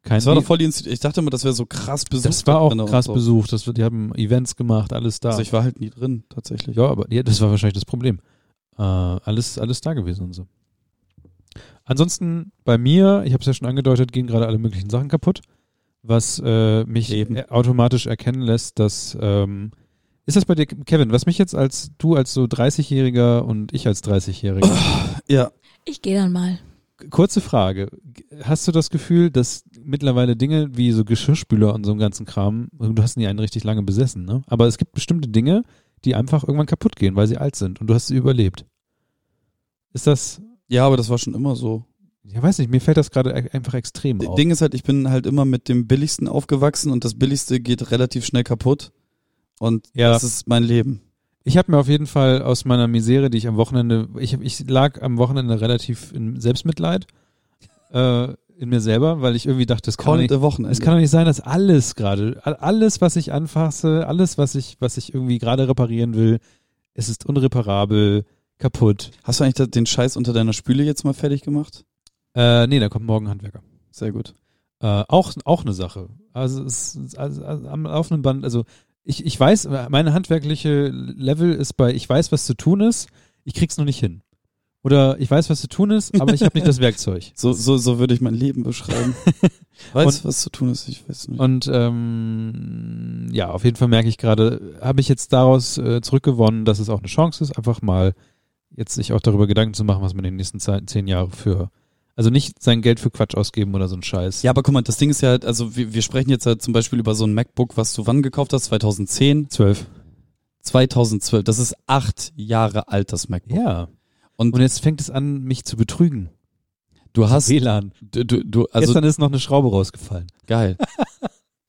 Speaker 1: Kein
Speaker 2: Das war
Speaker 1: Bier.
Speaker 2: doch voll die Institution. Ich dachte immer, das wäre so krass besucht.
Speaker 1: das war
Speaker 2: drin
Speaker 1: auch
Speaker 2: und
Speaker 1: krass
Speaker 2: so.
Speaker 1: besucht. Das, die haben Events gemacht, alles da.
Speaker 2: Also ich war halt nie drin, tatsächlich.
Speaker 1: Ja, aber ja, das war wahrscheinlich das Problem. Äh, alles, alles da gewesen und so. Ansonsten bei mir, ich habe es ja schon angedeutet, gehen gerade alle möglichen Sachen kaputt, was äh, mich
Speaker 2: Eben.
Speaker 1: e- automatisch erkennen lässt, dass ähm, ist das bei dir, Kevin, was mich jetzt als du als so 30-Jähriger und ich als 30-Jähriger
Speaker 2: Ja.
Speaker 3: Ich gehe dann mal.
Speaker 1: Kurze Frage. G- Hast du das Gefühl, dass mittlerweile Dinge wie so Geschirrspüler und so einen ganzen Kram, du hast nie einen richtig lange besessen, ne? Aber es gibt bestimmte Dinge, die einfach irgendwann kaputt gehen, weil sie alt sind und du hast sie überlebt. Ist das,
Speaker 2: Ja, aber das war schon immer so.
Speaker 1: ja weiß nicht, mir fällt das gerade e- einfach extrem
Speaker 2: D-
Speaker 1: auf.
Speaker 2: Ding ist halt, ich bin halt immer mit dem Billigsten aufgewachsen und das Billigste geht relativ schnell kaputt. Und
Speaker 1: Ja.
Speaker 2: das ist mein Leben.
Speaker 1: Ich habe mir auf jeden Fall aus meiner Misere, die ich am Wochenende, ich, hab- ich lag am Wochenende relativ in Selbstmitleid, äh, in mir selber, weil ich irgendwie dachte, das kann doch
Speaker 2: Call
Speaker 1: nicht,
Speaker 2: it a Wochenende.
Speaker 1: Es kann doch nicht sein, dass alles gerade, all- alles, was ich anfasse, alles, was ich, was ich irgendwie gerade reparieren will, es ist unreparabel, kaputt.
Speaker 2: Hast du eigentlich da- den Scheiß unter deiner Spüle jetzt mal fertig gemacht?
Speaker 1: Äh, nee, da kommt morgen Handwerker.
Speaker 2: Sehr gut.
Speaker 1: Äh, auch, auch eine Sache. Also, es, es- also, also am laufenden Band, also ich, ich weiß, meine handwerkliche Level ist bei, ich weiß, was zu tun ist, ich krieg's noch nicht hin. Oder ich weiß, was zu tun ist, aber ich habe nicht das Werkzeug.
Speaker 2: So, so, so würde ich mein Leben beschreiben. Weiß, was zu tun ist, ich weiß nicht.
Speaker 1: Und ähm, ja, auf jeden Fall merke ich gerade, habe ich jetzt daraus äh, zurückgewonnen, dass es auch eine Chance ist, einfach mal jetzt sich auch darüber Gedanken zu machen, was man in den nächsten zehn, zehn Jahren für, also nicht sein Geld für Quatsch ausgeben oder so ein Scheiß.
Speaker 2: Ja, aber guck mal, das Ding ist ja, halt, also wir, wir sprechen jetzt halt zum Beispiel über so ein MacBook, was du wann gekauft hast? 2010?
Speaker 1: Zwölf.
Speaker 2: 2012. Das ist acht Jahre alt, das MacBook.
Speaker 1: Ja.
Speaker 2: Und-
Speaker 1: Und, jetzt fängt es an, mich zu betrügen.
Speaker 2: Du hast,
Speaker 1: WLAN.
Speaker 2: du, du, du also
Speaker 1: Gestern ist noch eine Schraube rausgefallen.
Speaker 2: geil.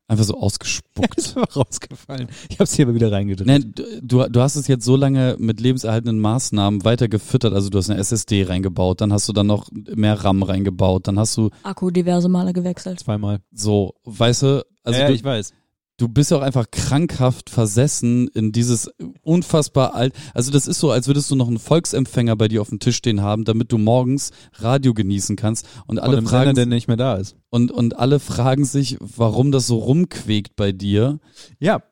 Speaker 2: Einfach so ausgespuckt.
Speaker 1: Ist aber rausgefallen. Ich habe es hier aber wieder reingedrückt.
Speaker 2: Nein, du, du hast es jetzt so lange mit lebenserhaltenden Maßnahmen weiter gefüttert. Also du hast eine SSD reingebaut, dann hast du dann noch mehr RAM reingebaut, dann hast du
Speaker 3: Akku diverse Male gewechselt.
Speaker 1: Zweimal.
Speaker 2: so, weißt du, also du,
Speaker 1: weiß.
Speaker 2: du bist ja auch einfach krankhaft versessen in dieses unfassbar alt. Also das ist so, als würdest du noch einen Volksempfänger bei dir auf dem Tisch stehen haben, damit du morgens Radio genießen kannst. Und
Speaker 1: Alle
Speaker 2: alle
Speaker 1: Von
Speaker 2: fragen
Speaker 1: Fragen, der nicht mehr da ist.
Speaker 2: und, und alle fragen sich, warum das so rumquägt bei dir.
Speaker 1: Ja,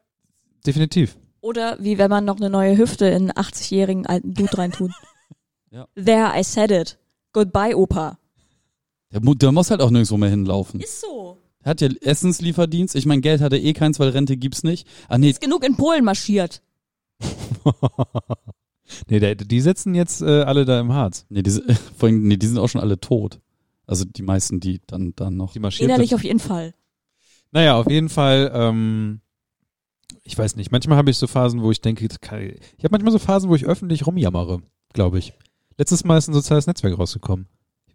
Speaker 1: definitiv.
Speaker 3: Oder wie wenn man noch eine neue Hüfte in einen 80-jährigen alten Dude reintut.
Speaker 2: Ja.
Speaker 3: There, I said it. Goodbye, Opa.
Speaker 2: Der, mu- der muss halt auch nirgendwo mehr hinlaufen.
Speaker 3: Ist so.
Speaker 2: Hat ja Essenslieferdienst. Ich mein, Geld hat er eh keins, weil Rente gibt's nicht. Ah nee,
Speaker 3: Ist genug in Polen marschiert.
Speaker 1: nee, der, die sitzen jetzt äh, alle da im Harz.
Speaker 2: nee, diese, vor allem, nee, die sind auch schon alle tot. Also die meisten, die dann, dann noch.
Speaker 1: Die marschieren.
Speaker 3: Innerlich auf jeden Fall.
Speaker 1: Naja, auf jeden Fall, ähm, ich weiß nicht. Manchmal habe ich so Phasen, wo ich denke, das kann- ich habe manchmal so Phasen, wo ich öffentlich rumjammere, glaube ich. Letztes Mal ist ein soziales Netzwerk rausgekommen.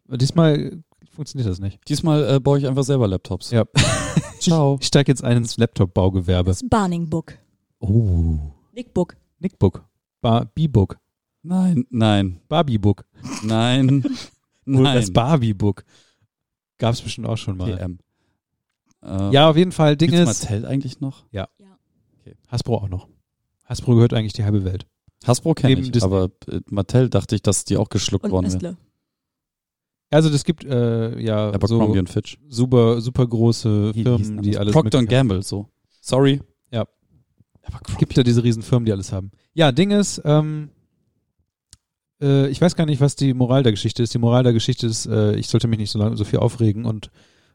Speaker 1: Diesmal funktioniert das nicht.
Speaker 2: Diesmal äh, baue ich einfach selber Laptops.
Speaker 1: Ja.
Speaker 2: Ciao.
Speaker 1: Ich steige jetzt ein ins Laptop-Baugewerbe.
Speaker 3: Das Barning Book.
Speaker 1: Oh.
Speaker 3: Nick Book.
Speaker 1: Nickbook. Bar B-Book.
Speaker 2: Nein, nein,
Speaker 1: Barbie-Book.
Speaker 2: nein,
Speaker 1: Oder Das
Speaker 2: nein.
Speaker 1: Barbie-Book. Gab's bestimmt auch schon mal.
Speaker 2: PM. Äh,
Speaker 1: Ja, auf jeden Fall. Ding
Speaker 2: gibt's
Speaker 1: ist,
Speaker 2: Mattel eigentlich noch?
Speaker 1: Hasbro auch noch. Hasbro gehört eigentlich die halbe Welt.
Speaker 2: Hasbro kenne
Speaker 1: Neben
Speaker 2: ich,
Speaker 1: Disney.
Speaker 2: aber äh, Mattel dachte ich, dass die auch geschluckt
Speaker 3: Und
Speaker 2: worden wäre.
Speaker 3: Nestle.
Speaker 1: Also das gibt äh, ja
Speaker 2: Aber
Speaker 1: so
Speaker 2: Crombie und Fitch.
Speaker 1: super, super große
Speaker 2: Wie hießen
Speaker 1: Firmen,
Speaker 2: die
Speaker 1: die alles
Speaker 2: Procter
Speaker 1: mögliche-
Speaker 2: Gamble, so. Sorry.
Speaker 1: Ja.
Speaker 2: Aber
Speaker 1: gibt ja diese riesen Firmen, die alles haben. Ja, Ding ist, ähm, äh, ich weiß gar nicht, was die Moral der Geschichte ist. Die Moral der Geschichte ist, äh, ich sollte mich nicht so lange so viel aufregen und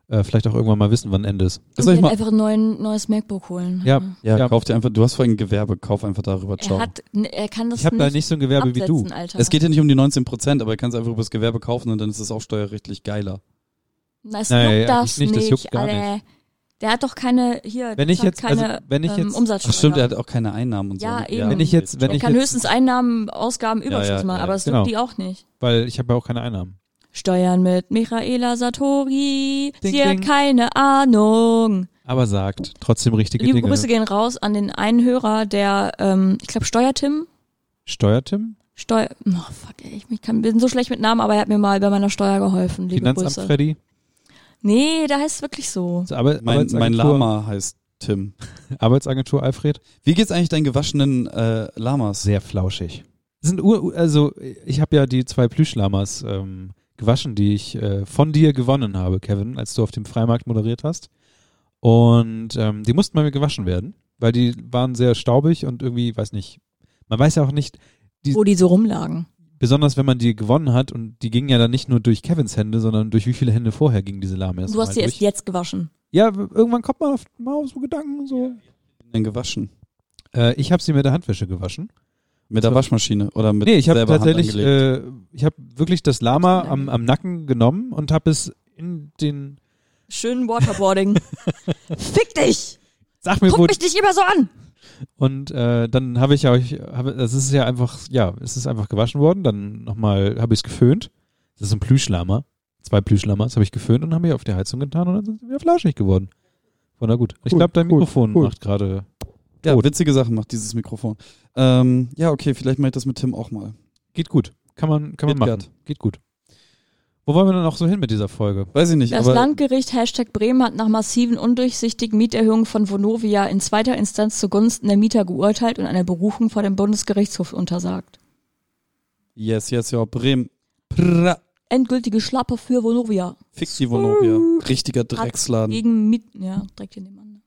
Speaker 1: äh, vielleicht auch irgendwann mal wissen, wann Ende ist.
Speaker 2: Ist euch
Speaker 3: Und
Speaker 2: mal-
Speaker 3: einfach ein neuen, neues MacBook holen. Mhm.
Speaker 1: Ja.
Speaker 2: Ja,
Speaker 1: Ja.
Speaker 2: kauf dir einfach, du hast vorhin Gewerbe, kauf einfach darüber, ciao.
Speaker 3: Er, hat, er kann das
Speaker 1: Ich habe
Speaker 3: nicht,
Speaker 1: da nicht so ein Gewerbe
Speaker 3: absetzen,
Speaker 1: wie du.
Speaker 3: Alter.
Speaker 2: Es geht ja nicht um die 19 Prozent, aber er kann es einfach übers Gewerbe kaufen und dann ist es auch steuerrechtlich geiler.
Speaker 3: Na, es
Speaker 1: Naja,
Speaker 3: juckt
Speaker 1: ja,
Speaker 3: das
Speaker 1: nicht,
Speaker 3: nicht,
Speaker 1: das juckt gar
Speaker 3: Alter. Der hat doch keine, hier,
Speaker 1: Wenn
Speaker 3: das
Speaker 1: ich
Speaker 3: hat
Speaker 1: jetzt- also,
Speaker 3: keine
Speaker 1: wenn ich
Speaker 3: ähm,
Speaker 1: jetzt-
Speaker 3: Umsatzsteuer.
Speaker 2: Ach stimmt, er hat auch keine Einnahmen und
Speaker 3: Ja,
Speaker 2: so. ne?
Speaker 3: eben.
Speaker 1: Wenn ich jetzt- wenn
Speaker 3: er
Speaker 1: ich
Speaker 2: ciao.
Speaker 3: kann
Speaker 1: jetzt-
Speaker 3: höchstens Einnahmen, Ausgaben, Überschuss
Speaker 2: ja,
Speaker 3: machen,
Speaker 2: ja,
Speaker 3: aber es
Speaker 1: genau.
Speaker 3: juckt die auch nicht.
Speaker 1: Weil ich habe ja auch keine Einnahmen.
Speaker 3: Steuern mit Michaela Satori.
Speaker 1: Ding,
Speaker 3: Sie
Speaker 1: ding.
Speaker 3: hat keine Ahnung.
Speaker 1: Aber sagt trotzdem richtige
Speaker 3: Liebe
Speaker 1: Dinge.
Speaker 3: Grüße
Speaker 2: genau.
Speaker 3: gehen raus an den einen Hörer, der, ähm, ich glaube, Steuertim.
Speaker 1: Steuertim?
Speaker 3: Steuer. Oh, fuck, ey, ich mich kann, bin so schlecht mit Namen, aber er hat mir mal bei meiner Steuer geholfen. Liebe
Speaker 1: Finanzamt
Speaker 3: Grüße.
Speaker 1: Freddy?
Speaker 3: Nee, da heißt es wirklich so.
Speaker 1: So, Arbe
Speaker 2: Mein,
Speaker 1: Arbeitsagentur,
Speaker 2: mein Lama heißt Tim.
Speaker 1: Arbeitsagentur Alfred?
Speaker 2: Wie geht's eigentlich deinen gewaschenen äh, Lamas?
Speaker 1: Sehr flauschig. Das Sind Ur Ur- also ich habe ja die zwei Plüschlamas ähm, gewaschen, die ich äh, von dir gewonnen habe, Kevin, als du auf dem Freimarkt moderiert hast. Und ähm, die mussten bei mir gewaschen werden, weil die waren sehr staubig und irgendwie, weiß nicht, man weiß ja auch nicht, die-
Speaker 3: Wo die so rumlagen.
Speaker 1: besonders wenn man die gewonnen hat und die gingen ja dann nicht nur durch Kevins Hände, sondern durch wie viele Hände vorher gingen diese Lame erst
Speaker 3: Du hast
Speaker 1: mal
Speaker 3: sie erst
Speaker 1: durch.
Speaker 3: jetzt gewaschen.
Speaker 1: Ja, w- irgendwann kommt man auf, mal auf so Gedanken so.
Speaker 2: Denn gewaschen?
Speaker 1: Äh, ich habe sie mit der Handwäsche gewaschen.
Speaker 2: Mit der Waschmaschine oder mit
Speaker 1: nee, ich habe
Speaker 2: selber Hand
Speaker 1: tatsächlich,
Speaker 2: angelegt?
Speaker 1: äh, ich habe wirklich das Lama
Speaker 3: Nein.
Speaker 1: am, am Nacken genommen und habe es in den.
Speaker 3: Schön Waterboarding. Fick dich!
Speaker 1: Sag mir
Speaker 3: Guck
Speaker 1: wo.
Speaker 3: mich nicht immer so an!
Speaker 1: Und äh, dann habe ich ja, euch- habe- das ist ja einfach, ja, es ist einfach gewaschen worden. Dann nochmal habe ich es geföhnt. Das ist ein Plüschlama. Zwei Plüschlamas habe ich geföhnt und habe ich auf die Heizung getan und dann sind sie wieder flauschig geworden. Wunder gut. ich
Speaker 2: Cool,
Speaker 1: glaube, dein
Speaker 2: cool,
Speaker 1: Mikrofon
Speaker 2: cool.
Speaker 1: macht gerade.
Speaker 2: ja,
Speaker 1: tot.
Speaker 2: witzige Sachen macht dieses Mikrofon. Ähm, ja, okay, vielleicht mache ich das mit Tim auch mal.
Speaker 1: Geht gut. Kann man, kann man
Speaker 2: Geht
Speaker 1: machen. Geht gut. Wo wollen wir denn auch so hin mit dieser Folge?
Speaker 2: Weiß ich nicht,
Speaker 3: Das
Speaker 2: aber
Speaker 3: Landgericht Hashtag Bremen hat nach massiven, undurchsichtigen Mieterhöhungen von Vonovia in zweiter Instanz zugunsten der Mieter geurteilt und eine Berufung vor dem Bundesgerichtshof untersagt.
Speaker 2: yes, yes, ja, Bremen. Pra.
Speaker 3: Endgültige Schlappe für Vonovia.
Speaker 2: Fix die Vonovia. Richtiger Drecksladen.
Speaker 1: eh-
Speaker 3: Gegen Miet... Ja, direkt hier nebenan.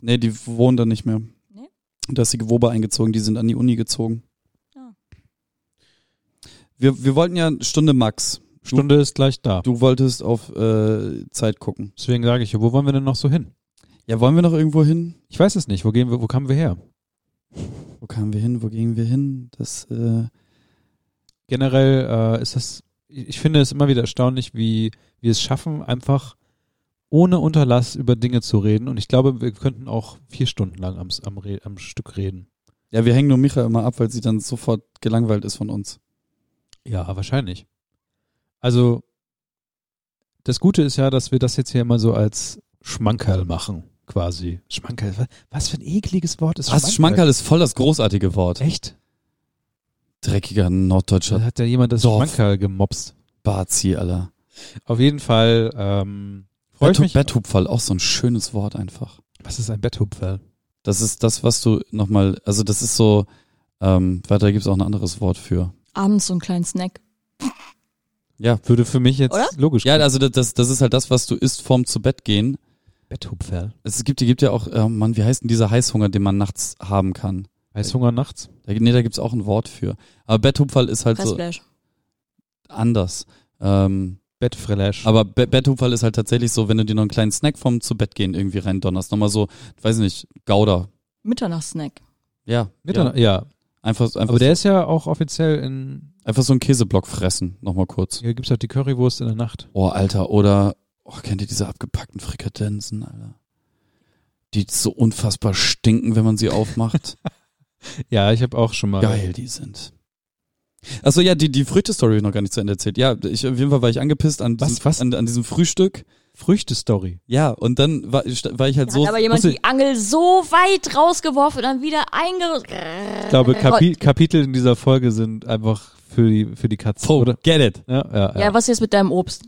Speaker 2: Nee, die wohnen da nicht mehr.
Speaker 3: Nee?
Speaker 1: Ah.
Speaker 2: Da ist die Gewobe eingezogen, die sind an die Uni gezogen.
Speaker 3: Ah.
Speaker 2: Wir, wir wollten ja Stunde Max.
Speaker 1: Stunde ist gleich da.
Speaker 2: Du wolltest auf äh, Zeit gucken.
Speaker 1: Deswegen sage ich, ja, wo wollen wir denn noch so hin?
Speaker 2: Ja, wollen wir noch irgendwo hin?
Speaker 1: Ich weiß es nicht. Wo gehen wir, wo kamen wir her?
Speaker 2: Wo kamen wir hin? Wo gingen wir hin? Das, äh,
Speaker 1: Generell äh, ist das, ich ich finde es immer wieder erstaunlich, wie wir es schaffen, einfach ohne Unterlass über Dinge zu reden. Und ich glaube, wir könnten auch vier Stunden lang am, am, Re- am Stück reden.
Speaker 2: ja, wir hängen nur Micha immer ab, weil sie dann sofort gelangweilt ist von uns.
Speaker 1: Ja, wahrscheinlich. Also, das Gute ist ja, dass wir das jetzt hier immer so als Schmankerl machen, quasi. Schmankerl, wa- was für ein ekliges Wort ist
Speaker 2: Was? Schmankerl ist voll das großartige Wort.
Speaker 1: Echt?
Speaker 2: Dreckiger
Speaker 1: Da
Speaker 2: norddeutscher
Speaker 1: hat ja jemand das
Speaker 2: Dorf.
Speaker 1: Schmankerl gemobst.
Speaker 2: Bazi, Alter.
Speaker 1: Auf jeden Fall ähm, freue ich
Speaker 2: Betthub-
Speaker 1: mich.
Speaker 2: Betthubfall, auch so ein schönes Wort einfach.
Speaker 1: Was ist ein Betthupferl?
Speaker 2: Das ist das, was du nochmal, also das ist so, ähm, weiter gibt es auch ein anderes Wort für.
Speaker 3: Abends so einen kleinen Snack.
Speaker 2: Ja.
Speaker 1: Würde für mich jetzt
Speaker 3: Oder?
Speaker 1: logisch
Speaker 2: Ja, also das- das, das ist halt das, was du isst vorm zu Bett gehen.
Speaker 1: Betthupferl.
Speaker 2: Es gibt, gibt ja auch, äh, Mann, wie heißt denn dieser Heißhunger, den man nachts haben kann?
Speaker 1: Heißhunger nachts?
Speaker 2: Da, nee, da gibt's auch ein Wort für. Aber Betthubfall ist halt so
Speaker 3: Pressflash.
Speaker 2: anders. Ähm,
Speaker 1: Bettfrellash.
Speaker 2: aber Be Betthubfall ist halt tatsächlich so, wenn du dir noch einen kleinen Snack vom zu Bett gehen irgendwie reindonnerst. Nochmal so, weiß nicht, Gouda.
Speaker 3: Mitternachtssnack.
Speaker 2: Ja.
Speaker 1: Mitternacht,
Speaker 2: ja.
Speaker 1: ja.
Speaker 2: Einfach, einfach,
Speaker 1: Aber der ist ja auch offiziell in.
Speaker 2: einfach so einen Käseblock fressen, nochmal kurz.
Speaker 1: Hier gibt's halt die Currywurst in der Nacht.
Speaker 2: Oh, Alter, oder, oh, kennt ihr diese abgepackten Frikadensen, Alter? Die so unfassbar stinken, wenn man sie aufmacht.
Speaker 1: Ja, ich habe auch schon mal.
Speaker 2: Geil, die sind. Achso, ja, die, die Früchte-Story hab ich noch gar nicht zu Ende erzählt. Ja, ich, auf jeden Fall war ich angepisst an,
Speaker 1: Was,
Speaker 2: diesem,
Speaker 1: was?
Speaker 2: an, an diesem Frühstück.
Speaker 3: Äh,
Speaker 1: Früchte-Story.
Speaker 2: Ja, und dann war, st- war ich halt
Speaker 3: Da
Speaker 2: so.
Speaker 3: hat aber jemand
Speaker 2: musste-
Speaker 3: die Angel so weit rausgeworfen und dann wieder einge...
Speaker 1: Ich
Speaker 3: äh,
Speaker 1: glaube, Kapi Kapitel in dieser Folge sind einfach für die, für die Katze, oder?
Speaker 2: Get it.
Speaker 1: Ja, ja, ja.
Speaker 3: Ja, was ist jetzt mit deinem Obst?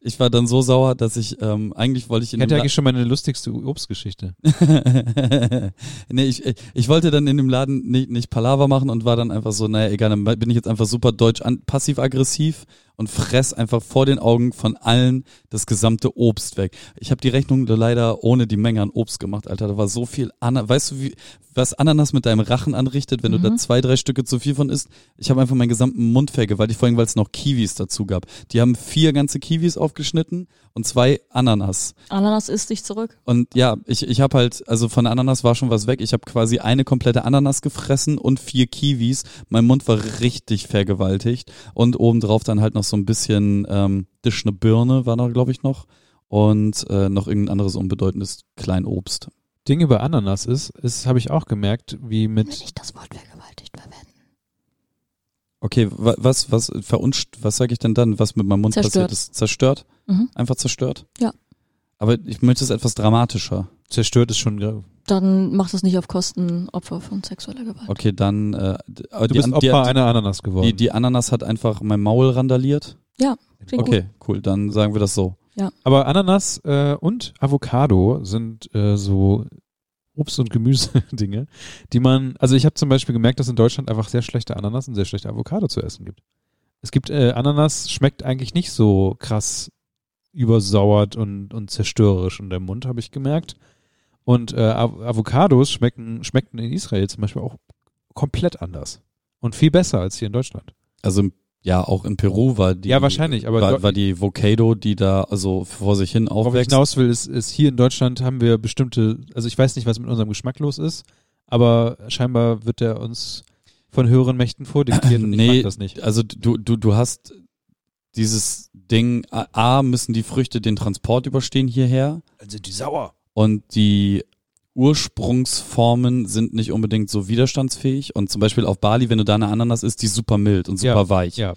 Speaker 2: Ich war dann so sauer, dass ich, ähm, eigentlich wollte ich in
Speaker 1: Kennt ihr
Speaker 2: dem
Speaker 1: eigentlich schon meine lustigste Obstgeschichte?
Speaker 2: La- nee, ich, ich- ich wollte dann in dem Laden nicht, nicht Palaver machen und war dann einfach so, naja, egal, dann bin ich jetzt einfach super deutsch an, passiv-aggressiv und fress einfach vor den Augen von allen das gesamte Obst weg. Ich habe die Rechnung leider ohne die Menge an Obst gemacht, Alter. Da war so viel Ananas. Weißt du, wie, was Ananas mit deinem Rachen anrichtet, wenn du da zwei, drei Stücke zu viel von isst? Ich habe einfach meinen gesamten Mund vergewaltigt, vor allem, weil es noch Kiwis dazu gab. Die haben vier ganze Kiwis aufgeschnitten und zwei Ananas.
Speaker 3: Ananas isst dich zurück.
Speaker 2: Und ja, ich, ich habe halt, also von der Ananas war schon was weg. Ich habe quasi eine komplette Ananas gefressen und vier Kiwis. Mein Mund war richtig vergewaltigt. Und obendrauf dann halt noch so ein bisschen ähm, Dish ne Birne war da, glaube ich, noch. Und äh, noch irgendein anderes unbedeutendes Kleinobst.
Speaker 1: Ding über Ananas ist, ist habe ich auch gemerkt, wie mit
Speaker 3: Nicht das Wort vergewaltigt verwenden.
Speaker 2: Okay, wa- was, was, verunst, was sage ich denn dann, was mit meinem Mund
Speaker 3: Zerstört.
Speaker 2: passiert ist? Zerstört?
Speaker 3: Mhm.
Speaker 2: Einfach zerstört?
Speaker 3: Ja.
Speaker 2: Aber ich möchte es etwas dramatischer.
Speaker 1: zerstört ist schon. ge-
Speaker 3: Dann mach das nicht auf Kosten Opfer von sexueller Gewalt.
Speaker 2: Okay, dann. Äh, d-
Speaker 1: Du bist Opfer einer Ananas geworden.
Speaker 2: die, die Ananas hat einfach mein Maul randaliert.
Speaker 3: Klingt gut.
Speaker 2: Okay, cool, dann sagen wir das so.
Speaker 1: Aber Ananas äh, und Avocado sind äh, so Obst- und Gemüse-Dinge, die man. Also ich habe zum Beispiel gemerkt, dass in Deutschland einfach sehr schlechte Ananas und sehr schlechte Avocado zu essen gibt. Es gibt äh, Ananas, schmeckt eigentlich nicht so krass übersauert und, und zerstörerisch in der Mund, habe ich gemerkt. Und äh, Av Avocados schmecken, schmeckten in Israel zum Beispiel auch komplett anders. Und viel besser als hier in Deutschland.
Speaker 2: Also ja, auch in Peru war die
Speaker 1: ja, wahrscheinlich, aber
Speaker 2: war,
Speaker 1: Deu-
Speaker 2: war die Vocado, die da also vor sich hin
Speaker 1: Worauf ich
Speaker 2: aufwächst.
Speaker 1: hinaus will, ist, ist hier in Deutschland haben wir bestimmte, also ich weiß nicht, was mit unserem Geschmack los ist, aber scheinbar wird der uns von höheren Mächten vordiktiert und ich
Speaker 2: Nee.
Speaker 1: mag das nicht.
Speaker 2: Also du du du hast dieses Ding A A müssen die Früchte den Transport überstehen hierher
Speaker 1: Dann sind die sauer.
Speaker 2: und die Ursprungsformen sind nicht unbedingt so widerstandsfähig und zum Beispiel auf Bali, wenn du da eine Ananas isst, die ist super mild und super
Speaker 1: Ja,
Speaker 2: weich.
Speaker 1: Ja,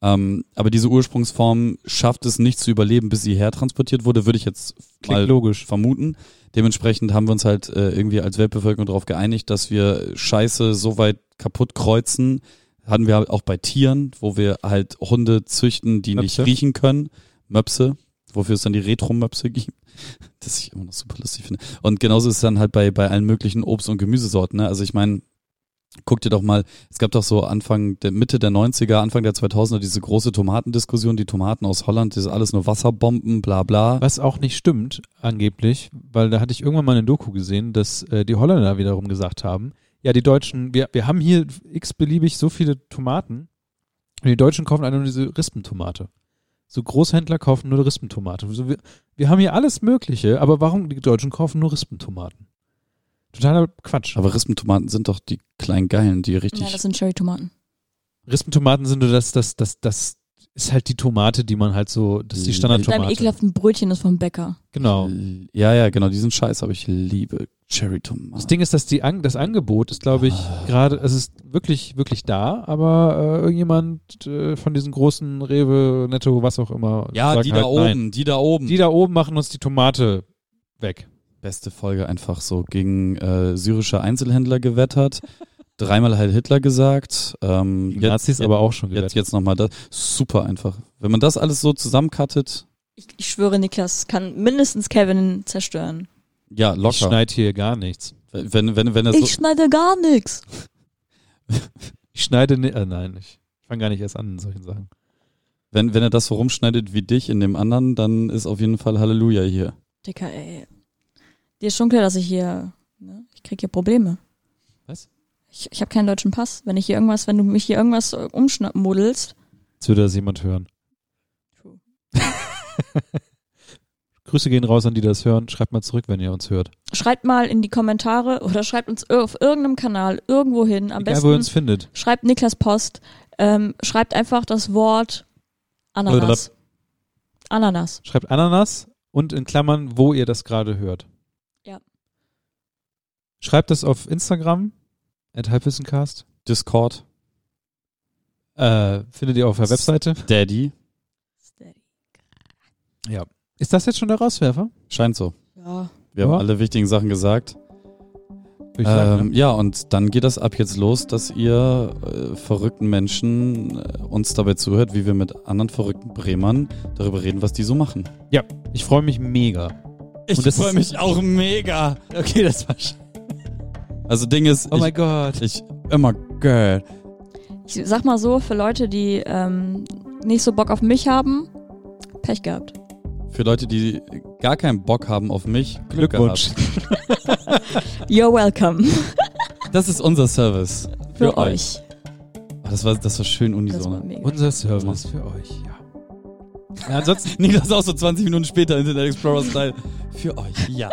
Speaker 2: Ähm, aber diese Ursprungsform schafft es nicht zu überleben, bis sie hertransportiert wurde, würde ich jetzt
Speaker 1: klingt
Speaker 2: mal
Speaker 1: logisch.
Speaker 2: vermuten. Dementsprechend haben wir uns halt äh, irgendwie als Weltbevölkerung darauf geeinigt, dass wir Scheiße so weit kaputt kreuzen. Hatten wir halt auch bei Tieren, wo wir halt Hunde züchten, die
Speaker 1: Möpse.
Speaker 2: nicht riechen können. Möpse, wofür es dann die Retromöpse gibt. Das ich immer noch super lustig finde. Und genauso ist es dann halt bei, bei allen möglichen Obst- und Gemüsesorten. Ne? Also ich meine, guck dir doch mal, es gab doch so Anfang, der Mitte der 90er, Anfang der 2000er diese große Tomatendiskussion, die Tomaten aus Holland, das ist alles nur Wasserbomben, bla bla.
Speaker 1: Was auch nicht stimmt, angeblich, weil da hatte ich irgendwann mal eine Doku gesehen, dass äh, die Holländer wiederum gesagt haben, ja, die Deutschen, wir, wir haben hier x-beliebig so viele Tomaten Und die Deutschen kaufen alle nur diese Rispentomate. So Großhändler kaufen nur Rispentomate. So, wir, wir haben hier alles Mögliche, aber warum die Deutschen kaufen nur Rispentomaten? Totaler Quatsch.
Speaker 2: Aber Rispentomaten sind doch die kleinen Geilen, die richtig.
Speaker 3: Nein, das sind Cherry-Tomaten.
Speaker 1: Rispentomaten sind nur das, das, das, das ist halt die Tomate, die man halt so, das ist die
Speaker 2: Mhm.
Speaker 3: Mit einem
Speaker 1: Standardtomate.
Speaker 3: ekelhaften Brötchen ist vom Bäcker.
Speaker 1: Genau.
Speaker 2: ja, ja, genau, die sind scheiße, aber ich liebe Cherry-Tomaten.
Speaker 1: Das Ding ist, dass die An das Angebot ist, glaube ich,
Speaker 2: Ah.
Speaker 1: gerade, es ist wirklich, wirklich da, aber äh, irgendjemand äh, von diesen großen Rewe, Netto, was auch immer.
Speaker 2: ja,
Speaker 1: sagt
Speaker 2: die
Speaker 1: halt
Speaker 2: da
Speaker 1: nein.
Speaker 2: oben, die da oben.
Speaker 1: Die da oben machen uns die Tomate weg.
Speaker 2: Beste Folge einfach so gegen äh, syrische Einzelhändler gewettert, dreimal Heil Hitler gesagt. Ähm,
Speaker 1: Die Nazis aber auch schon
Speaker 2: Jetzt,
Speaker 1: gewettet.
Speaker 2: jetzt nochmal das. Super einfach. Wenn man das alles so zusammenkattet,
Speaker 3: Ich, ich schwöre, Niklas kann mindestens Kevin zerstören.
Speaker 2: ja,
Speaker 1: Ich
Speaker 2: locker.
Speaker 1: schneide hier gar nichts.
Speaker 2: Wenn, wenn,
Speaker 1: Also
Speaker 2: wenn er so,
Speaker 3: Ich schneide gar nichts.
Speaker 1: Ich schneide, ni- äh, nein, ich fange gar nicht erst an in solchen Sachen.
Speaker 2: wenn, wenn er das so rumschneidet wie dich in dem anderen, dann ist auf jeden Fall Halleluja hier.
Speaker 3: Dicker, ey. Dir ist schon klar, dass ich hier, ne? ich krieg hier Probleme.
Speaker 2: Was?
Speaker 3: Ich, ich habe keinen deutschen Pass. Wenn ich hier irgendwas, wenn du mich hier irgendwas äh, umschnappmodelst.
Speaker 1: Jetzt würde das jemand hören. Grüße gehen raus an die, die das hören. Schreibt mal zurück, wenn ihr uns hört.
Speaker 3: Schreibt mal in die Kommentare oder schreibt uns ir- auf irgendeinem Kanal, irgendwo hin. Am
Speaker 1: Egal,
Speaker 3: besten
Speaker 1: wo ihr uns findet.
Speaker 3: schreibt Niklas Post. Ähm, schreibt einfach das Wort Ananas. Ananas.
Speaker 1: Schreibt Ananas und in Klammern, wo ihr das gerade hört.
Speaker 3: Ja.
Speaker 1: Schreibt das auf Instagram, at halbwissencast.
Speaker 2: Discord,
Speaker 1: Äh, findet ihr auf der Webseite.
Speaker 2: Daddy,
Speaker 1: Ist das jetzt schon der Rauswerfer?
Speaker 2: scheint so.
Speaker 3: Ja.
Speaker 2: Wir haben
Speaker 1: Ja.
Speaker 2: alle wichtigen Sachen gesagt.
Speaker 1: Würde ich sagen, ne?
Speaker 2: Ähm, ja, und dann geht das ab jetzt los, dass ihr äh, verrückten Menschen äh, uns dabei zuhört, wie wir mit anderen verrückten Bremern darüber reden, was die so machen.
Speaker 1: ne? Ich freue mich mega.
Speaker 2: Ich
Speaker 1: freu
Speaker 2: mich auch mega. Okay, das war Also Ding ist,
Speaker 1: Oh mein Gott.
Speaker 2: ich, ich immer girl.
Speaker 3: Ich sag mal so, für Leute, die ähm, nicht so Bock auf mich haben, Pech gehabt.
Speaker 2: Für Leute, die gar keinen Bock haben auf mich, Glück
Speaker 1: Glückwunsch.
Speaker 3: You're welcome.
Speaker 2: Gehabt. Das ist unser Service.
Speaker 3: Für, euch.
Speaker 2: Oh, das, war, das war schön
Speaker 3: Das war
Speaker 2: unisono.
Speaker 3: mega.
Speaker 1: Unser Service für euch, ja. ja ansonsten,
Speaker 2: Niklas auch so 20 Minuten später Internet Explorer Style. Für euch, ja.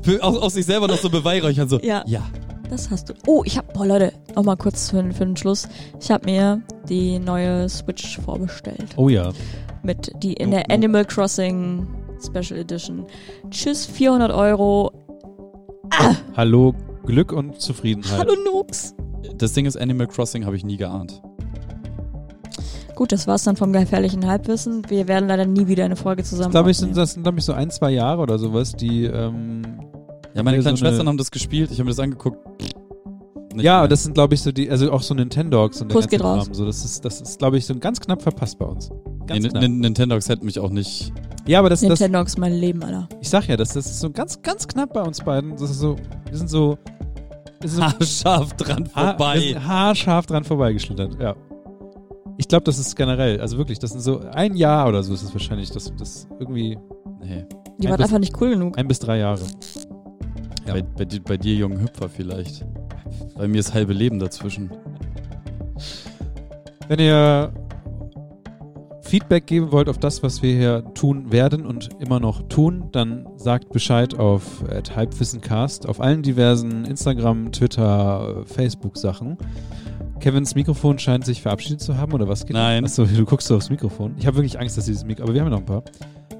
Speaker 2: Für, auch, auch sich selber noch so beweihräuchern, so,
Speaker 3: Ja.
Speaker 2: ja.
Speaker 3: Das hast du. Oh, ich hab. Boah, Leute, nochmal kurz für, für den Schluss. Ich hab mir die neue Switch vorbestellt.
Speaker 1: oh ja.
Speaker 3: Mit die in
Speaker 2: Jo,
Speaker 3: der
Speaker 1: Oh,
Speaker 2: jo.
Speaker 3: Animal Crossing Special Edition. Tschüss, 400 Euro.
Speaker 1: Hallo, Glück und Zufriedenheit.
Speaker 3: Hallo, Noobs.
Speaker 2: Das Ding ist, Animal Crossing habe ich nie geahnt.
Speaker 3: Gut, das war's dann vom gefährlichen Halbwissen. Wir werden leider nie wieder eine Folge zusammen.
Speaker 1: Ich glaube, ich
Speaker 3: aufnehmen.
Speaker 1: sind, das sind, glaube ich, so ein, zwei Jahre oder sowas, die. Ähm,
Speaker 2: Ja, meine
Speaker 1: hier
Speaker 2: kleinen
Speaker 1: so eine-
Speaker 2: Schwestern haben das gespielt, ich habe mir das angeguckt. Nicht
Speaker 1: Ja,
Speaker 2: mehr.
Speaker 1: das sind, glaube ich, so die. Also auch so Nintendogs und der
Speaker 3: Kuss
Speaker 1: ganze
Speaker 3: geht raus.
Speaker 1: Kram. So, das ist, das ist glaube ich, so ganz knapp verpasst bei uns. Ganz
Speaker 2: Nee,
Speaker 1: knapp.
Speaker 2: Nin- Nintendogs hätte mich auch nicht.
Speaker 1: ja, aber das, das,
Speaker 3: Nintendo ist mein Leben, Alter.
Speaker 1: ich sag ja, das, das ist so ganz, ganz knapp bei uns beiden. Das ist so, wir sind so, wir sind so
Speaker 2: Haarscharf dran
Speaker 1: ha- wir sind haarscharf dran vorbeigeschlittert. Ja. Ich glaube, das ist generell, also wirklich, das sind so ein Jahr oder so ist es wahrscheinlich, das, das irgendwie
Speaker 2: Nee,
Speaker 3: Die
Speaker 1: Ein
Speaker 3: waren
Speaker 1: bis-
Speaker 3: einfach nicht cool genug.
Speaker 1: ein bis drei Jahre. Ja.
Speaker 2: bei, bei, dir- bei dir, jungen Hüpfer, vielleicht. Bei mir ist halbe Leben dazwischen.
Speaker 1: Wenn ihr Feedback geben wollt auf das, was wir hier tun werden und immer noch tun, dann sagt Bescheid auf äh, halbwissencast, auf allen diversen Instagram, Twitter, äh, Facebook-Sachen. Kevins Mikrofon scheint sich verabschiedet zu haben, oder was geht?
Speaker 2: Nein.
Speaker 1: Achso, du guckst so aufs Mikrofon. Ich habe wirklich Angst, dass dieses Mikro, aber wir haben ja noch ein paar.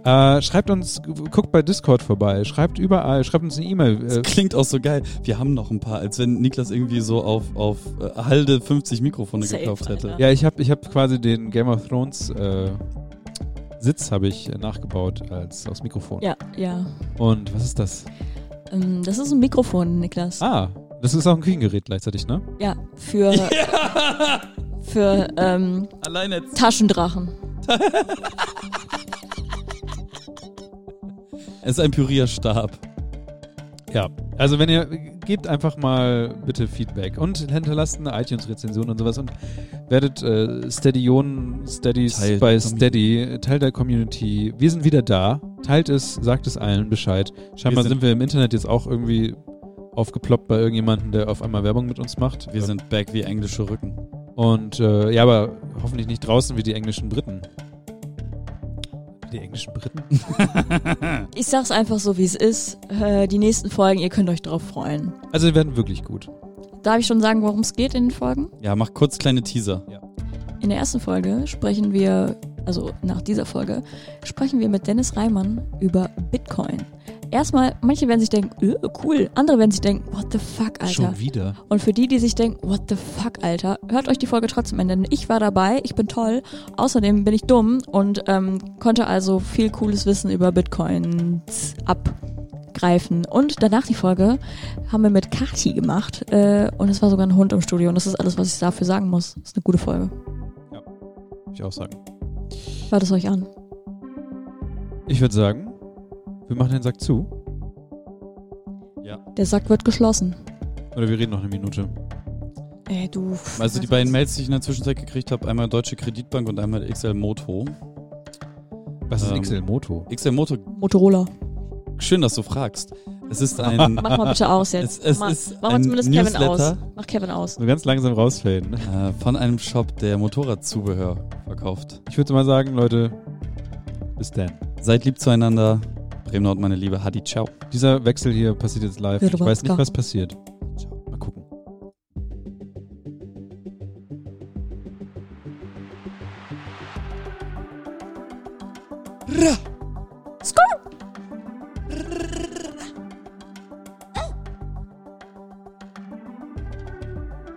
Speaker 1: Äh, schreibt uns, gu- guckt bei Discord vorbei, schreibt überall, schreibt uns eine E-Mail. Äh,
Speaker 2: Das klingt auch so geil. Wir haben noch ein paar, als wenn Niklas irgendwie so auf, auf äh, Halde 50 Mikrofone
Speaker 3: Safe,
Speaker 2: gekauft hätte.
Speaker 3: Alter.
Speaker 1: Ja, ich habe ich hab quasi den Game of Thrones äh, Sitz habe ich äh, nachgebaut als aus Mikrofon.
Speaker 3: Ja, ja.
Speaker 1: Und was ist das?
Speaker 3: Ähm, das ist ein Mikrofon, Niklas.
Speaker 1: Ah, das ist auch ein Küchengerät gleichzeitig, ne?
Speaker 3: Ja, für, für ähm,
Speaker 2: Allein jetzt.
Speaker 3: Taschendrachen.
Speaker 2: Es ist ein Pürierstab.
Speaker 1: Ja. Also wenn ihr gebt einfach mal bitte Feedback und hinterlasst eine iTunes-Rezension und sowas und werdet äh, Steadyonen, Steadies
Speaker 2: Teil
Speaker 1: bei
Speaker 2: der
Speaker 1: Steady, Teil der Community. Wir sind wieder da. Teilt es, sagt es allen Bescheid. Scheinbar
Speaker 2: Wir sind-
Speaker 1: sind, wir im Internet jetzt auch irgendwie aufgeploppt bei irgendjemandem, der auf einmal Werbung mit uns macht.
Speaker 2: Wir sind back wie englische Rücken.
Speaker 1: Und äh, ja, aber hoffentlich nicht draußen wie die englischen Briten. Die englischen Briten?
Speaker 3: Ich sag's einfach so, wie es ist. Äh, die nächsten Folgen, ihr könnt euch drauf freuen.
Speaker 1: Also die werden wirklich gut.
Speaker 3: Darf ich schon sagen, worum es geht in den Folgen?
Speaker 2: Ja, mach kurz kleine Teaser.
Speaker 3: In der ersten Folge sprechen wir, also nach dieser Folge, sprechen wir mit Dennis Reimann über Bitcoin. Erstmal, manche werden sich denken, öh, cool. Andere werden sich denken, what the fuck, Alter.
Speaker 1: Schon wieder.
Speaker 3: Und für die, die sich denken, what the fuck, Alter, hört euch die Folge trotzdem an, denn ich war dabei, ich bin toll. Außerdem bin ich dumm und ähm, konnte also viel cooles Wissen über Bitcoins abgreifen. Und danach die Folge haben wir mit Kati gemacht äh, und es war sogar ein Hund im Studio und das ist alles, was ich dafür sagen muss. Das ist eine gute Folge.
Speaker 1: Würde ich auch sagen.
Speaker 3: Hört es euch an.
Speaker 1: Ich würde sagen, wir machen den Sack zu.
Speaker 3: Der Sack wird geschlossen.
Speaker 1: Oder wir reden noch eine Minute.
Speaker 3: Ey, du.
Speaker 2: Also die beiden Mails, die ich in der Zwischenzeit gekriegt habe, einmal Deutsche Kreditbank und einmal XL Moto.
Speaker 1: Was ist
Speaker 2: Ähm,
Speaker 1: XL Moto?
Speaker 2: XL Moto,
Speaker 3: Motorola.
Speaker 2: schön, dass du fragst. Es ist ein,
Speaker 3: Mach mal bitte aus
Speaker 2: es,
Speaker 3: jetzt.
Speaker 2: es
Speaker 3: Ma-
Speaker 2: ist
Speaker 3: Mach mal
Speaker 2: ein
Speaker 3: zumindest Kevin aus.
Speaker 2: Newsletter
Speaker 3: Mach Kevin aus.
Speaker 1: So ganz langsam rausfaden.
Speaker 2: äh, von einem Shop, der Motorradzubehör verkauft.
Speaker 1: Ich würde mal sagen, Leute, bis dann.
Speaker 2: Seid lieb zueinander. Bremen Nord, meine Liebe. Hadi, ciao.
Speaker 1: Dieser Wechsel hier passiert jetzt live. Ich weiß nicht, was passiert. Mal gucken.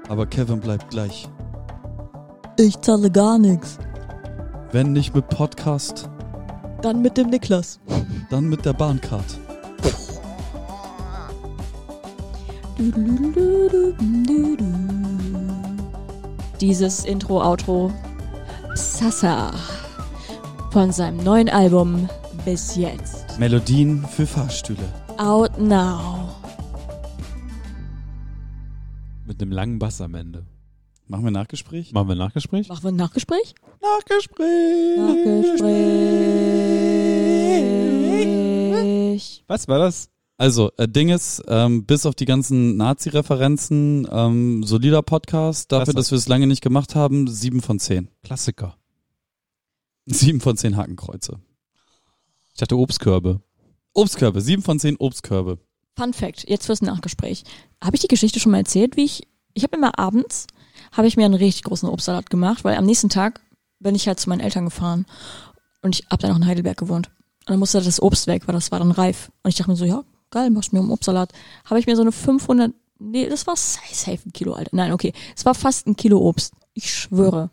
Speaker 2: Aber Kevin bleibt gleich.
Speaker 3: Ich zahle gar nichts.
Speaker 2: Wenn nicht mit Podcast,
Speaker 3: Dann mit dem Niklas.
Speaker 2: dann mit der Bahncard.
Speaker 3: Dieses Intro, Outro. Sasa. Von seinem neuen Album bis jetzt.
Speaker 2: Melodien für Fahrstühle.
Speaker 3: Out now.
Speaker 1: Mit einem langen Bass am Ende.
Speaker 2: Machen wir ein Nachgespräch?
Speaker 1: Machen wir ein Nachgespräch?
Speaker 3: Machen wir ein Nachgespräch?
Speaker 2: Nachgespräch!
Speaker 3: Nachgespräch.
Speaker 1: Was war das?
Speaker 2: Also, äh, Ding ist, ähm, bis auf die ganzen Nazi-Referenzen, ähm, solider Podcast. Dafür,
Speaker 1: Klasse.
Speaker 2: dass wir es lange nicht gemacht haben, sieben von zehn.
Speaker 1: Klassiker.
Speaker 2: Sieben von zehn Hakenkreuze.
Speaker 1: Ich dachte Obstkörbe.
Speaker 2: Obstkörbe, sieben von zehn Obstkörbe.
Speaker 3: Fun Fact, jetzt fürs Nachgespräch. Habe ich die Geschichte schon mal erzählt, wie ich, ich habe immer abends, habe ich mir einen richtig großen Obstsalat gemacht, weil am nächsten Tag bin ich halt zu meinen Eltern gefahren und ich habe dann auch in Heidelberg gewohnt. Und dann musste das Obst weg, weil das war dann reif. Und ich dachte mir so, ja, geil, machst mir einen Obstsalat. Habe ich mir so eine 500, nee, das war sa- safe ein Kilo, Alter. Nein, okay, es war fast ein Kilo Obst. Ich schwöre.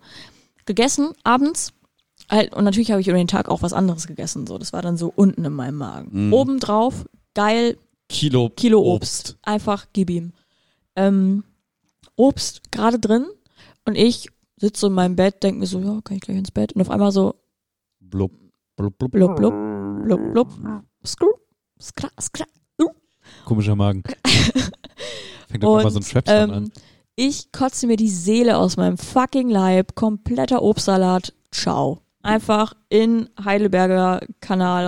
Speaker 3: Gegessen, abends, halt, und natürlich habe ich über den Tag auch was anderes gegessen, so. Das war dann so unten in meinem Magen.
Speaker 2: Mhm.
Speaker 3: Oben drauf, geil,
Speaker 2: Kilo,
Speaker 3: Kilo Obst. Einfach gib ihm. Ähm, Obst gerade drin und ich sitze in meinem Bett, denke mir so, ja, kann ich gleich ins Bett. Und auf einmal so,
Speaker 2: Blub, blub, blub.
Speaker 3: blub, blub, blub, blub, skru, skra, skra.
Speaker 1: Komischer Magen. Fängt
Speaker 3: Und,
Speaker 1: auch immer so ein trap
Speaker 3: ähm,
Speaker 1: an.
Speaker 3: Ich kotze mir die Seele aus meinem fucking Leib, kompletter Obstsalat, ciao. Einfach in Heidelberger Kanal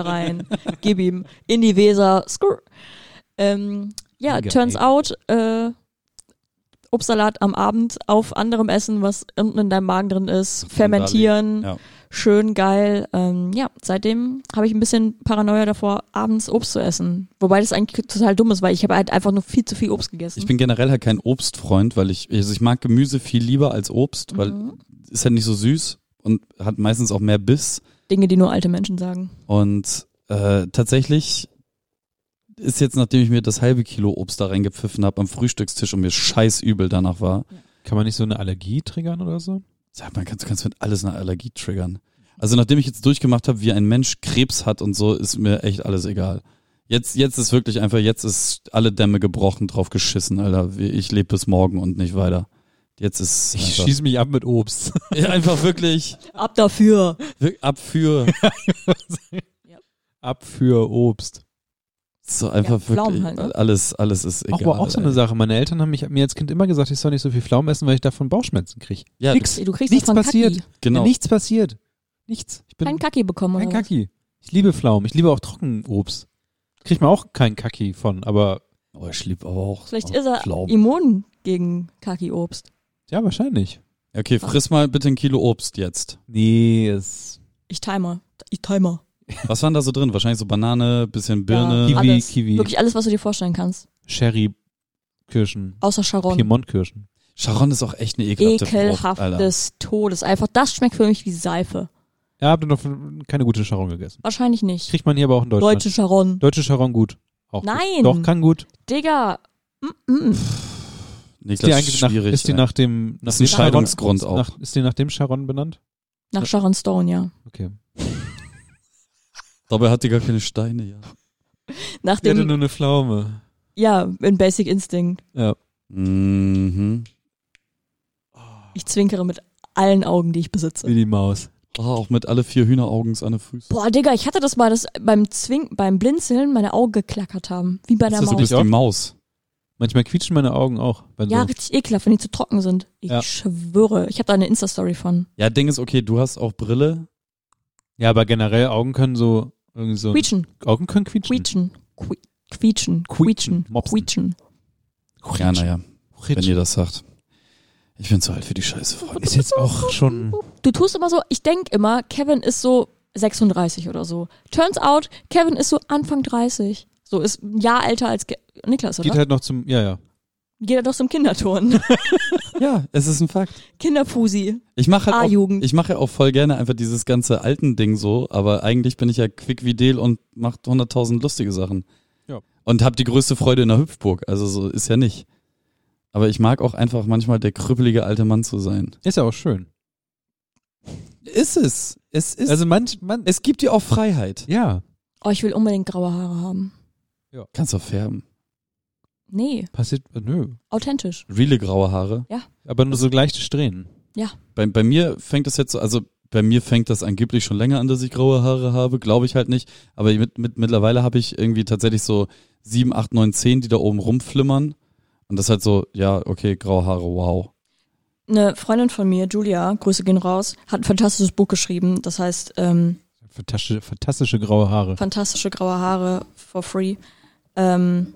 Speaker 3: rein, gib ihm, in die Weser, skru. Ähm, ja,
Speaker 1: Mega,
Speaker 3: turns
Speaker 1: ey.
Speaker 3: out, äh, Obstsalat am Abend auf anderem Essen, was unten in deinem Magen drin ist, fermentieren,
Speaker 2: Ja.
Speaker 3: schön geil. Ähm, ja, seitdem habe ich ein bisschen Paranoia davor, abends Obst zu essen. Wobei das eigentlich total dumm ist, weil ich habe halt einfach nur viel zu viel Obst gegessen.
Speaker 2: Ich bin generell halt kein Obstfreund, weil ich, also ich mag Gemüse viel lieber als Obst, weil
Speaker 3: Mhm.
Speaker 2: ist halt nicht so süß und hat meistens auch mehr Biss.
Speaker 3: Dinge, die nur alte Menschen sagen.
Speaker 2: Und äh, tatsächlich ist jetzt, nachdem ich mir das halbe Kilo Obst da reingepfiffen habe am Frühstückstisch und mir scheißübel danach war,
Speaker 1: Kann man nicht so eine Allergie triggern oder so?
Speaker 2: sag mal, kannst, du kannst mit alles eine Allergie triggern. Also nachdem ich jetzt durchgemacht habe, wie ein Mensch Krebs hat und so, ist mir echt alles egal. Jetzt, jetzt ist wirklich einfach, jetzt ist alle Dämme gebrochen, drauf geschissen, Alter. Wie- Ich lebe bis morgen und nicht weiter. Jetzt ist
Speaker 1: Ich
Speaker 2: einfach,
Speaker 1: schieß mich ab mit Obst.
Speaker 2: Ja, einfach wirklich
Speaker 3: Ab dafür.
Speaker 2: wir- ab für
Speaker 1: ab für Obst.
Speaker 2: so einfach wirklich
Speaker 3: Pflaumen halt, ne?
Speaker 2: alles, alles ist egal.
Speaker 1: Auch, war auch so eine
Speaker 2: ey.
Speaker 1: Sache. Meine Eltern haben mich, mir als Kind immer gesagt, ich soll nicht so viel Pflaumen essen, weil ich davon Bauchschmerzen kriege.
Speaker 2: Ja,
Speaker 1: Nix.
Speaker 3: Du kriegst
Speaker 1: Nichts
Speaker 3: das von
Speaker 1: passiert.
Speaker 3: Kacki.
Speaker 2: genau.
Speaker 1: Ja, nichts passiert. Nichts. Ich bin
Speaker 3: Kein Kacki bekommen
Speaker 1: kein
Speaker 3: oder was?
Speaker 1: Kacki. Ich liebe Pflaumen. Ich liebe auch Trockenobst. Kriegt man auch keinen Kacki von, aber
Speaker 2: Oh, ich liebe aber auch.
Speaker 3: Vielleicht
Speaker 2: auch
Speaker 3: ist er
Speaker 2: Pflaumen.
Speaker 3: immun gegen Kaki-Obst.
Speaker 1: ja, wahrscheinlich.
Speaker 2: Okay, friss mal bitte ein Kilo Obst jetzt.
Speaker 1: Nee, es.
Speaker 3: Ich timer. Ich timer.
Speaker 2: Was waren da so drin? Wahrscheinlich so Banane, bisschen Birne.
Speaker 1: Kiwi,
Speaker 3: Ja. Alles.
Speaker 1: Kiwi,
Speaker 3: Wirklich alles, was du dir vorstellen kannst.
Speaker 1: Sherry, Kirschen,
Speaker 3: Außer Charon.
Speaker 1: Piemontkirschen.
Speaker 2: Sharon ist auch echt eine ekelhafte Frucht,
Speaker 3: Ekelhaft
Speaker 2: Alter.
Speaker 3: des Todes. Einfach, das schmeckt für mich wie Seife.
Speaker 1: Ja, habt ihr noch keine gute Charron gegessen.
Speaker 3: Wahrscheinlich nicht.
Speaker 1: Kriegt man hier aber auch in Deutschland.
Speaker 3: Deutsche Charon.
Speaker 1: Deutsche Charron gut. Auch
Speaker 3: Nein.
Speaker 1: Gut. Doch, kann gut.
Speaker 3: Digga. Mm -mm.
Speaker 1: Ist die
Speaker 2: Niklas,
Speaker 1: eigentlich nach,
Speaker 2: schwierig.
Speaker 1: ist die
Speaker 2: ey.
Speaker 1: nach dem nach
Speaker 2: Ist
Speaker 1: dem
Speaker 2: ein Scheidungsgrund
Speaker 1: Charon,
Speaker 2: auch.
Speaker 1: Nach, ist die nach dem Charon benannt?
Speaker 3: Nach Sharon Stone, ja.
Speaker 1: Okay.
Speaker 2: Dabei hat die gar keine Steine, ja.
Speaker 3: Nach
Speaker 1: Die hatte
Speaker 3: dem,
Speaker 1: nur eine Pflaume.
Speaker 3: ja, in Basic Instinct.
Speaker 2: Mhm.
Speaker 3: Ich zwinkere mit allen Augen, die ich besitze.
Speaker 1: Wie die Maus.
Speaker 2: Ah, auch mit alle vier Hühneraugen an den Füßen.
Speaker 3: Boah, Digga, ich hatte das mal, dass beim Zwink, beim Blinzeln meine Augen geklackert haben. Wie bei
Speaker 1: Ist
Speaker 3: einer
Speaker 1: das
Speaker 2: Du
Speaker 3: Maus.
Speaker 2: bist die Maus.
Speaker 1: Manchmal quietschen meine Augen auch. Wenn
Speaker 3: Ja,
Speaker 1: so,
Speaker 3: richtig ekelhaft, wenn die zu trocken sind. Ich
Speaker 1: Ja.
Speaker 3: schwöre. Ich habe da eine Insta-Story von.
Speaker 2: Ja, Ding ist, okay, du hast auch Brille.
Speaker 1: ja, aber generell Augen können so irgendwie so.
Speaker 3: Quietschen,
Speaker 1: Augen können quietschen.
Speaker 3: quietschen, qui-
Speaker 1: Quietschen,
Speaker 3: quietschen, quietschen,
Speaker 1: mopsen.
Speaker 3: quietschen.
Speaker 2: Ja, naja, wenn ihr
Speaker 1: Quietschen.
Speaker 2: das sagt. Ich bin zu alt für die Scheiße, Freunde.
Speaker 1: Ist jetzt auch schon.
Speaker 3: Du tust immer so, ich denk immer, Kevin ist so 36 oder so. Turns out, Kevin ist so Anfang 30. So ist ein Jahr älter als Ke Niklas, oder?
Speaker 1: Geht
Speaker 3: Geht er,
Speaker 1: halt noch zum. Ja, ja.
Speaker 3: doch zum Kinderturnen.
Speaker 2: Ja, es ist ein Fakt.
Speaker 3: Kinderfusi.
Speaker 2: Ich mache
Speaker 3: Ah,
Speaker 2: halt auch,
Speaker 3: A-Jugend.
Speaker 2: ich mache ja auch voll gerne einfach dieses ganze alten Ding so, aber eigentlich bin ich ja quick wie Del und mache 100.000 lustige Sachen.
Speaker 1: Ja.
Speaker 2: Und habe die größte Freude in der Hüpfburg, also so ist ja nicht. Aber ich mag auch einfach manchmal der krüppelige alte Mann zu sein.
Speaker 1: Ist ja auch schön.
Speaker 2: Ist es. Es ist
Speaker 1: Also manch. Man,
Speaker 2: es gibt dir auch Freiheit.
Speaker 1: ja.
Speaker 3: Oh, ich will unbedingt graue Haare haben.
Speaker 2: Kannst auch färben.
Speaker 3: Nee,
Speaker 1: Passiert. Nö.
Speaker 3: authentisch.
Speaker 2: Reale graue Haare.
Speaker 1: Aber nur so leichte Strähnen.
Speaker 2: Bei, bei mir fängt das jetzt so, also bei mir fängt das angeblich schon länger an, dass ich graue Haare habe, glaube ich halt nicht. Aber mit, mit, mittlerweile habe ich irgendwie tatsächlich so sieben, acht, neun, zehn, die da oben rumflimmern. Und das ist halt so, ja, okay, graue Haare, wow.
Speaker 3: Eine Freundin von mir, Julia, Grüße gehen raus, hat ein fantastisches Buch geschrieben. Das heißt, ähm,
Speaker 1: Fantastische, fantastische graue Haare.
Speaker 3: fantastische graue Haare for free. Ähm,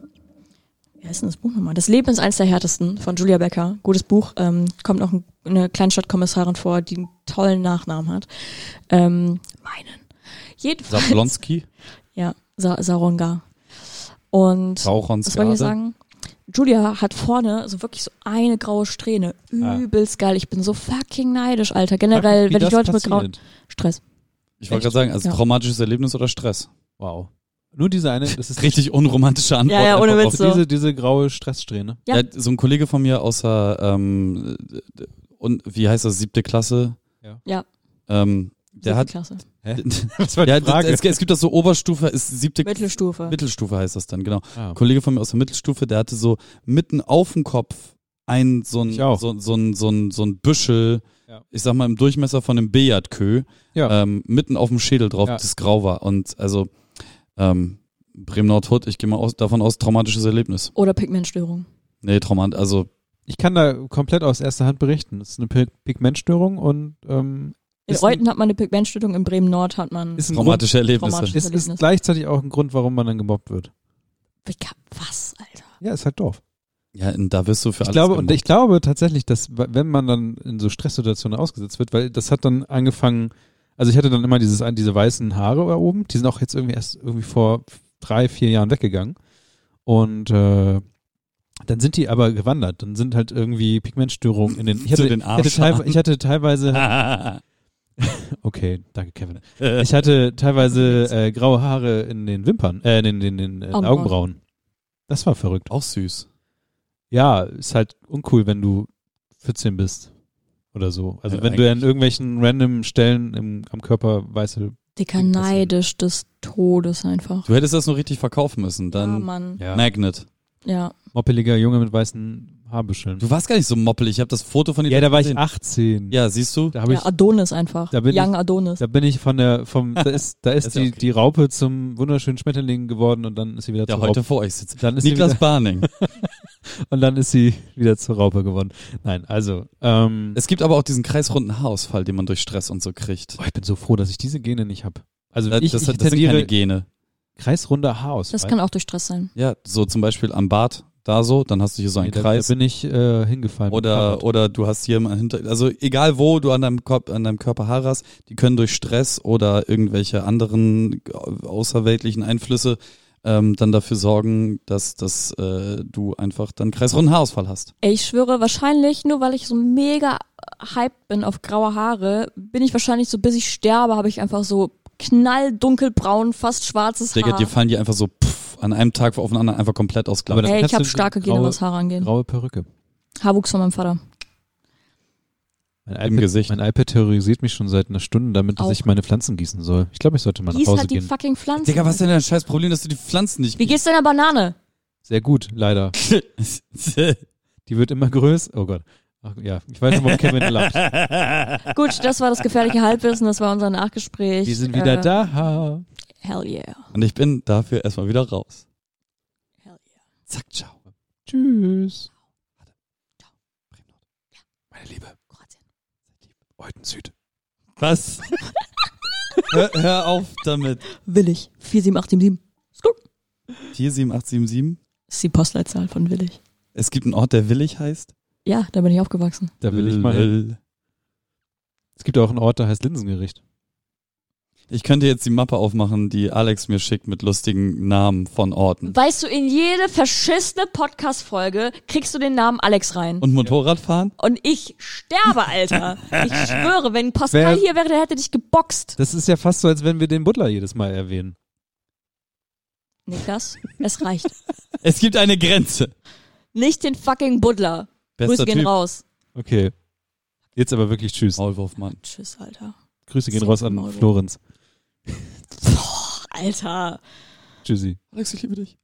Speaker 3: wie heißt denn das Buch nochmal? Das Leben ist eins der härtesten von Julia Becker. Gutes Buch. Ähm, kommt noch ein, eine Kleinstadtkommissarin vor, die einen tollen Nachnamen hat. Ähm, meinen. Jedenfalls.
Speaker 2: Sablonski,
Speaker 3: Ja, Sa Saronga. Und was wollte ich
Speaker 2: Rauchronskade.
Speaker 3: sagen? Julia hat vorne so wirklich so eine graue Strähne.
Speaker 1: Ah.
Speaker 3: Übelst geil. Ich bin so fucking neidisch, Alter. Generell,
Speaker 1: Wie
Speaker 3: Ne, wenn ich
Speaker 1: das
Speaker 3: Leute mit grauen
Speaker 1: passiert.
Speaker 3: Stress.
Speaker 2: Ich wollte gerade sagen, also
Speaker 3: Ja.
Speaker 2: traumatisches Erlebnis oder Stress.
Speaker 1: Wow. Nur diese eine. Das ist also
Speaker 2: Richtig unromantische Antwort.
Speaker 3: Ja, ja, ohne
Speaker 2: einfach
Speaker 3: Witz.
Speaker 2: auf-
Speaker 3: so.
Speaker 1: Diese, diese graue Stresssträhne.
Speaker 3: Ja.
Speaker 2: Ja. so ein Kollege von mir außer, ähm, und wie heißt das, siebte Klasse?
Speaker 1: Ja.
Speaker 3: Ja.
Speaker 2: Ähm, der hat,
Speaker 3: Klasse.
Speaker 1: Was war die
Speaker 2: ja,
Speaker 1: Frage?
Speaker 2: es, es gibt das so Oberstufe, ist siebte
Speaker 3: Mittelstufe.
Speaker 2: Mittelstufe heißt das dann, genau.
Speaker 1: ah.
Speaker 2: Ein Kollege von mir aus der Mittelstufe, der hatte so mitten auf dem Kopf ein so ein
Speaker 1: Ich auch.
Speaker 2: so, so ein so ein so ein Büschel,
Speaker 1: Ja.
Speaker 2: ich sag mal im Durchmesser von einem Billardkö,
Speaker 1: Ja.
Speaker 2: ähm, mitten auf dem Schädel drauf,
Speaker 1: Ja.
Speaker 2: das grau war und also ähm, Bremen Nordhut, ich gehe mal aus, davon aus traumatisches Erlebnis.
Speaker 3: Oder Pigmentstörung.
Speaker 2: Nee, traumant, also
Speaker 1: Ich kann da komplett aus erster Hand berichten. Es ist eine Pig- Pigmentstörung und ähm,
Speaker 3: In
Speaker 1: ist ein-
Speaker 3: Reuten hat man eine Pigmentstörung, in Bremen Nord hat man.
Speaker 1: ist ein Grund,
Speaker 2: traumatische Erlebnisse.
Speaker 3: Traumatisch.
Speaker 1: ist, ist
Speaker 3: Erlebnis.
Speaker 1: gleichzeitig auch ein Grund, warum man dann gemobbt wird.
Speaker 3: Ich hab- Was, Alter?
Speaker 1: Ja, ist halt doof.
Speaker 2: Ja, und da wirst du für
Speaker 1: Ich
Speaker 2: alles
Speaker 1: glaube und
Speaker 2: gemobbt.
Speaker 1: ich glaube tatsächlich, dass wenn man dann in so Stresssituationen ausgesetzt wird, weil das hat dann angefangen. Also ich hatte dann immer dieses diese weißen Haare da oben. Die sind auch jetzt irgendwie erst irgendwie vor drei vier Jahren weggegangen und äh, dann sind die aber gewandert. Dann sind halt irgendwie Pigmentstörungen in den. Ich
Speaker 2: Zu
Speaker 1: hatte,
Speaker 2: den
Speaker 1: ich hatte,
Speaker 2: Arschhaaren.
Speaker 1: teilwe- ich hatte teilweise Okay, danke, Kevin. Ich hatte teilweise äh, graue Haare in den Wimpern, äh, in den, in den, äh,
Speaker 3: Augenbrauen.
Speaker 1: Augenbrauen. Das war verrückt.
Speaker 2: auch süß.
Speaker 1: Ja, ist halt uncool, wenn du 14 bist oder so. Also
Speaker 2: Ja,
Speaker 1: wenn du an
Speaker 2: eigentlich.
Speaker 1: irgendwelchen random Stellen im, am Körper weiße...
Speaker 3: Dicker
Speaker 1: Interessant.
Speaker 3: neidisch des Todes einfach.
Speaker 2: Du hättest das nur richtig verkaufen müssen,
Speaker 3: ja,
Speaker 2: dann
Speaker 3: Mann.
Speaker 1: Ja.
Speaker 2: Magnet.
Speaker 3: Ja.
Speaker 1: Moppeliger Junge mit weißen Haarbüscheln.
Speaker 2: Du warst gar nicht so moppelig, ich habe das Foto von dir
Speaker 1: Ja, da war ich
Speaker 2: gesehen.
Speaker 1: 18.
Speaker 2: Ja, siehst du?
Speaker 1: Da
Speaker 3: Ja.
Speaker 1: habe ich...
Speaker 3: Adonis einfach.
Speaker 1: Da bin
Speaker 3: Young Adonis.
Speaker 1: Da bin ich von der, vom, da ist, da ist,
Speaker 2: Ist ja
Speaker 1: die,
Speaker 2: okay.
Speaker 1: die Raupe zum wunderschönen Schmetterling geworden und dann ist sie wieder
Speaker 2: der
Speaker 1: zur
Speaker 2: heute
Speaker 1: Raupe.
Speaker 2: vor euch sitzt.
Speaker 1: Dann ist sie
Speaker 2: Niklas Barning.
Speaker 1: Und dann ist sie wieder zur Raupe geworden. Nein, also, ähm,
Speaker 2: Es gibt aber auch diesen kreisrunden Haarausfall, den man durch Stress und so kriegt.
Speaker 1: Boah, oh, ich bin so froh, dass ich diese Gene nicht habe. Also
Speaker 2: Das,
Speaker 1: ich,
Speaker 2: das,
Speaker 1: ich
Speaker 2: das sind
Speaker 1: tendiere
Speaker 2: keine Gene.
Speaker 1: kreisrunder Haarausfall.
Speaker 3: Das kann auch durch Stress sein.
Speaker 2: Ja, so zum Beispiel am Bart, da so, dann hast du hier so einen
Speaker 1: Nee, da,
Speaker 2: Kreis.
Speaker 1: Da bin ich äh, hingefallen. mit
Speaker 2: Oder,
Speaker 1: Fahrrad.
Speaker 2: oder du hast hier mal hinter, also egal wo du an deinem Kopf, an deinem Körper Haare hast, die können durch Stress oder irgendwelche anderen äh, außerweltlichen Einflüsse ähm, dann dafür sorgen, dass, dass äh, du einfach dann kreisrunden Haarausfall hast.
Speaker 3: Ey, ich schwöre, wahrscheinlich, nur weil ich so mega hyped bin auf graue Haare, bin ich wahrscheinlich so, bis ich sterbe, habe ich einfach so knalldunkelbraun, fast schwarzes
Speaker 2: Digga,
Speaker 3: Haar.
Speaker 2: dir fallen die einfach so pff, an einem Tag auf den anderen einfach komplett aus
Speaker 1: Aber das
Speaker 3: Ey, ich
Speaker 1: kannst
Speaker 3: habe
Speaker 1: du-
Speaker 3: starke Gene,
Speaker 1: graue-
Speaker 3: was Haare
Speaker 2: um
Speaker 3: angeht.
Speaker 1: Graue Perücke.
Speaker 3: Haarwuchs von meinem Vater.
Speaker 1: Mein
Speaker 2: Im Gesicht.
Speaker 1: Mein iPad terrorisiert mich schon seit einer Stunde damit, dass
Speaker 3: Auch.
Speaker 1: ich meine Pflanzen gießen soll. Ich glaube, ich sollte mal nach
Speaker 3: Gieß
Speaker 1: Hause
Speaker 3: halt die
Speaker 1: gehen.
Speaker 3: fucking Pflanze.
Speaker 2: Digga, was ist denn dein scheiß Problem, dass du die Pflanzen nicht
Speaker 3: Wie geht's deiner Banane?
Speaker 1: Sehr gut, leider. Die wird immer größer. Oh Gott. Ach, ja, ich weiß nicht, warum Kevin lacht.
Speaker 3: Gut, das war das gefährliche Halbwissen, das war unser Nachgespräch.
Speaker 1: Wir sind wieder
Speaker 3: Äh,
Speaker 1: da.
Speaker 3: Hell yeah.
Speaker 2: Und ich bin dafür erstmal wieder raus.
Speaker 3: Hell yeah.
Speaker 2: Zack, ciao.
Speaker 1: Tschüss.
Speaker 2: Meine Liebe.
Speaker 3: Kroatien.
Speaker 1: Euten Süd.
Speaker 2: Was? hör, hör auf damit.
Speaker 3: Willig. 47877. Skrrt.
Speaker 2: 47877.
Speaker 3: Ist die Postleitzahl von Willig.
Speaker 2: Es gibt einen Ort, der Willig heißt.
Speaker 3: Ja, da bin ich aufgewachsen.
Speaker 1: Da will ich mal hin.
Speaker 2: Lll.
Speaker 1: Es gibt auch einen Ort, der heißt Linsengericht.
Speaker 2: Ich könnte jetzt die Mappe aufmachen, die Alex mir schickt mit lustigen Namen von Orten.
Speaker 1: Hm.
Speaker 3: Weißt du, in jede verschissene Podcast-Folge kriegst du den Namen Alex rein.
Speaker 2: Und Motorradfahren?
Speaker 3: Und ich sterbe, Alter. Ich schwöre, wenn
Speaker 1: Wer-
Speaker 3: Pascal hier wäre, der hätte dich geboxt.
Speaker 1: Das ist ja fast so, als wenn wir den Butler jedes Mal erwähnen.
Speaker 3: Niklas, es reicht.
Speaker 2: Es gibt eine Grenze.
Speaker 3: Nicht den fucking Buddler.
Speaker 2: Bester
Speaker 3: Grüße gehen
Speaker 2: Typ.
Speaker 3: raus.
Speaker 1: Okay. Jetzt aber wirklich Tschüss.
Speaker 2: Maulwurf, Mann.
Speaker 3: Tschüss, Alter.
Speaker 1: Grüße gehen
Speaker 3: Sing
Speaker 1: raus an
Speaker 3: Maulwurf.
Speaker 1: Florenz.
Speaker 3: Alter.
Speaker 1: Tschüssi.
Speaker 2: Alex, ich liebe dich.